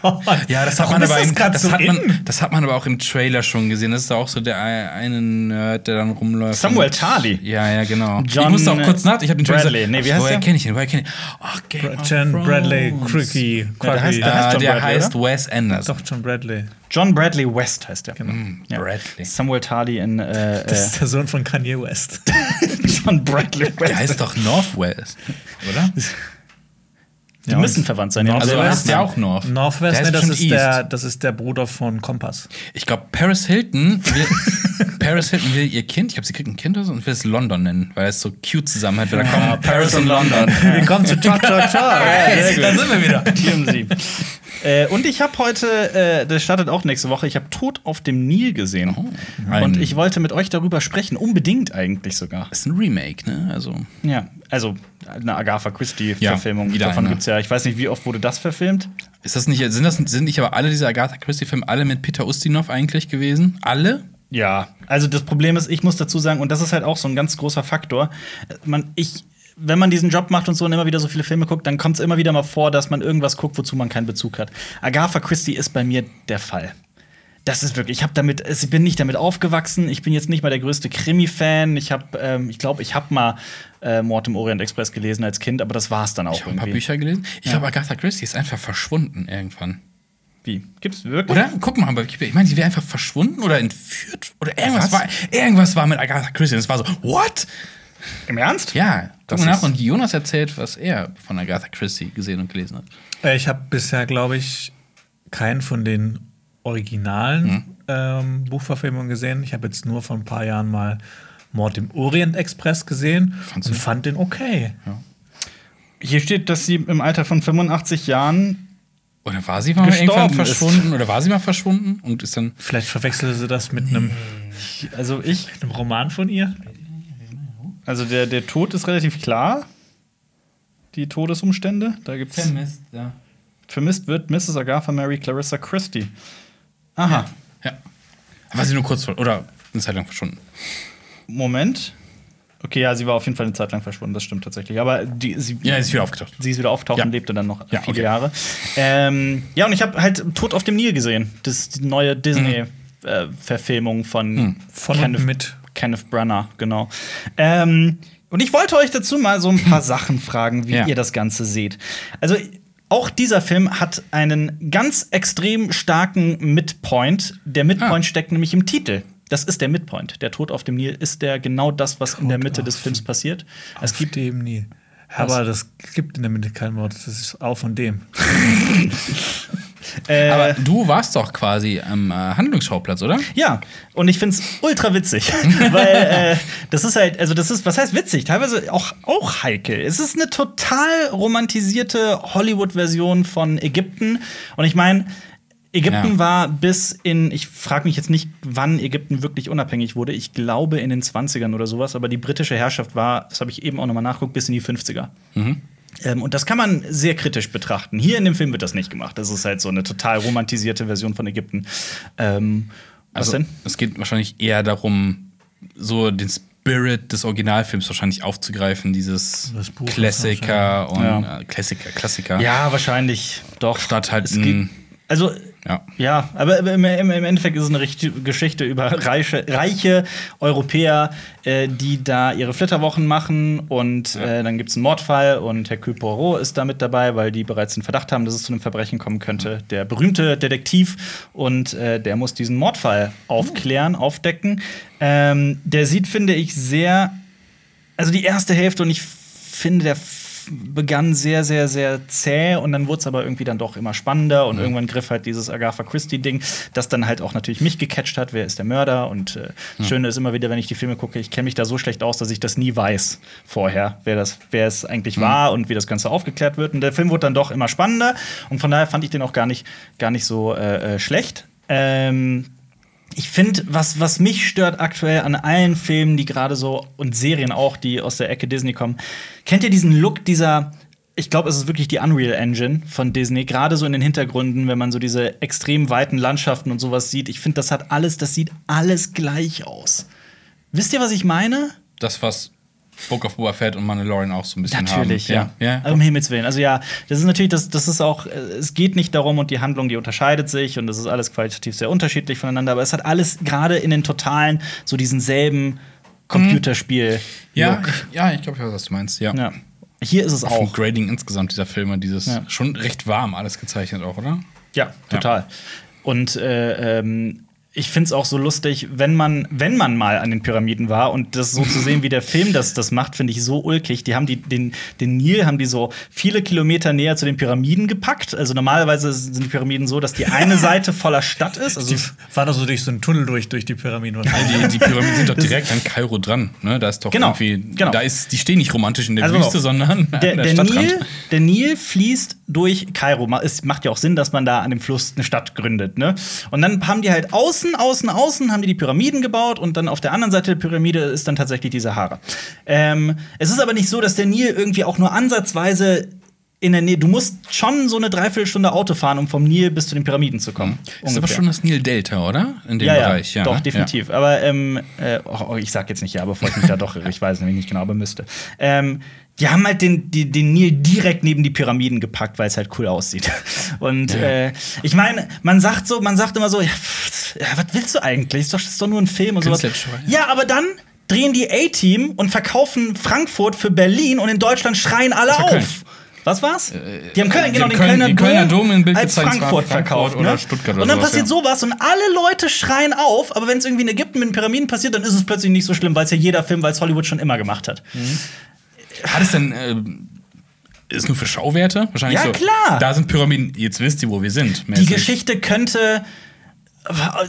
[SPEAKER 3] Gott.
[SPEAKER 1] Ja, das hat,
[SPEAKER 3] Warum
[SPEAKER 1] man aber
[SPEAKER 3] ist
[SPEAKER 1] im,
[SPEAKER 3] das gerade
[SPEAKER 1] das,
[SPEAKER 3] so
[SPEAKER 1] hat
[SPEAKER 3] in?
[SPEAKER 1] man, das hat man aber auch im Trailer schon gesehen. Das ist auch so der ei- eine Nerd, der dann rumläuft.
[SPEAKER 2] Samuel
[SPEAKER 1] Und-
[SPEAKER 2] Tarly.
[SPEAKER 1] Ja, ja, genau.
[SPEAKER 2] John
[SPEAKER 1] ich musste auch kurz nach. Ich habe den Trailer
[SPEAKER 2] Bradley.
[SPEAKER 1] gesagt,
[SPEAKER 2] Nee, wie heißt
[SPEAKER 1] Woher
[SPEAKER 2] der?
[SPEAKER 1] kenne ich ihn? Woher kenne ich ihn? Oh, Game
[SPEAKER 3] Bra-
[SPEAKER 1] of
[SPEAKER 3] Jan
[SPEAKER 1] Thrones.
[SPEAKER 3] Bradley Cricky.
[SPEAKER 2] der heißt-
[SPEAKER 3] Cricky.
[SPEAKER 1] Äh,
[SPEAKER 2] der heißt- John
[SPEAKER 1] der
[SPEAKER 2] Bradley,
[SPEAKER 1] heißt Wes Anderson.
[SPEAKER 3] Doch, John Bradley.
[SPEAKER 2] John Bradley West heißt der. Ja.
[SPEAKER 1] Bradley.
[SPEAKER 2] Samuel Tarly in äh,
[SPEAKER 3] Das
[SPEAKER 2] äh,
[SPEAKER 3] ist der Sohn von Kanye West.
[SPEAKER 2] John Bradley West.
[SPEAKER 1] Der heißt doch Northwest, oder?
[SPEAKER 2] Die müssen verwandt sein. die haben
[SPEAKER 1] Also
[SPEAKER 2] selber
[SPEAKER 1] heißt der auch
[SPEAKER 2] Nachnamen.
[SPEAKER 1] North.
[SPEAKER 3] Northwest,
[SPEAKER 1] der
[SPEAKER 3] ne, das,
[SPEAKER 1] bestimmt
[SPEAKER 3] ist der, das ist der Bruder von Kompass.
[SPEAKER 1] Ich glaube, Paris Hilton will, Paris Hilton will ihr Kind, ich glaube, sie kriegt ein Kind oder so, und will es London nennen, weil es so cute zusammen hat. Weil da kommen Paris und London.
[SPEAKER 2] Willkommen zu Cha Cha Cha.
[SPEAKER 1] da sind wir wieder.
[SPEAKER 2] TMZ. äh, und ich habe heute, äh, das startet auch nächste Woche, ich habe Tod auf dem Nil gesehen.
[SPEAKER 1] Oh. Ein-
[SPEAKER 2] Und ich wollte mit euch darüber sprechen, unbedingt eigentlich sogar.
[SPEAKER 1] Ist ein Remake, ne? Also.
[SPEAKER 2] Ja, also eine Agatha Christie-Verfilmung.
[SPEAKER 1] Ja, wieder
[SPEAKER 2] Davon
[SPEAKER 1] eine.
[SPEAKER 2] gibt's ja, ich weiß nicht, wie oft wurde das verfilmt?
[SPEAKER 1] Ist das nicht, sind das sind nicht aber alle diese Agatha Christie-Filme alle mit Peter Ustinov eigentlich gewesen? Alle?
[SPEAKER 2] Ja, also das Problem ist, ich muss dazu sagen, und das ist halt auch so ein ganz großer Faktor. Man, ich, wenn man diesen Job macht und so und immer wieder so viele Filme guckt, dann kommt es immer wieder mal vor, dass man irgendwas guckt, wozu man keinen Bezug hat. Agatha Christie ist bei mir der Fall. Das ist wirklich, ich habe damit, ich bin nicht damit aufgewachsen. Ich bin jetzt nicht mal der größte Krimi-Fan. Ich habe, ähm, ich glaube, ich habe mal äh, Mord im Orient Express gelesen als Kind, aber das war's dann auch
[SPEAKER 1] Ich habe ein paar
[SPEAKER 2] irgendwie.
[SPEAKER 1] Bücher gelesen. Ich glaube, Agatha Christie ist einfach verschwunden irgendwann.
[SPEAKER 2] Wie? Gibt's wirklich?
[SPEAKER 1] Oder? Guck mal, aber ich meine, sie wäre einfach verschwunden oder entführt oder irgendwas
[SPEAKER 2] Was?
[SPEAKER 1] war, irgendwas war mit Agatha Christie. Das war so, what?
[SPEAKER 2] Im Ernst?
[SPEAKER 1] Ja, guck
[SPEAKER 3] Das
[SPEAKER 1] mal nach
[SPEAKER 3] ist-
[SPEAKER 1] und Jonas erzählt, was er von Agatha Christie gesehen und gelesen hat.
[SPEAKER 3] Äh, Ich habe bisher, glaube ich, keinen von den originalen
[SPEAKER 1] Hm.
[SPEAKER 3] ähm, Buchverfilmungen gesehen. Ich habe jetzt nur vor ein paar Jahren mal Mord im Orient Express gesehen
[SPEAKER 1] Fandst
[SPEAKER 3] und
[SPEAKER 1] du-
[SPEAKER 3] fand den okay.
[SPEAKER 2] Hier steht, dass sie im Alter von 85 Jahren.
[SPEAKER 1] Oder war sie mal
[SPEAKER 2] Gestorben
[SPEAKER 1] irgendwann
[SPEAKER 2] ist.
[SPEAKER 1] verschwunden? Oder war sie mal verschwunden und ist dann.
[SPEAKER 3] Vielleicht verwechselte sie das mit einem,
[SPEAKER 2] Also ich.
[SPEAKER 3] mit einem Roman von ihr.
[SPEAKER 2] Also der, der Tod ist relativ klar. Die Todesumstände. Da gibt's.
[SPEAKER 1] ja.
[SPEAKER 2] Vermisst wird Mrs. Agatha Mary Clarissa Christie. Aha.
[SPEAKER 1] Ja. War sie nur kurz vor, oder eine Zeit lang verschwunden.
[SPEAKER 2] Moment. Okay, ja, sie war auf jeden Fall eine Zeit lang verschwunden, das stimmt tatsächlich. Aber die, sie,
[SPEAKER 1] Ja, ist wieder aufgetaucht.
[SPEAKER 2] sie ist wieder auftaucht
[SPEAKER 1] Ja.
[SPEAKER 2] und lebte dann noch
[SPEAKER 1] Ja,
[SPEAKER 2] viele
[SPEAKER 1] okay.
[SPEAKER 2] Jahre. Ähm, ja, und ich habe halt Tod auf dem Nil gesehen. Das die neue
[SPEAKER 1] Mhm.
[SPEAKER 2] Disney-Verfilmung von,
[SPEAKER 3] Von
[SPEAKER 2] Kenneth,
[SPEAKER 3] und mit.
[SPEAKER 2] Kenneth Branagh, genau. Ähm, und ich wollte euch dazu mal so ein paar Sachen fragen, wie
[SPEAKER 1] Ja.
[SPEAKER 2] ihr das Ganze seht. Also auch dieser Film hat einen ganz extrem starken Midpoint. Der Midpoint
[SPEAKER 1] Ah.
[SPEAKER 2] steckt nämlich im Titel. Das ist der Midpoint. Der Tod auf dem Nil ist der genau das, was in der
[SPEAKER 3] Tod
[SPEAKER 2] Mitte
[SPEAKER 3] auf
[SPEAKER 2] des Films passiert.
[SPEAKER 3] Es gibt eben nie. Aber das gibt in der Mitte kein Wort. Das ist auch von dem.
[SPEAKER 2] Äh,
[SPEAKER 1] Aber du warst doch quasi am äh, Handlungsschauplatz, oder?
[SPEAKER 2] Ja, und ich find's ultra witzig, weil äh, das ist halt, also das ist, was heißt witzig? Teilweise auch, auch heikel. Es ist eine total romantisierte Hollywood-Version von Ägypten. Und ich meine, Ägypten
[SPEAKER 1] Ja.
[SPEAKER 2] war bis in, ich frage mich jetzt nicht, wann Ägypten wirklich unabhängig wurde. Ich glaube in den 20ern oder sowas, aber die britische Herrschaft war, das habe ich eben auch nochmal nachguckt, bis in die 50er. Ähm, und das kann man sehr kritisch betrachten. Hier in dem Film wird das nicht gemacht. Das ist halt so eine total romantisierte Version von Ägypten. Ähm, was
[SPEAKER 1] Also,
[SPEAKER 2] denn?
[SPEAKER 1] Es geht wahrscheinlich eher darum, so den Spirit des Originalfilms wahrscheinlich aufzugreifen, dieses
[SPEAKER 3] Das Buch ist
[SPEAKER 1] Klassiker und
[SPEAKER 2] Ja.
[SPEAKER 1] äh, Klassiker, Klassiker.
[SPEAKER 2] Ja, wahrscheinlich. Doch.
[SPEAKER 1] Statt halt
[SPEAKER 2] Es
[SPEAKER 1] ein-
[SPEAKER 2] geht- Also,
[SPEAKER 1] ja.
[SPEAKER 2] ja, aber im, im, im Endeffekt ist es eine richtige Geschichte über reiche, reiche Europäer, äh, die da ihre Flitterwochen machen und äh, dann gibt es einen Mordfall und Hercule Poirot ist da mit dabei, weil die bereits den Verdacht haben, dass es zu einem Verbrechen kommen könnte. Der berühmte Detektiv und äh, der muss diesen Mordfall aufklären, aufdecken. Ähm, der sieht, finde ich, sehr also die erste Hälfte und ich finde, der f- begann sehr, sehr, sehr zäh und dann wurde es aber irgendwie dann doch immer spannender und irgendwann griff halt dieses Agatha Christie-Ding, das dann halt auch natürlich mich gecatcht hat, wer ist der Mörder und äh, das Schöne ist immer wieder, wenn ich die Filme gucke, ich kenne mich da so schlecht aus, dass ich das nie weiß vorher, wer, das, wer es eigentlich war und wie das Ganze aufgeklärt wird und der Film wurde dann doch immer spannender und von daher fand ich den auch gar nicht, gar nicht so äh, äh, schlecht. Ähm, ich finde, was, was mich stört aktuell an allen Filmen, die gerade so und Serien auch, die aus der Ecke Disney kommen, kennt ihr diesen Look dieser, ich glaube, es ist wirklich die Unreal Engine von Disney, gerade so in den Hintergründen, wenn man so diese extrem weiten Landschaften und sowas sieht. Ich finde, das hat alles, das sieht alles gleich aus. Wisst ihr, was ich meine?
[SPEAKER 1] Das, was Book of Boba Fett und Mandalorian auch so ein bisschen
[SPEAKER 2] Natürlich,
[SPEAKER 1] haben.
[SPEAKER 2] ja.
[SPEAKER 1] ja. ja.
[SPEAKER 2] Um Himmels Willen. Also ja, das ist natürlich, das, das ist auch, äh, es geht nicht darum und die Handlung, die unterscheidet sich und das ist alles qualitativ sehr unterschiedlich voneinander, aber es hat alles gerade in den Totalen so diesen selben Computerspiel.
[SPEAKER 1] Mhm. Ja, ich, ja, ich glaube, ich weiß, was du meinst. Ja.
[SPEAKER 2] ja. Hier ist es
[SPEAKER 1] Auch vom
[SPEAKER 2] auch.
[SPEAKER 1] Grading insgesamt dieser Filme, dieses
[SPEAKER 2] Ja.
[SPEAKER 1] schon recht warm alles gezeichnet auch, oder?
[SPEAKER 2] Ja, total. Und äh, ähm, ich finde es auch so lustig, wenn man, wenn man mal an den Pyramiden war und das so zu sehen, wie der Film das, das macht, finde ich so ulkig. Die haben die, den, den Nil haben die so viele Kilometer näher zu den Pyramiden gepackt. Also normalerweise sind die Pyramiden so, dass die eine Seite voller Stadt ist. Also
[SPEAKER 3] Die fahren doch so durch so einen Tunnel durch, durch die Pyramiden.
[SPEAKER 1] Die, die Pyramiden sind doch direkt an Kairo dran. Ne? Da ist doch
[SPEAKER 2] Genau,
[SPEAKER 1] irgendwie,
[SPEAKER 2] genau.
[SPEAKER 1] da ist, die stehen nicht romantisch in der
[SPEAKER 2] Also, pass
[SPEAKER 1] Wüste,
[SPEAKER 2] auf.
[SPEAKER 1] sondern an
[SPEAKER 2] der,
[SPEAKER 1] der,
[SPEAKER 2] der,
[SPEAKER 1] Stadtrand.
[SPEAKER 2] Nil, der Nil fließt durch Kairo. Ma- Es macht ja auch Sinn, dass man da an dem Fluss eine Stadt gründet. Ne? Und dann haben die halt außen, außen, außen haben die die Pyramiden gebaut und dann auf der anderen Seite der Pyramide ist dann tatsächlich die Sahara. Ähm, es ist aber nicht so, dass der Nil irgendwie auch nur ansatzweise in der Nähe. Du musst schon so eine Dreiviertelstunde Auto fahren, um vom Nil bis zu den Pyramiden zu kommen.
[SPEAKER 1] Ist aber
[SPEAKER 2] Ungefähr.
[SPEAKER 1] schon das Nil-Delta, oder? In dem
[SPEAKER 2] Ja, ja,
[SPEAKER 1] Bereich, ja.
[SPEAKER 2] doch,
[SPEAKER 1] ne?
[SPEAKER 2] definitiv. Aber ähm, äh, oh, oh, ich sag jetzt nicht ja, bevor ich mich da doch irre. Ich weiß nämlich nicht genau, aber müsste. Ähm, die haben halt den, die, den Nil direkt neben die Pyramiden gepackt, weil es halt cool aussieht. Und äh, ich meine, man sagt so, man sagt immer so, ja, pff, ja, was willst du eigentlich? Ist doch, ist doch nur ein Film und sowas.
[SPEAKER 1] Künstlerische Freiheit.
[SPEAKER 2] Ja, aber dann drehen die A-Team und verkaufen Frankfurt für Berlin und in Deutschland schreien alle
[SPEAKER 1] Für Köln. Äh,
[SPEAKER 2] auf. Was war's? Die haben
[SPEAKER 1] die
[SPEAKER 2] Köln, genau,
[SPEAKER 1] haben
[SPEAKER 2] den
[SPEAKER 1] Köln-
[SPEAKER 2] Kölner,
[SPEAKER 1] den Kölner Dom in Bild
[SPEAKER 2] als
[SPEAKER 1] gezeigt,
[SPEAKER 2] Frankfurt,
[SPEAKER 1] zwar Frankfurt
[SPEAKER 2] verkauft.
[SPEAKER 1] oder
[SPEAKER 2] ne?
[SPEAKER 1] Stuttgart oder
[SPEAKER 2] und dann
[SPEAKER 1] sowas,
[SPEAKER 2] passiert
[SPEAKER 1] ja.
[SPEAKER 2] sowas und alle Leute schreien auf, aber wenn es irgendwie in Ägypten mit den Pyramiden passiert, dann ist es plötzlich nicht so schlimm, weil es ja jeder Film, weil es Hollywood schon immer gemacht hat.
[SPEAKER 1] Hat es denn. Äh, ist nur für Schauwerte? Wahrscheinlich
[SPEAKER 2] Ja,
[SPEAKER 1] so.
[SPEAKER 2] klar.
[SPEAKER 1] Da sind Pyramiden, jetzt wisst ihr, wo wir sind.
[SPEAKER 2] Die
[SPEAKER 1] mäßig.
[SPEAKER 2] Geschichte könnte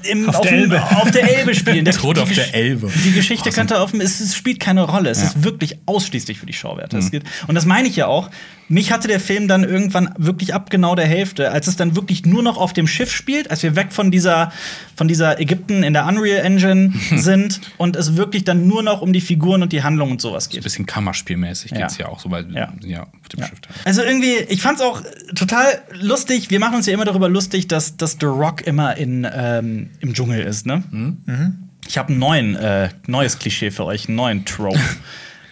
[SPEAKER 2] im,
[SPEAKER 3] Auf der
[SPEAKER 2] dem-
[SPEAKER 3] Elbe.
[SPEAKER 2] auf der Elbe spielen. Der-
[SPEAKER 1] Tod
[SPEAKER 2] die
[SPEAKER 1] auf der
[SPEAKER 2] Gesch-
[SPEAKER 1] Elbe.
[SPEAKER 2] Die Geschichte könnte auf dem. Es, es spielt keine Rolle. Es
[SPEAKER 1] Ja. Mhm.
[SPEAKER 2] ist wirklich ausschließlich für die Schauwerte. Es geht, und das meine ich ja auch. Mich hatte der Film dann irgendwann wirklich ab genau der Hälfte, als es dann wirklich nur noch auf dem Schiff spielt, als wir weg von dieser, von dieser Ägypten in der Unreal Engine sind und es wirklich dann nur noch um die Figuren und die Handlung und sowas geht.
[SPEAKER 1] Ein bisschen Kammerspielmäßig geht es
[SPEAKER 2] Ja.
[SPEAKER 1] ja auch, sobald wir
[SPEAKER 2] Ja.
[SPEAKER 1] ja. auf dem Schiff da.
[SPEAKER 2] Also irgendwie, ich fand's auch total lustig. Wir machen uns ja immer darüber lustig, dass, dass The Rock immer in, ähm, im Dschungel ist, ne?
[SPEAKER 1] Mhm.
[SPEAKER 2] Ich habe einen neuen, äh, neues Klischee für euch, einen neuen Trope.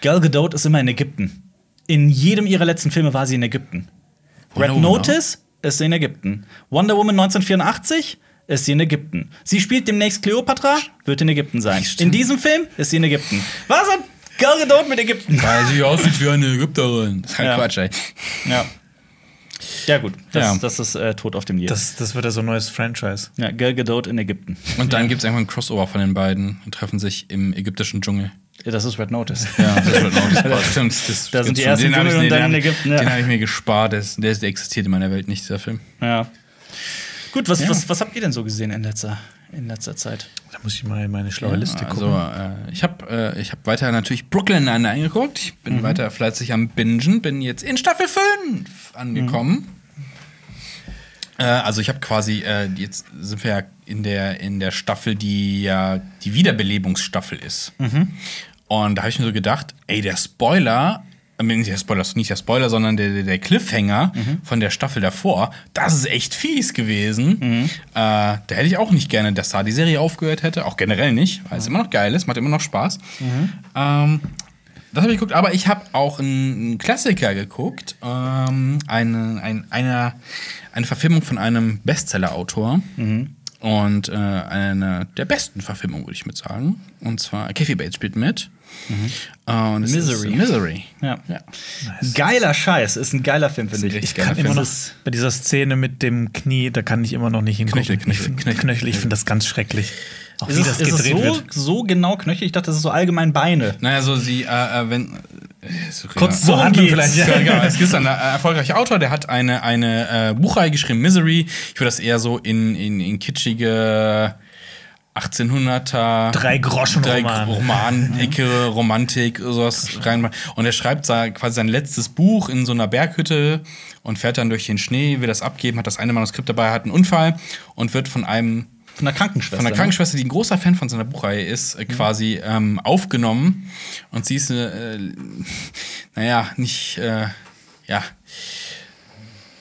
[SPEAKER 2] Gal Gadot ist immer in Ägypten. In jedem ihrer letzten Filme war sie in Ägypten.
[SPEAKER 1] Wonder
[SPEAKER 2] Red
[SPEAKER 1] Woman
[SPEAKER 2] Notice ist sie in Ägypten. Wonder Woman 1984 ist sie in Ägypten. Sie spielt demnächst Cleopatra, wird in Ägypten sein. In diesem Film ist sie in Ägypten. Was hat Gal Gadot mit Ägypten?
[SPEAKER 1] Weil sie aussieht wie eine Ägypterin. Das ist halt
[SPEAKER 2] Ja.
[SPEAKER 1] Quatsch, ey.
[SPEAKER 2] Ja. Ja, gut. Das,
[SPEAKER 1] Ja.
[SPEAKER 2] das ist äh, Tod auf dem Nil.
[SPEAKER 3] Das, das wird ja so ein neues Franchise.
[SPEAKER 2] Ja, Gal Gadot in Ägypten.
[SPEAKER 1] Und dann gibt es irgendwann ein Crossover von den beiden und treffen sich im ägyptischen Dschungel.
[SPEAKER 2] Das ist Red Notice.
[SPEAKER 1] Ja, das wird noch gespart. Stimmt, das
[SPEAKER 2] Da sind die
[SPEAKER 1] gibt's schon.
[SPEAKER 2] ersten
[SPEAKER 1] Den hab ich-
[SPEAKER 2] Dschungel und
[SPEAKER 1] den
[SPEAKER 2] dann ne.
[SPEAKER 1] hab-
[SPEAKER 2] Ägypten, ja.
[SPEAKER 1] Den habe ich mir gespart. Der, ist- der ist- der existiert in meiner Welt nicht, dieser Film.
[SPEAKER 2] Ja. Gut, was,
[SPEAKER 1] Ja.
[SPEAKER 2] Was, was habt ihr denn so gesehen in letzter, in letzter Zeit?
[SPEAKER 3] Da muss ich mal in meine schlaue Liste gucken.
[SPEAKER 1] Also, äh, ich habe äh, ich hab weiter natürlich Brooklyn Nine-Nine angeguckt. Ich
[SPEAKER 2] Mhm.
[SPEAKER 1] bin weiter fleißig am Bingen. Bin jetzt in Staffel 5 angekommen. Äh, also, ich habe quasi, äh, jetzt sind wir ja in der, in der Staffel, die ja die Wiederbelebungsstaffel ist. Und da habe ich mir so gedacht, ey, der Spoiler. äh, Nicht der Spoiler, nicht der Spoiler, sondern der, der- der Cliffhanger von der Staffel davor, das ist echt fies gewesen. Äh, da hätte ich auch nicht gerne, dass da die Serie aufgehört hätte. Auch generell nicht, weil es immer noch geil ist, macht immer noch Spaß. Ähm, das habe ich geguckt, aber ich habe auch einen einen Klassiker geguckt. Ähm, eine, ein, eine, eine Verfilmung von einem Bestseller-Autor.
[SPEAKER 3] Mhm.
[SPEAKER 1] Und äh, eine der besten Verfilmungen, würde ich mit sagen. Und zwar Kathy Bates spielt mit.
[SPEAKER 3] Mhm.
[SPEAKER 1] Äh, und es
[SPEAKER 2] Misery.
[SPEAKER 1] Ist Misery.
[SPEAKER 2] Ja.
[SPEAKER 1] ja.
[SPEAKER 2] Geiler Scheiß. Ist ein geiler Film, finde
[SPEAKER 1] Richtig
[SPEAKER 2] ich.
[SPEAKER 1] geiler
[SPEAKER 3] kann immer
[SPEAKER 1] Film.
[SPEAKER 3] noch bei dieser Szene mit dem Knie, da kann ich immer noch nicht hingucken.
[SPEAKER 1] Knöchel, Knöchel,
[SPEAKER 3] ich find-
[SPEAKER 1] Knöchel.
[SPEAKER 3] Knöchel, ich finde das ganz schrecklich. Auch
[SPEAKER 2] Ist es, ist es so, so genau knöchel? Ich dachte, das ist so allgemein Beine.
[SPEAKER 1] Naja, so sie, äh, äh, wenn. äh, ist okay,
[SPEAKER 3] Kurz
[SPEAKER 1] ja.
[SPEAKER 3] zur
[SPEAKER 2] Worum
[SPEAKER 3] Handlung
[SPEAKER 2] geht's?
[SPEAKER 3] vielleicht.
[SPEAKER 1] Ja, genau. Es gibt einen äh, erfolgreichen Autor, der hat eine, eine äh, Buchreihe geschrieben, Misery. Ich würde das eher so in, in, in kitschige 1800er.
[SPEAKER 3] Drei Groschen
[SPEAKER 1] Drei
[SPEAKER 3] Roman.
[SPEAKER 1] Roman, Ecke, Romantik, sowas reinmachen. Und er schreibt sa- quasi sein letztes Buch in so einer Berghütte und fährt dann durch den Schnee, will das abgeben, hat das eine Manuskript dabei, hat einen Unfall und wird von einem
[SPEAKER 2] Von der Krankenschwester. ne? Mhm.
[SPEAKER 1] von der Krankenschwester, ne? die ein großer Fan von seiner Buchreihe ist, äh, quasi ähm, aufgenommen. Und sie ist, äh, äh, naja, nicht, äh, ja,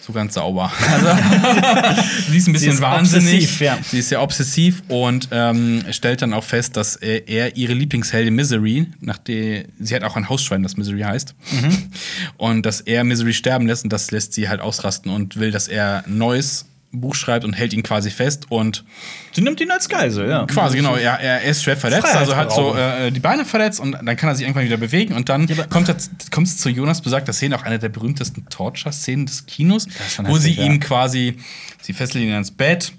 [SPEAKER 1] so ganz sauber. Also, sie ist ein bisschen
[SPEAKER 2] ist
[SPEAKER 1] wahnsinnig.
[SPEAKER 2] obsessiv, ja.
[SPEAKER 1] Sie ist sehr obsessiv und ähm, stellt dann auch fest, dass äh, er ihre Lieblingsheldin Misery, nach der sie hat auch ein Hausschwein, das Misery heißt,
[SPEAKER 2] Mhm.
[SPEAKER 1] und dass er Misery sterben lässt und das lässt sie halt ausrasten und will, dass er ein neues Buch schreibt und hält ihn quasi fest und
[SPEAKER 2] ne? Sie nimmt ihn als Geisel, ja.
[SPEAKER 1] Quasi, genau. Er, er ist schwer verletzt, also hat so
[SPEAKER 2] Freiheitsberaubung.
[SPEAKER 1] äh, die Beine verletzt und dann kann er sich irgendwann wieder bewegen und dann kommt es kommt zu Jonas besagter Szene, auch eine der berühmtesten Torture-Szenen des Kinos,
[SPEAKER 2] schon
[SPEAKER 1] wo sie
[SPEAKER 2] heftig, ja.
[SPEAKER 1] ihm quasi, sie fesselt ihn ans Bett,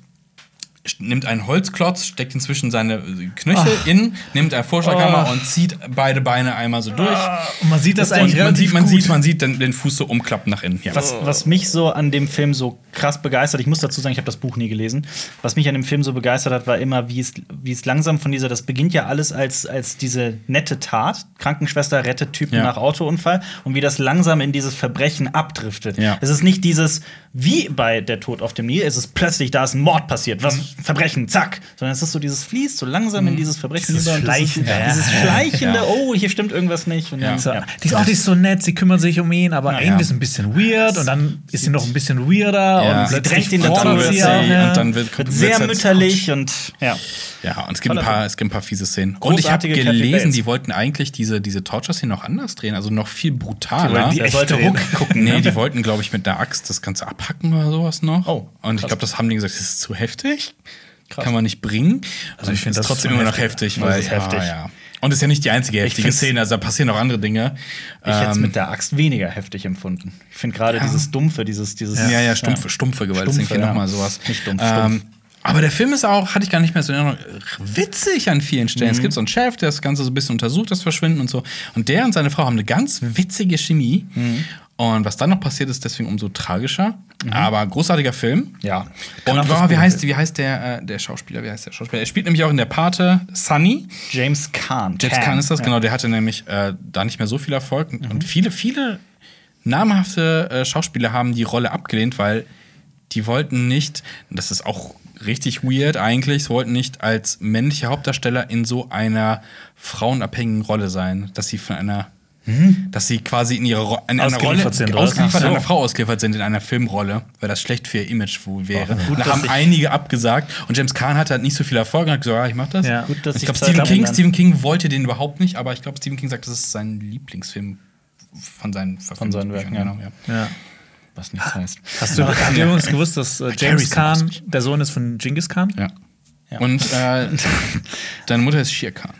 [SPEAKER 1] st- nimmt einen Holzklotz, steckt ihn zwischen seine äh, Knöchel in, nimmt einen Vorschlaghammer
[SPEAKER 3] Ah.
[SPEAKER 1] und zieht beide Beine einmal so durch.
[SPEAKER 3] Und man sieht das
[SPEAKER 1] und
[SPEAKER 3] eigentlich
[SPEAKER 1] man
[SPEAKER 3] relativ
[SPEAKER 1] sieht, man
[SPEAKER 3] gut.
[SPEAKER 1] sieht, man sieht den, den Fuß so umklappen nach innen. Ja.
[SPEAKER 2] Was, was mich so an dem Film so krass begeistert, ich muss dazu sagen, ich habe das Buch nie gelesen, was mich an dem Film so begeistert hat, war immer, wie es, wie es langsam von dieser, das beginnt ja alles als, als diese nette Tat, Krankenschwester rettet Typen
[SPEAKER 1] Ja.
[SPEAKER 2] nach Autounfall und wie das langsam in dieses Verbrechen abdriftet.
[SPEAKER 1] Ja.
[SPEAKER 2] Es ist nicht dieses, wie bei Der Tod auf dem Nil, es ist plötzlich, da ist ein Mord passiert, was,
[SPEAKER 1] Mhm.
[SPEAKER 2] Verbrechen, zack, sondern es ist so dieses, fließt so langsam in dieses Verbrechen
[SPEAKER 3] Dieses
[SPEAKER 2] über und das ist-
[SPEAKER 3] Schleichende.
[SPEAKER 2] Dieses Schleichende,
[SPEAKER 1] Ja.
[SPEAKER 2] oh, hier stimmt irgendwas nicht. Und
[SPEAKER 1] Ja.
[SPEAKER 2] dann,
[SPEAKER 3] So, Die ist auch die ist so nett, sie kümmert sich um ihn, aber
[SPEAKER 1] Ja,
[SPEAKER 3] irgendwie
[SPEAKER 1] ja.
[SPEAKER 3] ist ein bisschen weird und dann ist sie noch ein bisschen weirder
[SPEAKER 1] Ja.
[SPEAKER 3] und
[SPEAKER 1] Sie
[SPEAKER 3] plötzlich
[SPEAKER 2] drängt ihn dazu,
[SPEAKER 3] fordert
[SPEAKER 2] wird
[SPEAKER 3] sie
[SPEAKER 2] sie-
[SPEAKER 3] auch, ne? ja.
[SPEAKER 1] äh, und dann wird-
[SPEAKER 2] Wird sehr
[SPEAKER 1] wird's jetzt-
[SPEAKER 2] mütterlich und ja.
[SPEAKER 1] Ja, und es gibt, ein
[SPEAKER 2] Toller
[SPEAKER 1] paar,
[SPEAKER 2] Film.
[SPEAKER 1] es gibt ein paar fiese Szenen. Und ich habe
[SPEAKER 2] Großartige Kathy
[SPEAKER 1] gelesen,
[SPEAKER 2] Bates.
[SPEAKER 1] die wollten eigentlich diese, diese Torture-Szene noch anders drehen, also noch viel brutaler.
[SPEAKER 3] wollten die
[SPEAKER 1] Er
[SPEAKER 3] echt
[SPEAKER 1] sollte
[SPEAKER 3] drehen.
[SPEAKER 1] gucken. Nee, die wollten, glaube ich, mit einer Axt das Ganze abhacken oder sowas noch.
[SPEAKER 2] Oh,
[SPEAKER 1] und ich glaube, das haben die gesagt, das ist zu heftig. Kann man nicht bringen. Also
[SPEAKER 3] ich find das
[SPEAKER 1] trotzdem
[SPEAKER 3] schon
[SPEAKER 1] immer noch
[SPEAKER 3] heftig.
[SPEAKER 1] heftig,
[SPEAKER 2] Das
[SPEAKER 1] weil
[SPEAKER 2] ist heftig.
[SPEAKER 1] Ja, ja. Und ist ja nicht die einzige heftige
[SPEAKER 2] find's-
[SPEAKER 1] Szene, also da passieren auch andere Dinge.
[SPEAKER 2] Ich hätte es
[SPEAKER 1] Ähm,
[SPEAKER 2] mit der Axt weniger heftig empfunden. Ich finde gerade dieses Dumpfe, dieses, dieses.
[SPEAKER 1] Ja, ja, stumpfe, stumpfe Gewalt
[SPEAKER 2] Stumpfe,
[SPEAKER 1] ist irgendwie
[SPEAKER 2] ja.
[SPEAKER 1] nochmal sowas.
[SPEAKER 2] Nicht dumpf, stumpf.
[SPEAKER 1] ähm, aber der Film ist auch, hatte ich gar nicht mehr so in Erinnerung, witzig an vielen Stellen.
[SPEAKER 2] Mhm.
[SPEAKER 1] Es gibt so einen Chef, der das Ganze so ein bisschen untersucht, das Verschwinden und so. Und der und seine Frau haben eine ganz witzige Chemie.
[SPEAKER 2] Mhm.
[SPEAKER 1] Und was dann noch passiert ist, deswegen umso tragischer. Aber großartiger Film.
[SPEAKER 2] Ja.
[SPEAKER 1] Und wow,
[SPEAKER 3] auch was
[SPEAKER 1] wie,
[SPEAKER 3] Gutes
[SPEAKER 1] heißt, wie heißt der, äh, der Schauspieler? Wie heißt der Schauspieler? Er spielt nämlich auch in der Pate Sunny.
[SPEAKER 2] James Kahn.
[SPEAKER 1] James Caan ist das, genau. Der hatte nämlich äh, da nicht mehr so viel Erfolg.
[SPEAKER 2] Mhm.
[SPEAKER 1] Und viele, viele namhafte äh, Schauspieler haben die Rolle abgelehnt, weil die wollten nicht, das ist auch richtig weird eigentlich, sie wollten nicht als männliche Hauptdarsteller in so einer frauenabhängigen Rolle sein, dass sie von einer.
[SPEAKER 2] Mhm.
[SPEAKER 1] Dass sie quasi in ihrer Ro in einer
[SPEAKER 3] Ausgeliefert
[SPEAKER 1] Rolle
[SPEAKER 3] sind, oder?
[SPEAKER 1] ausgeliefert
[SPEAKER 3] Ach so.
[SPEAKER 1] einer Frau ausgeliefert sind in einer Filmrolle, weil das schlecht für ihr Image wo- wäre. da
[SPEAKER 2] dass
[SPEAKER 1] haben
[SPEAKER 2] ich-
[SPEAKER 1] einige abgesagt und James Caan hatte halt nicht so viel Erfolg und hat gesagt, ja, ich mach das.
[SPEAKER 3] Ja.
[SPEAKER 2] Gut, dass
[SPEAKER 1] ich
[SPEAKER 2] ich
[SPEAKER 1] glaube,
[SPEAKER 2] Zeit
[SPEAKER 1] Stephen
[SPEAKER 2] habe,
[SPEAKER 1] King,
[SPEAKER 2] dann-
[SPEAKER 1] Stephen King wollte den überhaupt nicht, aber ich glaube, Stephen King sagt, das ist sein Lieblingsfilm von seinen Verfilmungen.
[SPEAKER 2] seinen Werken,
[SPEAKER 1] Genau, ja.
[SPEAKER 3] Ja.
[SPEAKER 2] Was nichts heißt.
[SPEAKER 3] Hast du, habt ihr übrigens gewusst, dass äh,
[SPEAKER 1] Carrie
[SPEAKER 3] James
[SPEAKER 1] ist
[SPEAKER 3] Khan
[SPEAKER 1] lustig.
[SPEAKER 3] der Sohn ist von Genghis Khan?
[SPEAKER 1] ja. Und äh, deine Mutter ist Shere Khan.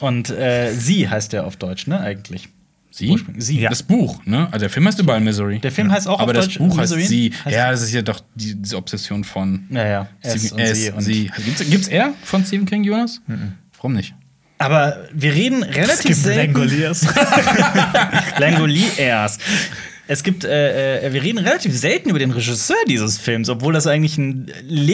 [SPEAKER 2] Und äh, sie heißt ja auf Deutsch, ne, eigentlich.
[SPEAKER 1] Sie?
[SPEAKER 2] Sie.
[SPEAKER 1] Das Buch, ne? Also der Film heißt überall Misery.
[SPEAKER 2] Der Film heißt auch
[SPEAKER 1] aber
[SPEAKER 2] auf
[SPEAKER 1] das
[SPEAKER 2] Deutsch
[SPEAKER 1] Buch heißt
[SPEAKER 2] Misery?
[SPEAKER 1] sie.
[SPEAKER 2] Heißt-
[SPEAKER 1] ja, das ist ja doch die, diese Obsession von
[SPEAKER 2] Naja, es und sie. Und
[SPEAKER 1] sie. Gibt's, gibt's er von Stephen King, Jonas? Warum nicht?
[SPEAKER 2] Aber wir reden relativ
[SPEAKER 3] Skip
[SPEAKER 2] selten.
[SPEAKER 3] Langoliers.
[SPEAKER 2] Langoliers. Es gibt, äh, äh, wir reden relativ selten über den Regisseur dieses Films, obwohl das eigentlich ein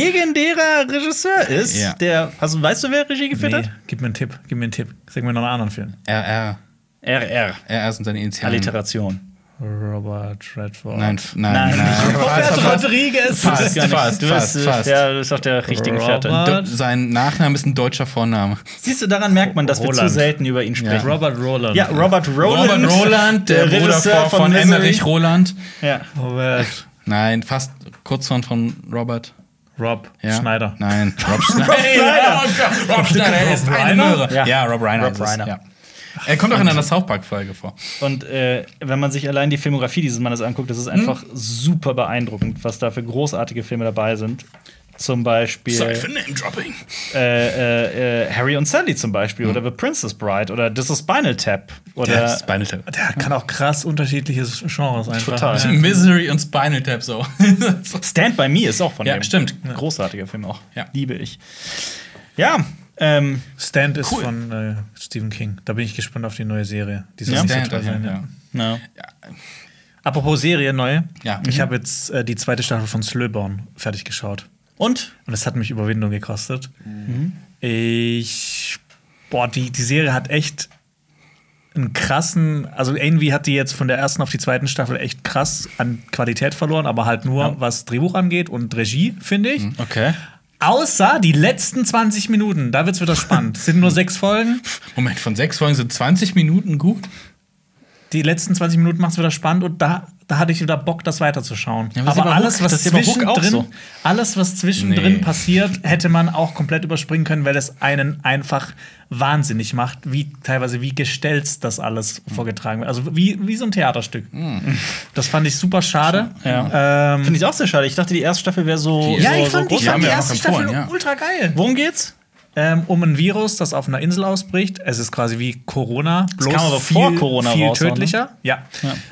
[SPEAKER 2] legendärer Regisseur ist.
[SPEAKER 1] Ja.
[SPEAKER 2] Der, hast, du- weißt du, wer Regie geführt
[SPEAKER 3] nee,
[SPEAKER 2] hat?
[SPEAKER 3] gib mir einen Tipp, gib mir einen Tipp. Sag mir noch einen anderen Film.
[SPEAKER 1] RR.
[SPEAKER 2] RR.
[SPEAKER 1] RR sind seine Initialen.
[SPEAKER 2] Alliteration.
[SPEAKER 3] Robert Redford.
[SPEAKER 1] Nein, f- nein, nein.
[SPEAKER 2] nicht.
[SPEAKER 1] Fast,
[SPEAKER 2] Roberto
[SPEAKER 1] fast.
[SPEAKER 2] Rodriguez.
[SPEAKER 1] Fast,
[SPEAKER 2] Das ist gar nicht-
[SPEAKER 1] fast,
[SPEAKER 2] du
[SPEAKER 1] fast,
[SPEAKER 2] bist, äh,
[SPEAKER 1] fast.
[SPEAKER 2] Ja, du bist auf der richtigen Fährte.
[SPEAKER 3] Robert-
[SPEAKER 1] Do- Sein Nachname ist ein deutscher Vorname.
[SPEAKER 2] Siehst du, daran merkt man, dass wir
[SPEAKER 3] Roland.
[SPEAKER 2] zu selten über ihn sprechen.
[SPEAKER 3] Robert Roland.
[SPEAKER 2] Ja, Robert Roland.
[SPEAKER 1] Robert Roland, der, Bruder
[SPEAKER 2] Regisseur
[SPEAKER 1] von, von
[SPEAKER 2] Misery.
[SPEAKER 1] Emmerich Roland.
[SPEAKER 2] Ja.
[SPEAKER 3] Robert.
[SPEAKER 1] Nein, fast Kurzhorn von Robert.
[SPEAKER 3] Rob
[SPEAKER 1] Ja.
[SPEAKER 3] Schneider.
[SPEAKER 1] Nein, Rob Schneider.
[SPEAKER 2] Schneider.
[SPEAKER 1] Oh Gott, Rob Schneider ist
[SPEAKER 3] Rob
[SPEAKER 1] eine
[SPEAKER 3] Reiner?
[SPEAKER 1] Möhre.
[SPEAKER 2] Ja.
[SPEAKER 1] Ja. Rob Reiner.
[SPEAKER 2] Rob
[SPEAKER 1] ist es,
[SPEAKER 2] Reiner.
[SPEAKER 1] Ja. Er kommt auch in einer South Park-Folge vor.
[SPEAKER 2] Und äh, wenn man sich allein die Filmografie dieses Mannes anguckt, das ist einfach super beeindruckend, was da für großartige Filme dabei sind. Zum Beispiel
[SPEAKER 1] Name-Dropping.
[SPEAKER 2] äh, äh, äh, Harry und Sally zum Beispiel oder The Princess Bride oder This is Spinal Tap oder
[SPEAKER 1] Mhm. Ja, Spinal Tap.
[SPEAKER 3] Der kann auch krass unterschiedliches Genres einfach.
[SPEAKER 2] Total.
[SPEAKER 1] Mhm.
[SPEAKER 3] Ja.
[SPEAKER 1] Misery und Spinal Tap so.
[SPEAKER 2] Stand by Me ist auch von
[SPEAKER 1] Ja,
[SPEAKER 2] dem.
[SPEAKER 1] stimmt.
[SPEAKER 2] Großartiger Film auch.
[SPEAKER 1] Ja.
[SPEAKER 2] Liebe ich. Ja, ähm,
[SPEAKER 3] Stand ist
[SPEAKER 1] Cool.
[SPEAKER 3] von äh, Stephen King. Da bin ich gespannt auf die neue Serie. Die soll
[SPEAKER 1] Ja.
[SPEAKER 3] nicht so
[SPEAKER 1] Stand,
[SPEAKER 3] toll sein.
[SPEAKER 1] ja,
[SPEAKER 3] Ja.
[SPEAKER 1] ja.
[SPEAKER 2] no.
[SPEAKER 3] Apropos Serie, neue.
[SPEAKER 1] Ja. Mhm.
[SPEAKER 3] Ich habe jetzt äh, die zweite Staffel von Slöborn fertig geschaut.
[SPEAKER 2] Und?
[SPEAKER 3] Und es hat mich Überwindung gekostet. Ich. Boah, die, die Serie hat echt einen krassen. Also, Envy hat die jetzt von der ersten auf die zweiten Staffel echt krass an Qualität verloren, aber halt nur, was Drehbuch angeht und Regie, finde ich.
[SPEAKER 2] Okay.
[SPEAKER 3] Außer die letzten 20 Minuten. Da wird's wieder spannend. Es sind nur sechs Folgen.
[SPEAKER 1] Moment, von sechs Folgen sind 20 Minuten gut.
[SPEAKER 3] Die letzten 20 Minuten macht's wieder spannend und da, da hatte ich wieder Bock, das weiterzuschauen.
[SPEAKER 2] Ja, aber ist
[SPEAKER 3] aber
[SPEAKER 2] aber
[SPEAKER 3] alles,
[SPEAKER 2] Hook-
[SPEAKER 3] was
[SPEAKER 2] das ist aber Hook auch
[SPEAKER 3] zwischendrin,
[SPEAKER 2] so.
[SPEAKER 3] alles, was zwischendrin
[SPEAKER 1] Nee.
[SPEAKER 3] passiert, hätte man auch komplett überspringen können, weil es einen einfach wahnsinnig macht, wie teilweise wie gestelzt das alles vorgetragen wird. Also wie, wie so ein Theaterstück.
[SPEAKER 2] Hm.
[SPEAKER 3] Das fand ich super schade. Ja, ähm,
[SPEAKER 2] Finde ich auch sehr schade. Ich dachte, die erste Staffel wäre so.
[SPEAKER 1] Die-
[SPEAKER 2] so,
[SPEAKER 3] ja ich
[SPEAKER 2] so
[SPEAKER 3] fand,
[SPEAKER 1] groß-
[SPEAKER 3] ich
[SPEAKER 1] Die haben
[SPEAKER 3] fand die
[SPEAKER 1] wir auch
[SPEAKER 3] erste
[SPEAKER 1] empfohlen,
[SPEAKER 3] Staffel
[SPEAKER 1] ja.
[SPEAKER 3] ultra geil.
[SPEAKER 2] Worum geht's?
[SPEAKER 3] ähm, um ein Virus, das auf einer Insel ausbricht. Es ist quasi wie Corona, bloß
[SPEAKER 2] kam aber
[SPEAKER 3] viel,
[SPEAKER 2] vor Corona
[SPEAKER 3] viel
[SPEAKER 2] raus auch, ne?
[SPEAKER 3] tödlicher. Ja,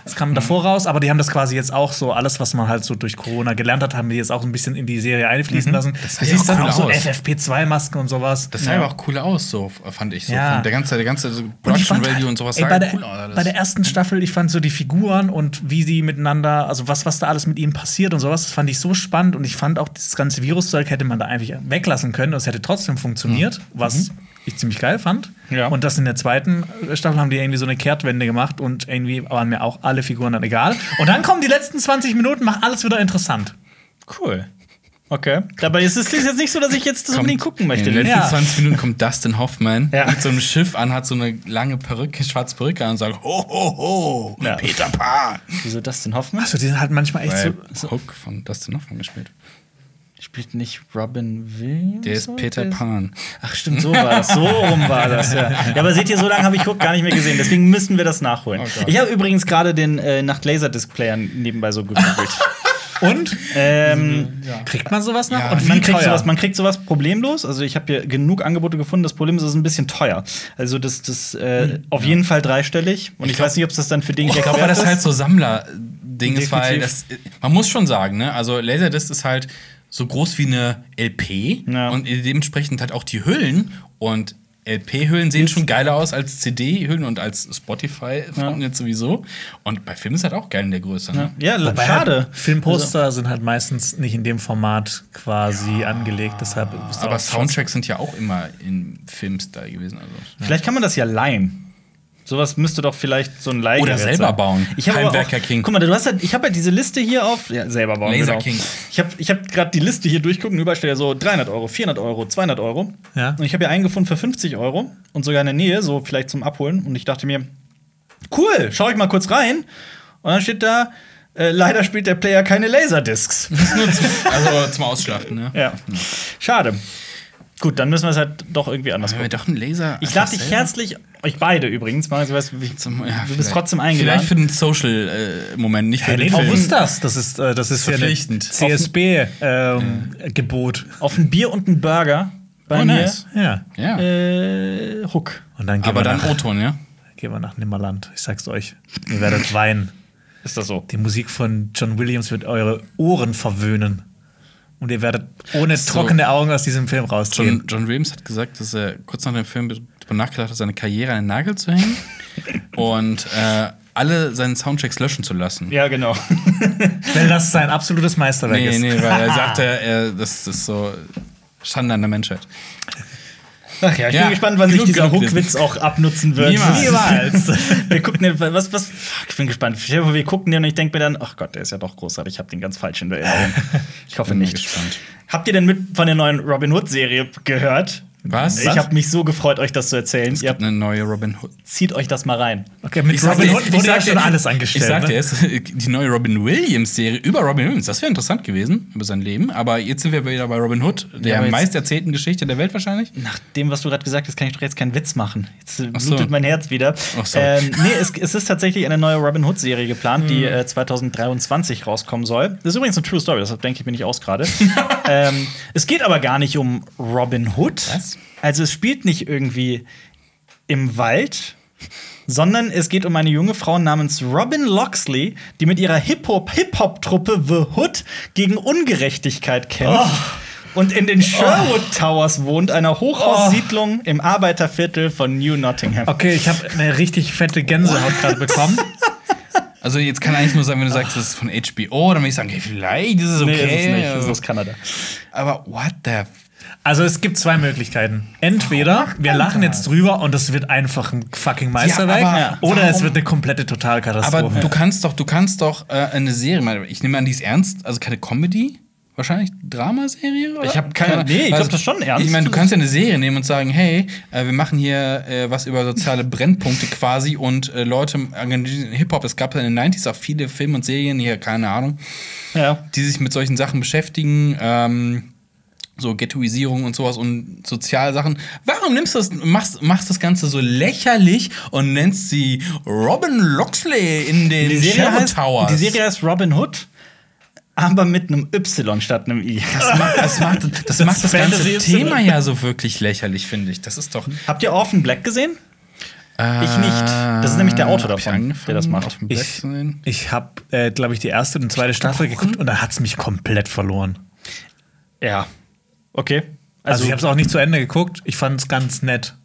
[SPEAKER 3] es kam davor raus, aber die haben das quasi jetzt auch so alles, was man halt so durch Corona gelernt hat, haben die jetzt auch ein bisschen in die Serie einfließen lassen.
[SPEAKER 1] sah
[SPEAKER 3] du
[SPEAKER 1] ja
[SPEAKER 3] siehst
[SPEAKER 1] auch
[SPEAKER 3] dann auch
[SPEAKER 1] cool
[SPEAKER 3] so
[SPEAKER 1] aus.
[SPEAKER 3] FFP2-Masken und sowas.
[SPEAKER 1] Das sah aber auch cool aus, so fand ich so.
[SPEAKER 3] Ja.
[SPEAKER 1] Von Der ganze, der ganze so
[SPEAKER 3] Und ich
[SPEAKER 1] Production
[SPEAKER 3] fand
[SPEAKER 1] Value
[SPEAKER 3] halt-
[SPEAKER 1] und sowas
[SPEAKER 3] ey,
[SPEAKER 1] sah
[SPEAKER 3] bei, der,
[SPEAKER 1] cool aus. alles.
[SPEAKER 3] bei der ersten Staffel, ich fand so die Figuren und wie sie miteinander, also was, was da alles mit ihnen passiert und sowas, das fand ich so spannend und ich fand auch das ganze Viruszeug hätte man da eigentlich weglassen können und es hätte trotzdem
[SPEAKER 1] Mhm.
[SPEAKER 3] funktioniert, was ich ziemlich geil fand.
[SPEAKER 2] Ja.
[SPEAKER 3] Und das in der zweiten Staffel haben die irgendwie so eine Kehrtwende gemacht und irgendwie waren mir auch alle Figuren dann egal. Und dann kommen die letzten 20 Minuten, macht alles wieder interessant.
[SPEAKER 2] Cool. Okay. Dabei ist es jetzt nicht so, dass ich jetzt das unbedingt gucken möchte.
[SPEAKER 1] In den
[SPEAKER 2] Ja.
[SPEAKER 1] letzten
[SPEAKER 3] Ja.
[SPEAKER 1] 20 Minuten kommt Dustin Hoffman
[SPEAKER 2] Ja.
[SPEAKER 1] mit so einem Schiff an, hat so eine lange Perücke, schwarze Perücke an und sagt: Ho, ho, ho,
[SPEAKER 2] Ja.
[SPEAKER 1] Peter Pan.
[SPEAKER 2] Wieso das denn Hoffmann?
[SPEAKER 3] Also die sind halt manchmal echt so.
[SPEAKER 1] Weil Hook von Dustin Hoffman gespielt.
[SPEAKER 2] Spielt nicht Robin Williams?
[SPEAKER 1] Der ist
[SPEAKER 2] oder?
[SPEAKER 1] Peter Pan.
[SPEAKER 2] Ach, stimmt, so war das. So rum war das, ja. ja aber seht ihr, so lange habe ich Hook gar nicht mehr gesehen. Deswegen müssen wir das nachholen.
[SPEAKER 1] Oh Gott.
[SPEAKER 2] ich habe übrigens gerade den äh, nach Laserdisc-Playern nebenbei so gegoogelt.
[SPEAKER 3] Und?
[SPEAKER 2] Ähm,
[SPEAKER 3] Ja. Kriegt man sowas noch?
[SPEAKER 1] Ja.
[SPEAKER 3] Und wie
[SPEAKER 2] man, kriegt
[SPEAKER 3] teuer?
[SPEAKER 2] sowas, man kriegt sowas problemlos. Also ich habe hier genug Angebote gefunden. Das Problem ist, es ist ein bisschen teuer. Also das, das äh,
[SPEAKER 3] Hm,
[SPEAKER 2] auf jeden Fall dreistellig. Und ich, weiß nicht, ob es das dann für den
[SPEAKER 1] Ich glaube, weil das halt so Sammler-Ding ist, weil das,
[SPEAKER 2] Definitiv.
[SPEAKER 1] man muss schon sagen, ne? Also Laserdisc ist halt so groß wie eine LP
[SPEAKER 2] Ja.
[SPEAKER 1] und dementsprechend halt auch die Hüllen und LP-Hüllen sehen schon geiler aus als CD-Hüllen und als spotify frauen jetzt sowieso. Und bei Filmen ist halt auch geil in der Größe. Ne?
[SPEAKER 2] Ja,
[SPEAKER 3] Wobei
[SPEAKER 2] schade. Also
[SPEAKER 3] Halt Filmposter
[SPEAKER 1] Also
[SPEAKER 3] sind halt meistens nicht in dem Format quasi angelegt, deshalb ist
[SPEAKER 1] Aber
[SPEAKER 3] auch-
[SPEAKER 1] Soundtracks sind ja auch immer im Filmstyle gewesen. Also.
[SPEAKER 2] Vielleicht kann man das ja leihen. Sowas müsste doch vielleicht so ein Leihgerät
[SPEAKER 1] Oder selber
[SPEAKER 2] sein.
[SPEAKER 1] bauen.
[SPEAKER 2] Ich habe aber
[SPEAKER 1] Heimwerker
[SPEAKER 2] auch,
[SPEAKER 1] King.
[SPEAKER 2] Guck mal, du hast halt, ich habe halt diese Liste hier auf. Ja, selber bauen.
[SPEAKER 1] Laser
[SPEAKER 2] genau.
[SPEAKER 1] King.
[SPEAKER 2] Ich habe ich hab gerade die Liste hier durchgucken. Überall steht ja so 300 Euro, 400 Euro, 200 Euro.
[SPEAKER 3] Ja.
[SPEAKER 2] Und ich habe hier einen gefunden für 50 Euro und sogar in der Nähe, so vielleicht zum Abholen. Und ich dachte mir, cool, schau ich mal kurz rein. Und dann steht da, äh, leider spielt der Player keine Laserdiscs.
[SPEAKER 1] Das ist nur zum, also zum Ausschlachten, ne?
[SPEAKER 2] ja. Schade. Gut, dann müssen wir es halt doch irgendwie anders
[SPEAKER 1] Wenn
[SPEAKER 2] gucken.
[SPEAKER 1] wir doch einen Laser.
[SPEAKER 2] Ich
[SPEAKER 1] einfach
[SPEAKER 2] lade dich
[SPEAKER 1] selber-
[SPEAKER 2] herzlich, euch beide übrigens, Max, du, weißt, wie-
[SPEAKER 1] Zum, ja,
[SPEAKER 2] du bist
[SPEAKER 1] vielleicht.
[SPEAKER 2] trotzdem eingeladen.
[SPEAKER 1] Vielleicht für den Social-Moment, nicht für
[SPEAKER 3] Herr
[SPEAKER 1] den
[SPEAKER 3] Lenau
[SPEAKER 1] Film.
[SPEAKER 3] wusste das. Das ist, äh, das ist ja ein
[SPEAKER 1] Verpflichtend.
[SPEAKER 3] ähm, CSB-Gebot.
[SPEAKER 2] Auf ein Bier und einen Burger bei
[SPEAKER 1] Oh,
[SPEAKER 2] mir.
[SPEAKER 1] nice.
[SPEAKER 3] ja.
[SPEAKER 1] Ja.
[SPEAKER 2] Äh, Ruck.
[SPEAKER 3] Und dann gehen,
[SPEAKER 1] Aber
[SPEAKER 3] wir
[SPEAKER 1] dann
[SPEAKER 3] nach,
[SPEAKER 1] O-Ton, ja?
[SPEAKER 3] gehen wir nach Nimmerland. Ich sag's euch. Ihr werdet weinen.
[SPEAKER 2] Ist das so?
[SPEAKER 3] Die Musik von John Williams wird eure Ohren verwöhnen. Und ihr werdet ohne trockene Augen aus diesem Film rausgehen.
[SPEAKER 1] John, John Williams hat gesagt, dass er kurz nach dem Film darüber nachgedacht hat, seine Karriere an den Nagel zu hängen und äh, alle seine Soundtracks löschen zu lassen.
[SPEAKER 2] Ja, genau.
[SPEAKER 3] Weil das sein absolutes Meisterwerk
[SPEAKER 1] Nee,
[SPEAKER 3] ist.
[SPEAKER 1] nee, weil er sagte, er, das ist so Schande an der Menschheit.
[SPEAKER 2] Ach ja, ich
[SPEAKER 1] Ja,
[SPEAKER 2] bin gespannt, wann sich
[SPEAKER 1] genug
[SPEAKER 2] dieser
[SPEAKER 1] gelitten.
[SPEAKER 2] Ruckwitz auch abnutzen wird.
[SPEAKER 1] Niemals.
[SPEAKER 2] wir gucken den, was, was, fuck, ich bin gespannt. Ich hoffe, Wir gucken den und ich denke mir dann, ach Gott, der ist ja doch großartig. Ich habe den ganz falsch in der Erinnerung. Ich hoffe
[SPEAKER 1] Bin mal
[SPEAKER 2] nicht.
[SPEAKER 1] gespannt.
[SPEAKER 2] Habt ihr denn mit von der neuen Robin Hood-Serie gehört?
[SPEAKER 1] Was?
[SPEAKER 2] Ich habe mich so gefreut, euch das zu erzählen.
[SPEAKER 1] es
[SPEAKER 2] Ihr
[SPEAKER 1] gibt eine neue Robin Hood.
[SPEAKER 2] zieht euch das mal rein.
[SPEAKER 3] Okay, mit
[SPEAKER 1] Ich
[SPEAKER 3] Robin
[SPEAKER 1] sagte-
[SPEAKER 3] Hood wurde ja
[SPEAKER 1] sagte-
[SPEAKER 3] schon alles angestellt.
[SPEAKER 1] Ich sagte
[SPEAKER 3] ne?
[SPEAKER 1] erst, die neue Robin Williams-Serie über Robin Williams, das wäre interessant gewesen, über sein Leben. Aber jetzt sind wir wieder bei Robin Hood, der
[SPEAKER 2] aber jetzt-
[SPEAKER 1] meist erzählten Geschichte der Welt wahrscheinlich.
[SPEAKER 2] Nach dem, was du gerade gesagt hast, kann ich doch jetzt keinen Witz machen. Jetzt äh,
[SPEAKER 1] Ach
[SPEAKER 2] blutet
[SPEAKER 1] so.
[SPEAKER 2] mein Herz wieder.
[SPEAKER 1] Ach, sorry. Hm.
[SPEAKER 2] ähm, nee, es, es ist tatsächlich eine neue Robin Hood-Serie geplant, die äh, 2023 rauskommen soll. Das ist übrigens eine True Story, deshalb denke ich mir nicht aus gerade. ähm, es geht aber gar nicht um Robin Hood.
[SPEAKER 1] Was?
[SPEAKER 2] Also es spielt nicht irgendwie im Wald. Sondern es geht um eine junge Frau namens Robin Loxley, die mit ihrer Hip-Hop-Hip-Hop-Truppe The Hood gegen Ungerechtigkeit kämpft und in den Sherwood Towers wohnt, einer Hochhaussiedlung im Arbeiterviertel von New Nottingham.
[SPEAKER 3] Okay, ich habe eine richtig fette Gänsehaut gerade bekommen.
[SPEAKER 1] Also jetzt kann eigentlich nur sein, wenn du sagst, das ist von HBO, dann würde ich sagen, hey, vielleicht ist es okay.
[SPEAKER 2] Nee, ist es nicht. Es ist
[SPEAKER 1] aber-
[SPEAKER 2] aus Kanada.
[SPEAKER 1] Aber what the
[SPEAKER 3] Also es gibt zwei Möglichkeiten. Entweder wir lachen jetzt drüber und es wird einfach ein fucking Meisterwerk,
[SPEAKER 1] Ja, aber
[SPEAKER 3] oder es
[SPEAKER 1] warum-
[SPEAKER 3] wird eine komplette
[SPEAKER 1] Aber
[SPEAKER 3] Totalkatastrophe.
[SPEAKER 1] du kannst doch, du kannst doch äh, eine Serie, mal- ich nehme an, die ist ernst, also keine Comedy, wahrscheinlich Dramaserie? oder?
[SPEAKER 2] Ich hab keine- nee, ich glaub,
[SPEAKER 1] Also,
[SPEAKER 2] das ist schon ernst.
[SPEAKER 1] Ich meine, du kannst ja eine Serie nehmen und sagen, hey, äh, wir machen hier äh, was über soziale Brennpunkte quasi und äh, Leute engagieren Hip-Hop. Es gab ja in den 90s auch viele Filme und Serien, hier, keine Ahnung,
[SPEAKER 2] Ja.
[SPEAKER 1] die sich mit solchen Sachen beschäftigen. Ähm, so Ghettoisierung und sowas und Sozialsachen. Warum nimmst du das, machst, machst das Ganze so lächerlich und nennst sie Robin Loxley in den
[SPEAKER 2] Die Serie,
[SPEAKER 1] Sherwood
[SPEAKER 2] heißt,
[SPEAKER 1] Towers?
[SPEAKER 2] die Serie heißt Robin Hood, aber mit einem Y statt einem I.
[SPEAKER 1] das macht das, macht, das, macht das ganze
[SPEAKER 3] Fantasy ist
[SPEAKER 1] Thema ja so wirklich lächerlich, finde ich. Das ist doch.
[SPEAKER 2] Habt ihr Orphan Black gesehen? Ich nicht. Das ist nämlich der Autor
[SPEAKER 1] Hab ich
[SPEAKER 2] davon,
[SPEAKER 1] angefangen,
[SPEAKER 2] der das
[SPEAKER 1] auf
[SPEAKER 2] macht.
[SPEAKER 1] dem Black
[SPEAKER 3] ich
[SPEAKER 1] zu sehen?
[SPEAKER 3] ich habe, äh, glaube ich, die erste und zweite Staffel geguckt und da hat es mich komplett verloren.
[SPEAKER 2] Ja. Okay.
[SPEAKER 3] Also, ich habe es auch nicht zu Ende geguckt. Ich fand es ganz nett.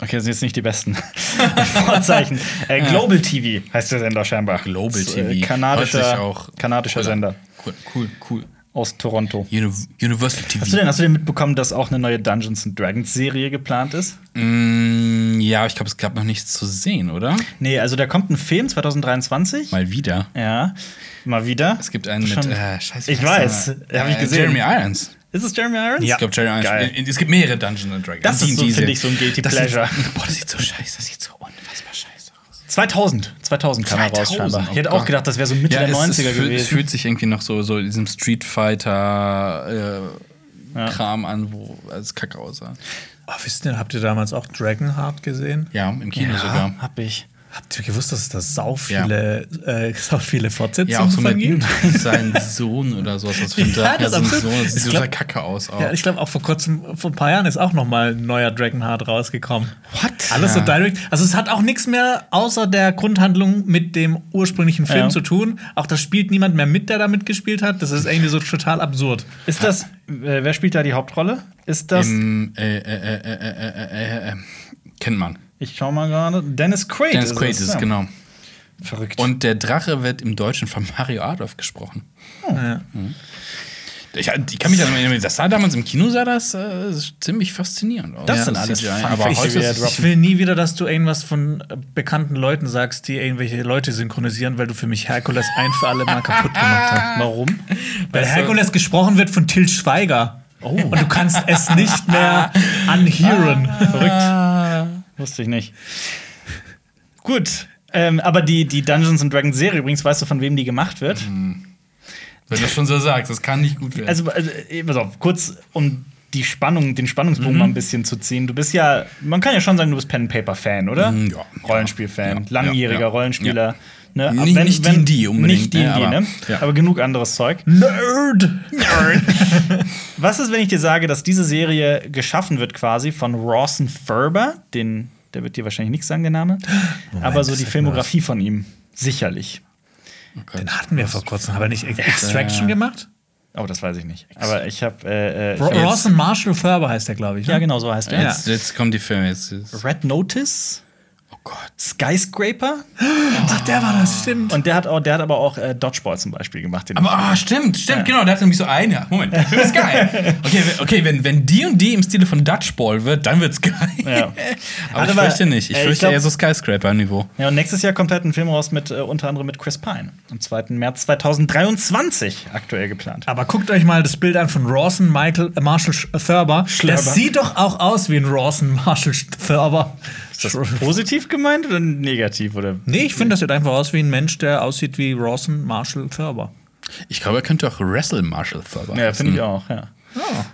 [SPEAKER 2] Okay, das sind jetzt nicht die besten Vorzeichen. Äh, Global TV heißt der Sender scheinbar.
[SPEAKER 1] Global
[SPEAKER 2] Das,
[SPEAKER 1] TV.
[SPEAKER 2] Äh,
[SPEAKER 1] Hört sich
[SPEAKER 2] kanadischer
[SPEAKER 1] auch
[SPEAKER 2] kanadischer
[SPEAKER 1] cooler.
[SPEAKER 2] Sender
[SPEAKER 1] Cool, cool, cool.
[SPEAKER 2] aus Toronto.
[SPEAKER 1] Uni Universal TV.
[SPEAKER 2] Hast du, denn, hast du denn mitbekommen, dass auch eine neue Dungeons and Dragons Serie geplant ist?
[SPEAKER 1] Mm, ja, ich glaube, es gab noch nichts zu sehen, oder?
[SPEAKER 2] Nee, also da kommt ein Film 2023.
[SPEAKER 1] Mal wieder.
[SPEAKER 2] Ja, mal wieder.
[SPEAKER 1] Es gibt einen
[SPEAKER 2] Schon-
[SPEAKER 1] mit. Äh, scheiße,
[SPEAKER 2] Ich
[SPEAKER 1] wie heißt
[SPEAKER 2] weiß, Äh,
[SPEAKER 1] der?
[SPEAKER 2] hab ich gesehen.
[SPEAKER 1] Jeremy Irons.
[SPEAKER 2] Ist es Jeremy Irons?
[SPEAKER 3] Ja.
[SPEAKER 1] Ich glaube, Jeremy
[SPEAKER 2] Geil.
[SPEAKER 1] Irons. Es gibt mehrere Dungeons and Dragons.
[SPEAKER 2] Das ist so,
[SPEAKER 1] D&D
[SPEAKER 2] finde ich, so ein Guilty
[SPEAKER 1] Das
[SPEAKER 2] Pleasure.
[SPEAKER 1] Sieht, boah, das sieht so scheiße. Das sieht so unfassbar scheiße aus.
[SPEAKER 2] 2000. 2000 kam er raus
[SPEAKER 1] 2000,
[SPEAKER 2] scheinbar.
[SPEAKER 1] oh
[SPEAKER 2] ich hätte
[SPEAKER 1] Gott.
[SPEAKER 2] auch gedacht, das wäre so Mitte
[SPEAKER 1] Ja,
[SPEAKER 2] der
[SPEAKER 1] es,
[SPEAKER 2] 90er
[SPEAKER 1] es, fühlt, es
[SPEAKER 2] gewesen.
[SPEAKER 1] fühlt sich irgendwie noch so, so in diesem Street Fighter äh, Kram an, wo es kacke aussah.
[SPEAKER 3] Oh, wisst ihr, habt ihr damals auch Dragonheart gesehen?
[SPEAKER 1] Ja, im Kino sogar.
[SPEAKER 2] hab ich.
[SPEAKER 3] Habt ihr gewusst, dass es da sau viele, äh, sau viele Fortsetzungen
[SPEAKER 1] Ja, auch so
[SPEAKER 3] von
[SPEAKER 1] mit
[SPEAKER 3] gibt?
[SPEAKER 1] seinem Sohn oder so. Was für ein
[SPEAKER 3] Ja, das
[SPEAKER 1] ja, so ein
[SPEAKER 3] absolut.
[SPEAKER 1] Sohn. Das
[SPEAKER 3] Ich
[SPEAKER 1] sieht
[SPEAKER 3] glaub-
[SPEAKER 1] total kacke aus. Auch.
[SPEAKER 3] Ja, ich glaube auch vor kurzem, vor ein paar Jahren ist auch noch mal ein neuer Dragonheart rausgekommen.
[SPEAKER 1] What?
[SPEAKER 3] Alles so
[SPEAKER 1] Ja.
[SPEAKER 3] direct. Also es hat auch nichts mehr außer der Grundhandlung mit dem ursprünglichen Film
[SPEAKER 2] Ja.
[SPEAKER 3] zu tun. Auch da spielt niemand mehr mit, der da mitgespielt hat. Das ist irgendwie so total absurd.
[SPEAKER 2] Ist das, äh, wer spielt da die Hauptrolle? Ist das,
[SPEAKER 1] Im, äh, äh, äh, äh, äh, äh, äh, äh, kennt man.
[SPEAKER 2] ich schau mal gerade, Dennis Quaid.
[SPEAKER 1] Dennis Quaid ist es,
[SPEAKER 2] ja.
[SPEAKER 1] genau.
[SPEAKER 2] Verrückt.
[SPEAKER 1] Und der Drache wird im Deutschen von Mario Adolf gesprochen. Mhm.
[SPEAKER 3] Ja.
[SPEAKER 1] Ich, ich kann mich daran das sah damals im Kino, sah das äh, ziemlich faszinierend aus.
[SPEAKER 2] Das
[SPEAKER 1] Ja,
[SPEAKER 2] sind alles
[SPEAKER 1] CGI.
[SPEAKER 2] Fun
[SPEAKER 1] Aber
[SPEAKER 2] Facts, die
[SPEAKER 1] heute
[SPEAKER 2] wir
[SPEAKER 1] ist
[SPEAKER 2] hier
[SPEAKER 1] es
[SPEAKER 3] Ich will nie wieder, dass du irgendwas von äh, bekannten Leuten sagst, die irgendwelche Leute synchronisieren, weil du für mich Herkules ein für alle Mal kaputt gemacht hast.
[SPEAKER 2] Warum?
[SPEAKER 3] Weil
[SPEAKER 1] Weißt du- Oh.
[SPEAKER 3] Herkules gesprochen wird von Till Schweiger. Und du kannst es nicht mehr unhearen. Verrückt.
[SPEAKER 2] Wusste ich nicht. Gut. Ähm, aber die, die Dungeons and Dragons Serie, übrigens, weißt du, von wem die gemacht wird?
[SPEAKER 1] Mhm. Wenn du das schon so sagst, das kann nicht gut werden.
[SPEAKER 2] Also, also eh, pass auf, kurz um die Spannung, den Spannungsbogen
[SPEAKER 1] Mhm.
[SPEAKER 2] mal ein bisschen zu ziehen. Du bist ja, man kann ja schon sagen, du bist Pen and Paper Fan, oder?
[SPEAKER 1] Mm, ja.
[SPEAKER 2] Rollenspiel-Fan,
[SPEAKER 1] Ja,
[SPEAKER 2] langjähriger
[SPEAKER 1] ja, ja.
[SPEAKER 2] Rollenspieler. Ne?
[SPEAKER 1] Nicht- nicht D&D unbedingt,
[SPEAKER 2] Nicht
[SPEAKER 1] ne,
[SPEAKER 2] D&D, ne? Aber,
[SPEAKER 1] aber- ja.
[SPEAKER 2] genug anderes Zeug.
[SPEAKER 3] Nerd!
[SPEAKER 2] Was ist, wenn ich dir sage, dass diese Serie geschaffen wird quasi von Rawson Ferber, den, der wird dir wahrscheinlich nichts sagen, der Name, aber so die Filmografie von ihm, sicherlich.
[SPEAKER 1] okay.
[SPEAKER 3] Den hatten wir vor kurzem, aber nicht Extraction gemacht?
[SPEAKER 2] Oh, das weiß ich nicht. Aber ich habe äh, äh, ich
[SPEAKER 3] Ro
[SPEAKER 2] hab jetzt-
[SPEAKER 3] Ross und Marshall Ferber heißt der, glaube ich. ne?
[SPEAKER 2] Ja, genau, so heißt er.
[SPEAKER 1] jetzt, jetzt kommen die Filme. Jetzt ist,
[SPEAKER 2] Red Notice,
[SPEAKER 1] oh Gott.
[SPEAKER 2] Skyscraper
[SPEAKER 3] Ach, der war das, stimmt.
[SPEAKER 2] und der hat, auch, der hat aber auch äh, Dodgeball zum Beispiel gemacht. Den
[SPEAKER 1] Aber ah, stimmt, stimmt, genau. Da hat nämlich so eine. Moment, der Film ist geil. Okay, we- okay wenn, wenn die und die im Stile von Dutch Ball wird, dann wird's geil.
[SPEAKER 2] Ja.
[SPEAKER 1] Aber Also, ich
[SPEAKER 2] Aber,
[SPEAKER 1] fürchte nicht. Ich
[SPEAKER 2] äh, ich
[SPEAKER 1] fürchte
[SPEAKER 2] glaub-
[SPEAKER 1] eher so Skyscraper-Niveau.
[SPEAKER 2] ja, und nächstes Jahr kommt halt ein Film raus mit äh, unter anderem mit Chris Pine. Am 2. März 2023 aktuell geplant.
[SPEAKER 3] Aber guckt euch mal das Bild an von Rawson Michael äh, Marshall Sch- äh, Ferber.
[SPEAKER 2] Schlörber.
[SPEAKER 3] Das sieht doch auch aus wie ein Rawson Marshall Sch- Ferber.
[SPEAKER 2] Ist das positiv gemeint oder negativ? Oder?
[SPEAKER 3] Nee, ich finde, das sieht einfach aus wie ein Mensch, der aussieht wie Rawson Marshall Ferber.
[SPEAKER 1] Ich glaube, er könnte auch Wrestle Marshall Ferber.
[SPEAKER 2] Ja, finde ich auch, ja.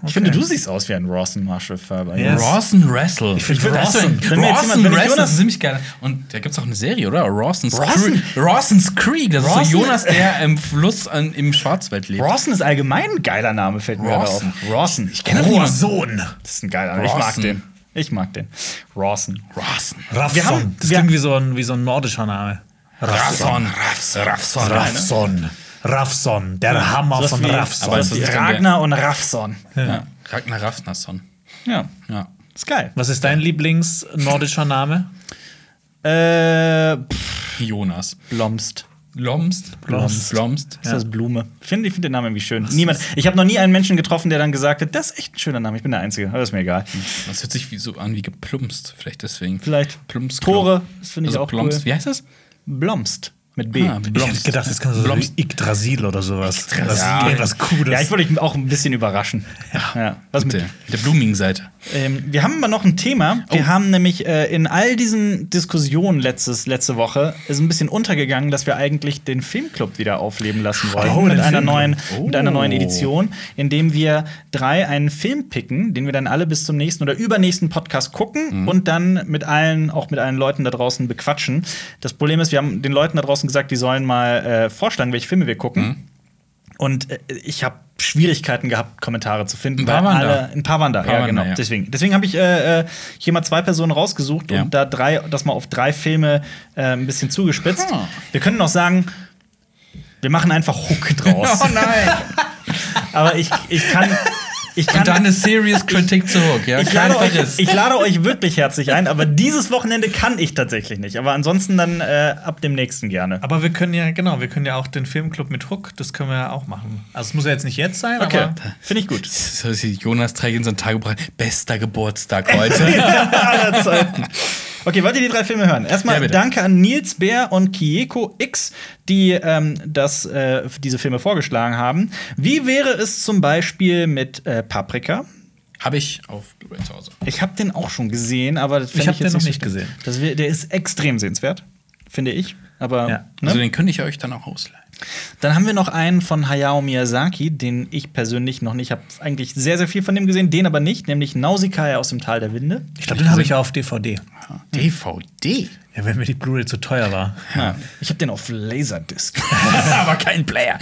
[SPEAKER 2] Ich finde, du siehst aus wie ein Rawson Marshall Ferber.
[SPEAKER 3] Ja.
[SPEAKER 1] Rawson Wrestle. Ich
[SPEAKER 2] find Rawson- wenn mir jetzt jemand-
[SPEAKER 1] Rawson
[SPEAKER 2] wenn ich
[SPEAKER 1] Wrestle,
[SPEAKER 2] Jonas-
[SPEAKER 1] das ist ziemlich geil. Und da gibt's auch eine Serie, oder? Rawson's
[SPEAKER 2] Rawson?
[SPEAKER 1] Creek. Rawson's Creek. Das ist
[SPEAKER 2] Rawson-
[SPEAKER 1] so Jonas, der im Fluss an, im Schwarzwald lebt.
[SPEAKER 2] Rawson ist allgemein ein geiler Name, fällt mir gerade auf.
[SPEAKER 1] Rawson.
[SPEAKER 2] Rawson. Ich
[SPEAKER 1] kenne niemanden.
[SPEAKER 3] Sohn.
[SPEAKER 2] Das ist ein geiler Name. Ich mag
[SPEAKER 1] Rawson.
[SPEAKER 2] den. Ich mag den. Rawson.
[SPEAKER 1] Rawson.
[SPEAKER 3] Raffson.
[SPEAKER 2] Wir haben-
[SPEAKER 3] das
[SPEAKER 2] wir-
[SPEAKER 3] klingt wie so, ein, wie so ein nordischer Name.
[SPEAKER 1] Rawson. Rawson. Rawson.
[SPEAKER 3] Raffson. Raffson. Der Hammer
[SPEAKER 2] Sowas
[SPEAKER 3] von
[SPEAKER 2] wie-
[SPEAKER 1] Aber
[SPEAKER 3] Raffson.
[SPEAKER 1] es-
[SPEAKER 2] Die
[SPEAKER 1] ist dann
[SPEAKER 2] Ragnar und Raffson.
[SPEAKER 1] Ja. Ragnar Rafnason.
[SPEAKER 2] Ja,
[SPEAKER 1] Ja.
[SPEAKER 2] ist geil.
[SPEAKER 3] Was ist dein Lieblings-nordischer Name?
[SPEAKER 2] Äh, pff,
[SPEAKER 1] Jonas.
[SPEAKER 2] Blomst.
[SPEAKER 1] Lomst.
[SPEAKER 3] Lomst.
[SPEAKER 1] Lomst.
[SPEAKER 2] Ist das Blume? Ich finde ich find den Namen irgendwie schön. Niemand, ich habe noch nie einen Menschen getroffen, der dann gesagt hat, das ist echt ein schöner Name, ich bin der Einzige. Aber ist mir egal.
[SPEAKER 1] Das hört sich wie so an wie geplumpst. Vielleicht deswegen.
[SPEAKER 2] Vielleicht
[SPEAKER 1] Plumps.
[SPEAKER 2] Tore, das finde ich
[SPEAKER 1] also
[SPEAKER 2] auch
[SPEAKER 1] Plumps.
[SPEAKER 2] cool.
[SPEAKER 1] Wie heißt das?
[SPEAKER 2] Blomst mit B.
[SPEAKER 1] Ah,
[SPEAKER 3] Ich hätte gedacht, das kann so
[SPEAKER 1] Blomst.
[SPEAKER 3] wie Yggdrasil oder sowas. Das
[SPEAKER 1] Ja.
[SPEAKER 3] Irgendwas Cooles.
[SPEAKER 2] ja, ich wollte dich auch ein bisschen überraschen. Ja. Was
[SPEAKER 1] Mit
[SPEAKER 2] mit,
[SPEAKER 1] der, mit der blumigen Seite.
[SPEAKER 2] ähm, wir haben aber noch ein Thema. Wir
[SPEAKER 1] Oh.
[SPEAKER 2] haben nämlich äh, in all diesen Diskussionen letztes, letzte Woche ist ein bisschen untergegangen, dass wir eigentlich den Filmclub wieder aufleben lassen wollen.
[SPEAKER 3] Oh,
[SPEAKER 2] mit,
[SPEAKER 3] den
[SPEAKER 2] einer
[SPEAKER 3] Filmclub.
[SPEAKER 2] neuen, mit einer neuen
[SPEAKER 1] Oh.
[SPEAKER 2] Edition, indem wir drei einen Film picken, den wir dann alle bis zum nächsten oder übernächsten Podcast gucken
[SPEAKER 1] Mhm.
[SPEAKER 2] und dann mit allen, auch mit allen Leuten da draußen bequatschen. Das Problem ist, wir haben den Leuten da draußen gesagt, die sollen mal äh, vorschlagen, welche Filme wir gucken.
[SPEAKER 1] Mhm.
[SPEAKER 2] Und äh, ich habe Schwierigkeiten gehabt, Kommentare zu finden.
[SPEAKER 1] Ein paar
[SPEAKER 2] weil
[SPEAKER 1] waren da.
[SPEAKER 2] alle- Ein paar waren da,
[SPEAKER 1] paar
[SPEAKER 2] ja,
[SPEAKER 1] waren
[SPEAKER 2] genau.
[SPEAKER 1] da, ja.
[SPEAKER 2] Deswegen, deswegen habe ich äh, äh, hier mal zwei Personen rausgesucht
[SPEAKER 1] Ja.
[SPEAKER 2] und da drei, das mal auf drei Filme äh, ein bisschen zugespitzt.
[SPEAKER 1] Ah.
[SPEAKER 2] Wir können noch sagen, wir machen einfach Hook draus.
[SPEAKER 1] Oh nein!
[SPEAKER 2] Aber ich, ich kann. Ich kann
[SPEAKER 1] Und dann eine serious Kritik zurück. Ja,
[SPEAKER 2] ich
[SPEAKER 1] kein
[SPEAKER 2] lade, euch,
[SPEAKER 1] Verriss.
[SPEAKER 2] ich lade euch wirklich herzlich ein, aber dieses Wochenende kann ich tatsächlich nicht. Aber ansonsten dann äh, ab dem nächsten gerne.
[SPEAKER 3] Aber wir können ja, genau, wir können ja auch den Filmclub mit Hook, das können wir ja auch machen. Also es muss ja jetzt nicht jetzt sein,
[SPEAKER 2] Okay,
[SPEAKER 3] aber
[SPEAKER 2] finde ich gut.
[SPEAKER 1] So, sie- Jonas trägt in sein Tagebuch rein. Bester Geburtstag heute.
[SPEAKER 2] aller Zeiten. Okay, wollt ihr die drei Filme hören?
[SPEAKER 1] Ja,
[SPEAKER 2] Erstmal
[SPEAKER 1] bitte.
[SPEAKER 2] danke an Nils Bär und Kieko X, die ähm, das, äh, diese Filme vorgeschlagen haben. Wie wäre es zum Beispiel mit äh, Paprika?
[SPEAKER 1] Habe ich auf Blu-ray zu Hause.
[SPEAKER 2] Ich habe den auch schon gesehen, aber das fänd
[SPEAKER 3] Ich hab den
[SPEAKER 2] jetzt
[SPEAKER 3] noch
[SPEAKER 2] so
[SPEAKER 3] nicht
[SPEAKER 2] schlimm.
[SPEAKER 3] gesehen.
[SPEAKER 2] Das wär, der ist extrem sehenswert, finde ich. Aber
[SPEAKER 3] Ja.
[SPEAKER 2] ne?
[SPEAKER 1] Also den könnte ich euch dann auch ausleihen.
[SPEAKER 2] Dann haben wir noch einen von Hayao Miyazaki, den ich persönlich noch nicht habe. Eigentlich sehr, sehr viel von dem gesehen, den aber nicht, nämlich Nausicaä aus dem Tal der Winde.
[SPEAKER 3] Ich glaube, den habe ich ja auf DVD.
[SPEAKER 1] DVD?
[SPEAKER 3] Ja, wenn mir die Blu-ray zu teuer war.
[SPEAKER 2] Ja. Ich habe den auf Laserdisc.
[SPEAKER 1] Aber kein Player.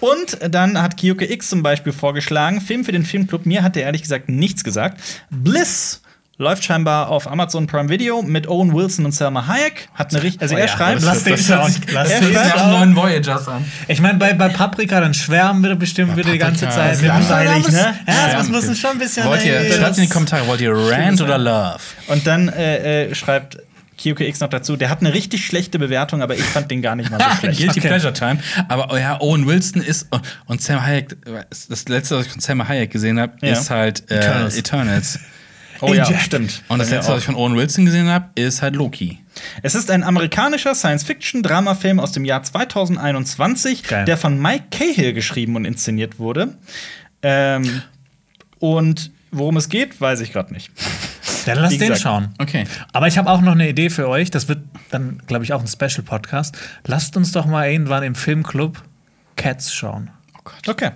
[SPEAKER 2] Und dann hat Kyoke X zum Beispiel vorgeschlagen, Film für den Filmclub. Mir hat er ehrlich gesagt nichts gesagt. Bliss läuft scheinbar auf Amazon Prime Video mit Owen Wilson und Selma Hayek. Hat eine richtig, also
[SPEAKER 3] Oh ja,
[SPEAKER 2] er schreibt,
[SPEAKER 3] lass den schauen. Lass
[SPEAKER 2] er
[SPEAKER 3] den
[SPEAKER 1] Wir
[SPEAKER 2] schreibt,
[SPEAKER 1] haben neuen Voyagers an.
[SPEAKER 3] Ich meine, bei, bei Paprika, dann schwärmen wir bestimmt wieder die ganze
[SPEAKER 1] Paprika
[SPEAKER 3] Zeit.
[SPEAKER 1] ist
[SPEAKER 3] Wir müssen
[SPEAKER 2] langweilig,
[SPEAKER 3] eigentlich,
[SPEAKER 2] ne?
[SPEAKER 3] ne? Ja, das muss man schon ein bisschen. äh,
[SPEAKER 1] Wollt ihr,
[SPEAKER 3] Nee,
[SPEAKER 1] schreibt
[SPEAKER 3] das-
[SPEAKER 1] in die Kommentare, wollt ihr Rant oder Love?
[SPEAKER 2] Und dann äh, äh, schreibt Kyoke X noch dazu, der hat eine richtig schlechte Bewertung, aber ich fand den gar nicht mal so schlecht.
[SPEAKER 1] Guilty
[SPEAKER 3] Okay.
[SPEAKER 1] Pleasure Time. Aber oh ja, Owen Wilson ist oh, und Sam Hayek, das letzte, was ich von Sam Hayek gesehen habe,
[SPEAKER 2] Ja.
[SPEAKER 1] ist halt äh,
[SPEAKER 3] Eternals.
[SPEAKER 1] Eternals.
[SPEAKER 2] Oh ja,
[SPEAKER 3] Inject.
[SPEAKER 2] stimmt.
[SPEAKER 1] Und das
[SPEAKER 2] Bei mir
[SPEAKER 1] letzte, was ich von Owen Wilson gesehen habe, ist halt Loki.
[SPEAKER 2] Es ist ein amerikanischer Science-Fiction-Dramafilm aus dem Jahr 2021,
[SPEAKER 3] Geil.
[SPEAKER 2] der von Mike Cahill geschrieben und inszeniert wurde. Ähm, und worum es geht, weiß ich gerade nicht.
[SPEAKER 3] Dann lass
[SPEAKER 2] Wie
[SPEAKER 3] den
[SPEAKER 2] gesagt.
[SPEAKER 3] schauen.
[SPEAKER 1] Okay.
[SPEAKER 3] Aber ich habe auch noch eine Idee für euch. Das wird dann, glaube ich, auch ein Special-Podcast. Lasst uns doch mal irgendwann im Filmclub Cats schauen.
[SPEAKER 2] Okay.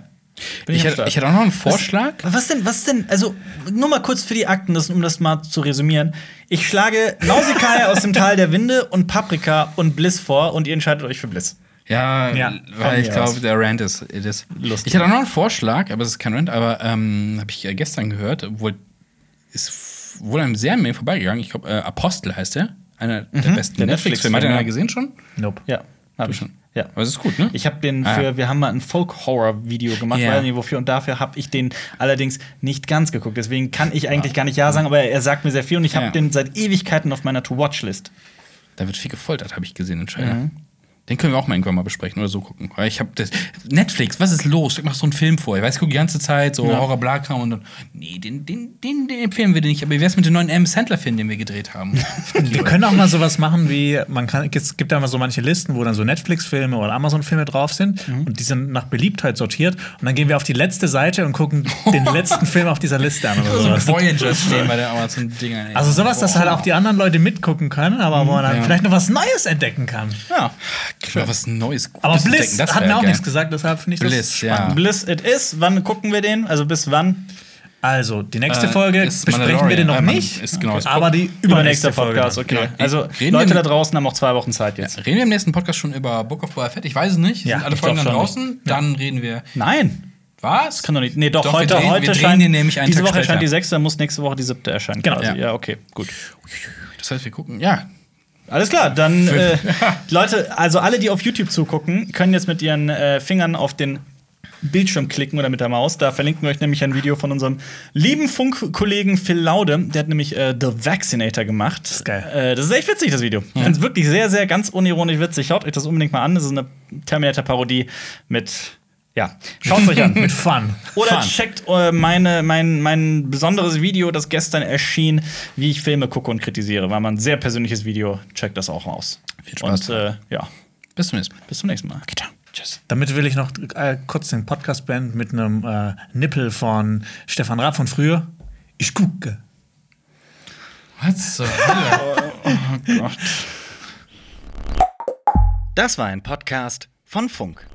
[SPEAKER 2] Bin
[SPEAKER 1] Ich
[SPEAKER 2] am
[SPEAKER 1] hätte
[SPEAKER 2] Start.
[SPEAKER 1] ich hätte auch noch einen Vorschlag.
[SPEAKER 2] Was denn, was denn, also nur mal kurz für die Akten, das, um das mal zu resümieren. Ich schlage Nausicaä aus dem Tal der Winde und Paprika und Bliss vor und ihr entscheidet euch für Bliss.
[SPEAKER 1] Ja,
[SPEAKER 3] Ja,
[SPEAKER 2] von
[SPEAKER 1] weil ich
[SPEAKER 2] mir aus.
[SPEAKER 1] glaube, der Rant ist, it is.
[SPEAKER 2] Lustig.
[SPEAKER 1] Ich hatte auch noch einen Vorschlag, aber es ist kein Rant, aber ähm, habe ich äh, gestern gehört, obwohl ist f- wohl einem sehr an mir vorbeigegangen. Ich glaube, äh, Apostel heißt der. Einer der besten
[SPEAKER 2] Mhm. der
[SPEAKER 1] Netflix-Filme. Hat
[SPEAKER 2] Netflix-Film,
[SPEAKER 1] den
[SPEAKER 2] ja.
[SPEAKER 1] einer gesehen schon?
[SPEAKER 3] Nope.
[SPEAKER 2] Ja, hab ich.
[SPEAKER 1] schon.
[SPEAKER 2] Ja.
[SPEAKER 1] Aber es ist gut, ne?
[SPEAKER 2] Ich habe den
[SPEAKER 1] Ah,
[SPEAKER 2] für,
[SPEAKER 1] ja.
[SPEAKER 2] wir haben mal ein Folk-Horror-Video gemacht,
[SPEAKER 1] Ja.
[SPEAKER 2] weiß nicht wofür, und dafür habe ich den allerdings nicht ganz geguckt. Deswegen kann ich eigentlich gar nicht Ja sagen, aber er, er sagt mir sehr viel und ich habe
[SPEAKER 1] Ah. Ja.
[SPEAKER 2] den seit Ewigkeiten auf meiner To-Watch-List.
[SPEAKER 1] Da wird viel gefoltert, habe ich gesehen in China.
[SPEAKER 2] Mhm.
[SPEAKER 1] Den können wir auch mal irgendwann mal besprechen oder so gucken. Weil ich habe das. Netflix, was ist los? Ich mache so einen Film vor. Ich weiß, ich gucke die ganze Zeit so Horror Blakram und dann. Nee, den, den, den, den empfehlen wir dir nicht. Aber wie wär's mit dem neuen M. Sandler-Film, den wir gedreht haben?
[SPEAKER 3] Wir können auch mal sowas machen wie, man kann, es gibt da mal so manche Listen, wo dann so Netflix-Filme oder Amazon-Filme drauf sind
[SPEAKER 1] Mhm.
[SPEAKER 3] und die sind nach Beliebtheit sortiert und dann gehen wir auf die letzte Seite und gucken den letzten Film auf dieser Liste an oder sowas.
[SPEAKER 1] Voyagers stehen bei der Amazon-Dinger.
[SPEAKER 3] Also sowas, dass halt auch die anderen Leute mitgucken können, aber wo man dann
[SPEAKER 1] Ja.
[SPEAKER 3] vielleicht noch was Neues entdecken kann.
[SPEAKER 2] Ja.
[SPEAKER 1] Mal was Neues. Gutes
[SPEAKER 3] Aber Bliss
[SPEAKER 1] entdecken, das
[SPEAKER 3] hat
[SPEAKER 1] wär
[SPEAKER 3] mir auch
[SPEAKER 1] geil.
[SPEAKER 3] nichts gesagt, deshalb finde ich das
[SPEAKER 1] Bliss, ja.
[SPEAKER 2] Bliss it is. Wann gucken wir den? Also bis wann?
[SPEAKER 3] Also, die nächste
[SPEAKER 1] Äh,
[SPEAKER 3] Folge
[SPEAKER 1] ist
[SPEAKER 3] besprechen wir den noch
[SPEAKER 1] Mandalorian. Äh,
[SPEAKER 3] nicht,
[SPEAKER 1] man- ist genau das
[SPEAKER 3] aber die übernächste Folge.
[SPEAKER 2] Podcast, okay.
[SPEAKER 1] Genau.
[SPEAKER 2] Also
[SPEAKER 1] Reden wir
[SPEAKER 2] Leute
[SPEAKER 1] mit-
[SPEAKER 2] da draußen haben auch zwei Wochen Zeit jetzt.
[SPEAKER 1] Reden wir im nächsten Podcast schon über Book of Boba Fett? Ich weiß es nicht.
[SPEAKER 3] Ja,
[SPEAKER 1] Sind alle
[SPEAKER 3] ich
[SPEAKER 1] Folgen
[SPEAKER 3] glaub
[SPEAKER 1] dann
[SPEAKER 3] schon.
[SPEAKER 1] draußen? Dann reden wir.
[SPEAKER 2] Nein,
[SPEAKER 1] Was?
[SPEAKER 2] kann doch nicht. Nee, doch,
[SPEAKER 1] Doch, wir
[SPEAKER 2] heute,
[SPEAKER 1] drehen- wir
[SPEAKER 2] heute
[SPEAKER 1] drehen
[SPEAKER 2] scheint.
[SPEAKER 1] den nämlich einen
[SPEAKER 2] diese
[SPEAKER 1] Tag
[SPEAKER 2] Woche
[SPEAKER 1] später.
[SPEAKER 2] erscheint die sechste, dann muss nächste Woche die siebte erscheinen.
[SPEAKER 3] Genau.
[SPEAKER 2] quasi.
[SPEAKER 1] Ja.
[SPEAKER 2] ja, okay, gut.
[SPEAKER 1] Das heißt, wir gucken. Ja.
[SPEAKER 2] Alles klar, dann äh, Leute, also alle, die auf YouTube zugucken, können jetzt mit ihren äh, Fingern auf den Bildschirm klicken oder mit der Maus. Da verlinken wir euch nämlich ein Video von unserem lieben Funkkollegen Phil Laude. Der hat nämlich äh, The Vaccinator gemacht. Das ist
[SPEAKER 3] geil.
[SPEAKER 2] Äh, das ist echt witzig, das Video. Ich finde es wirklich sehr, sehr ganz unironisch witzig. Schaut euch das unbedingt mal an. Das ist eine Terminator-Parodie mit. Ja, schaut euch an.
[SPEAKER 3] Mit Fun.
[SPEAKER 1] Fun.
[SPEAKER 2] Oder checkt äh, meine, mein, mein besonderes Video, das gestern erschien, wie ich Filme gucke und kritisiere. War mal ein sehr persönliches Video. Checkt das auch aus.
[SPEAKER 1] Viel Spaß.
[SPEAKER 2] Und äh, ja,
[SPEAKER 1] Bis zum nächsten Mal.
[SPEAKER 2] bis zum nächsten Mal. Tschüss.
[SPEAKER 3] Damit will ich noch äh, kurz den Podcast beenden mit einem äh, Nippel von Stefan Raab von früher. Ich gucke.
[SPEAKER 1] Was zur Hölle? oh Gott.
[SPEAKER 2] Das war ein Podcast von Funk.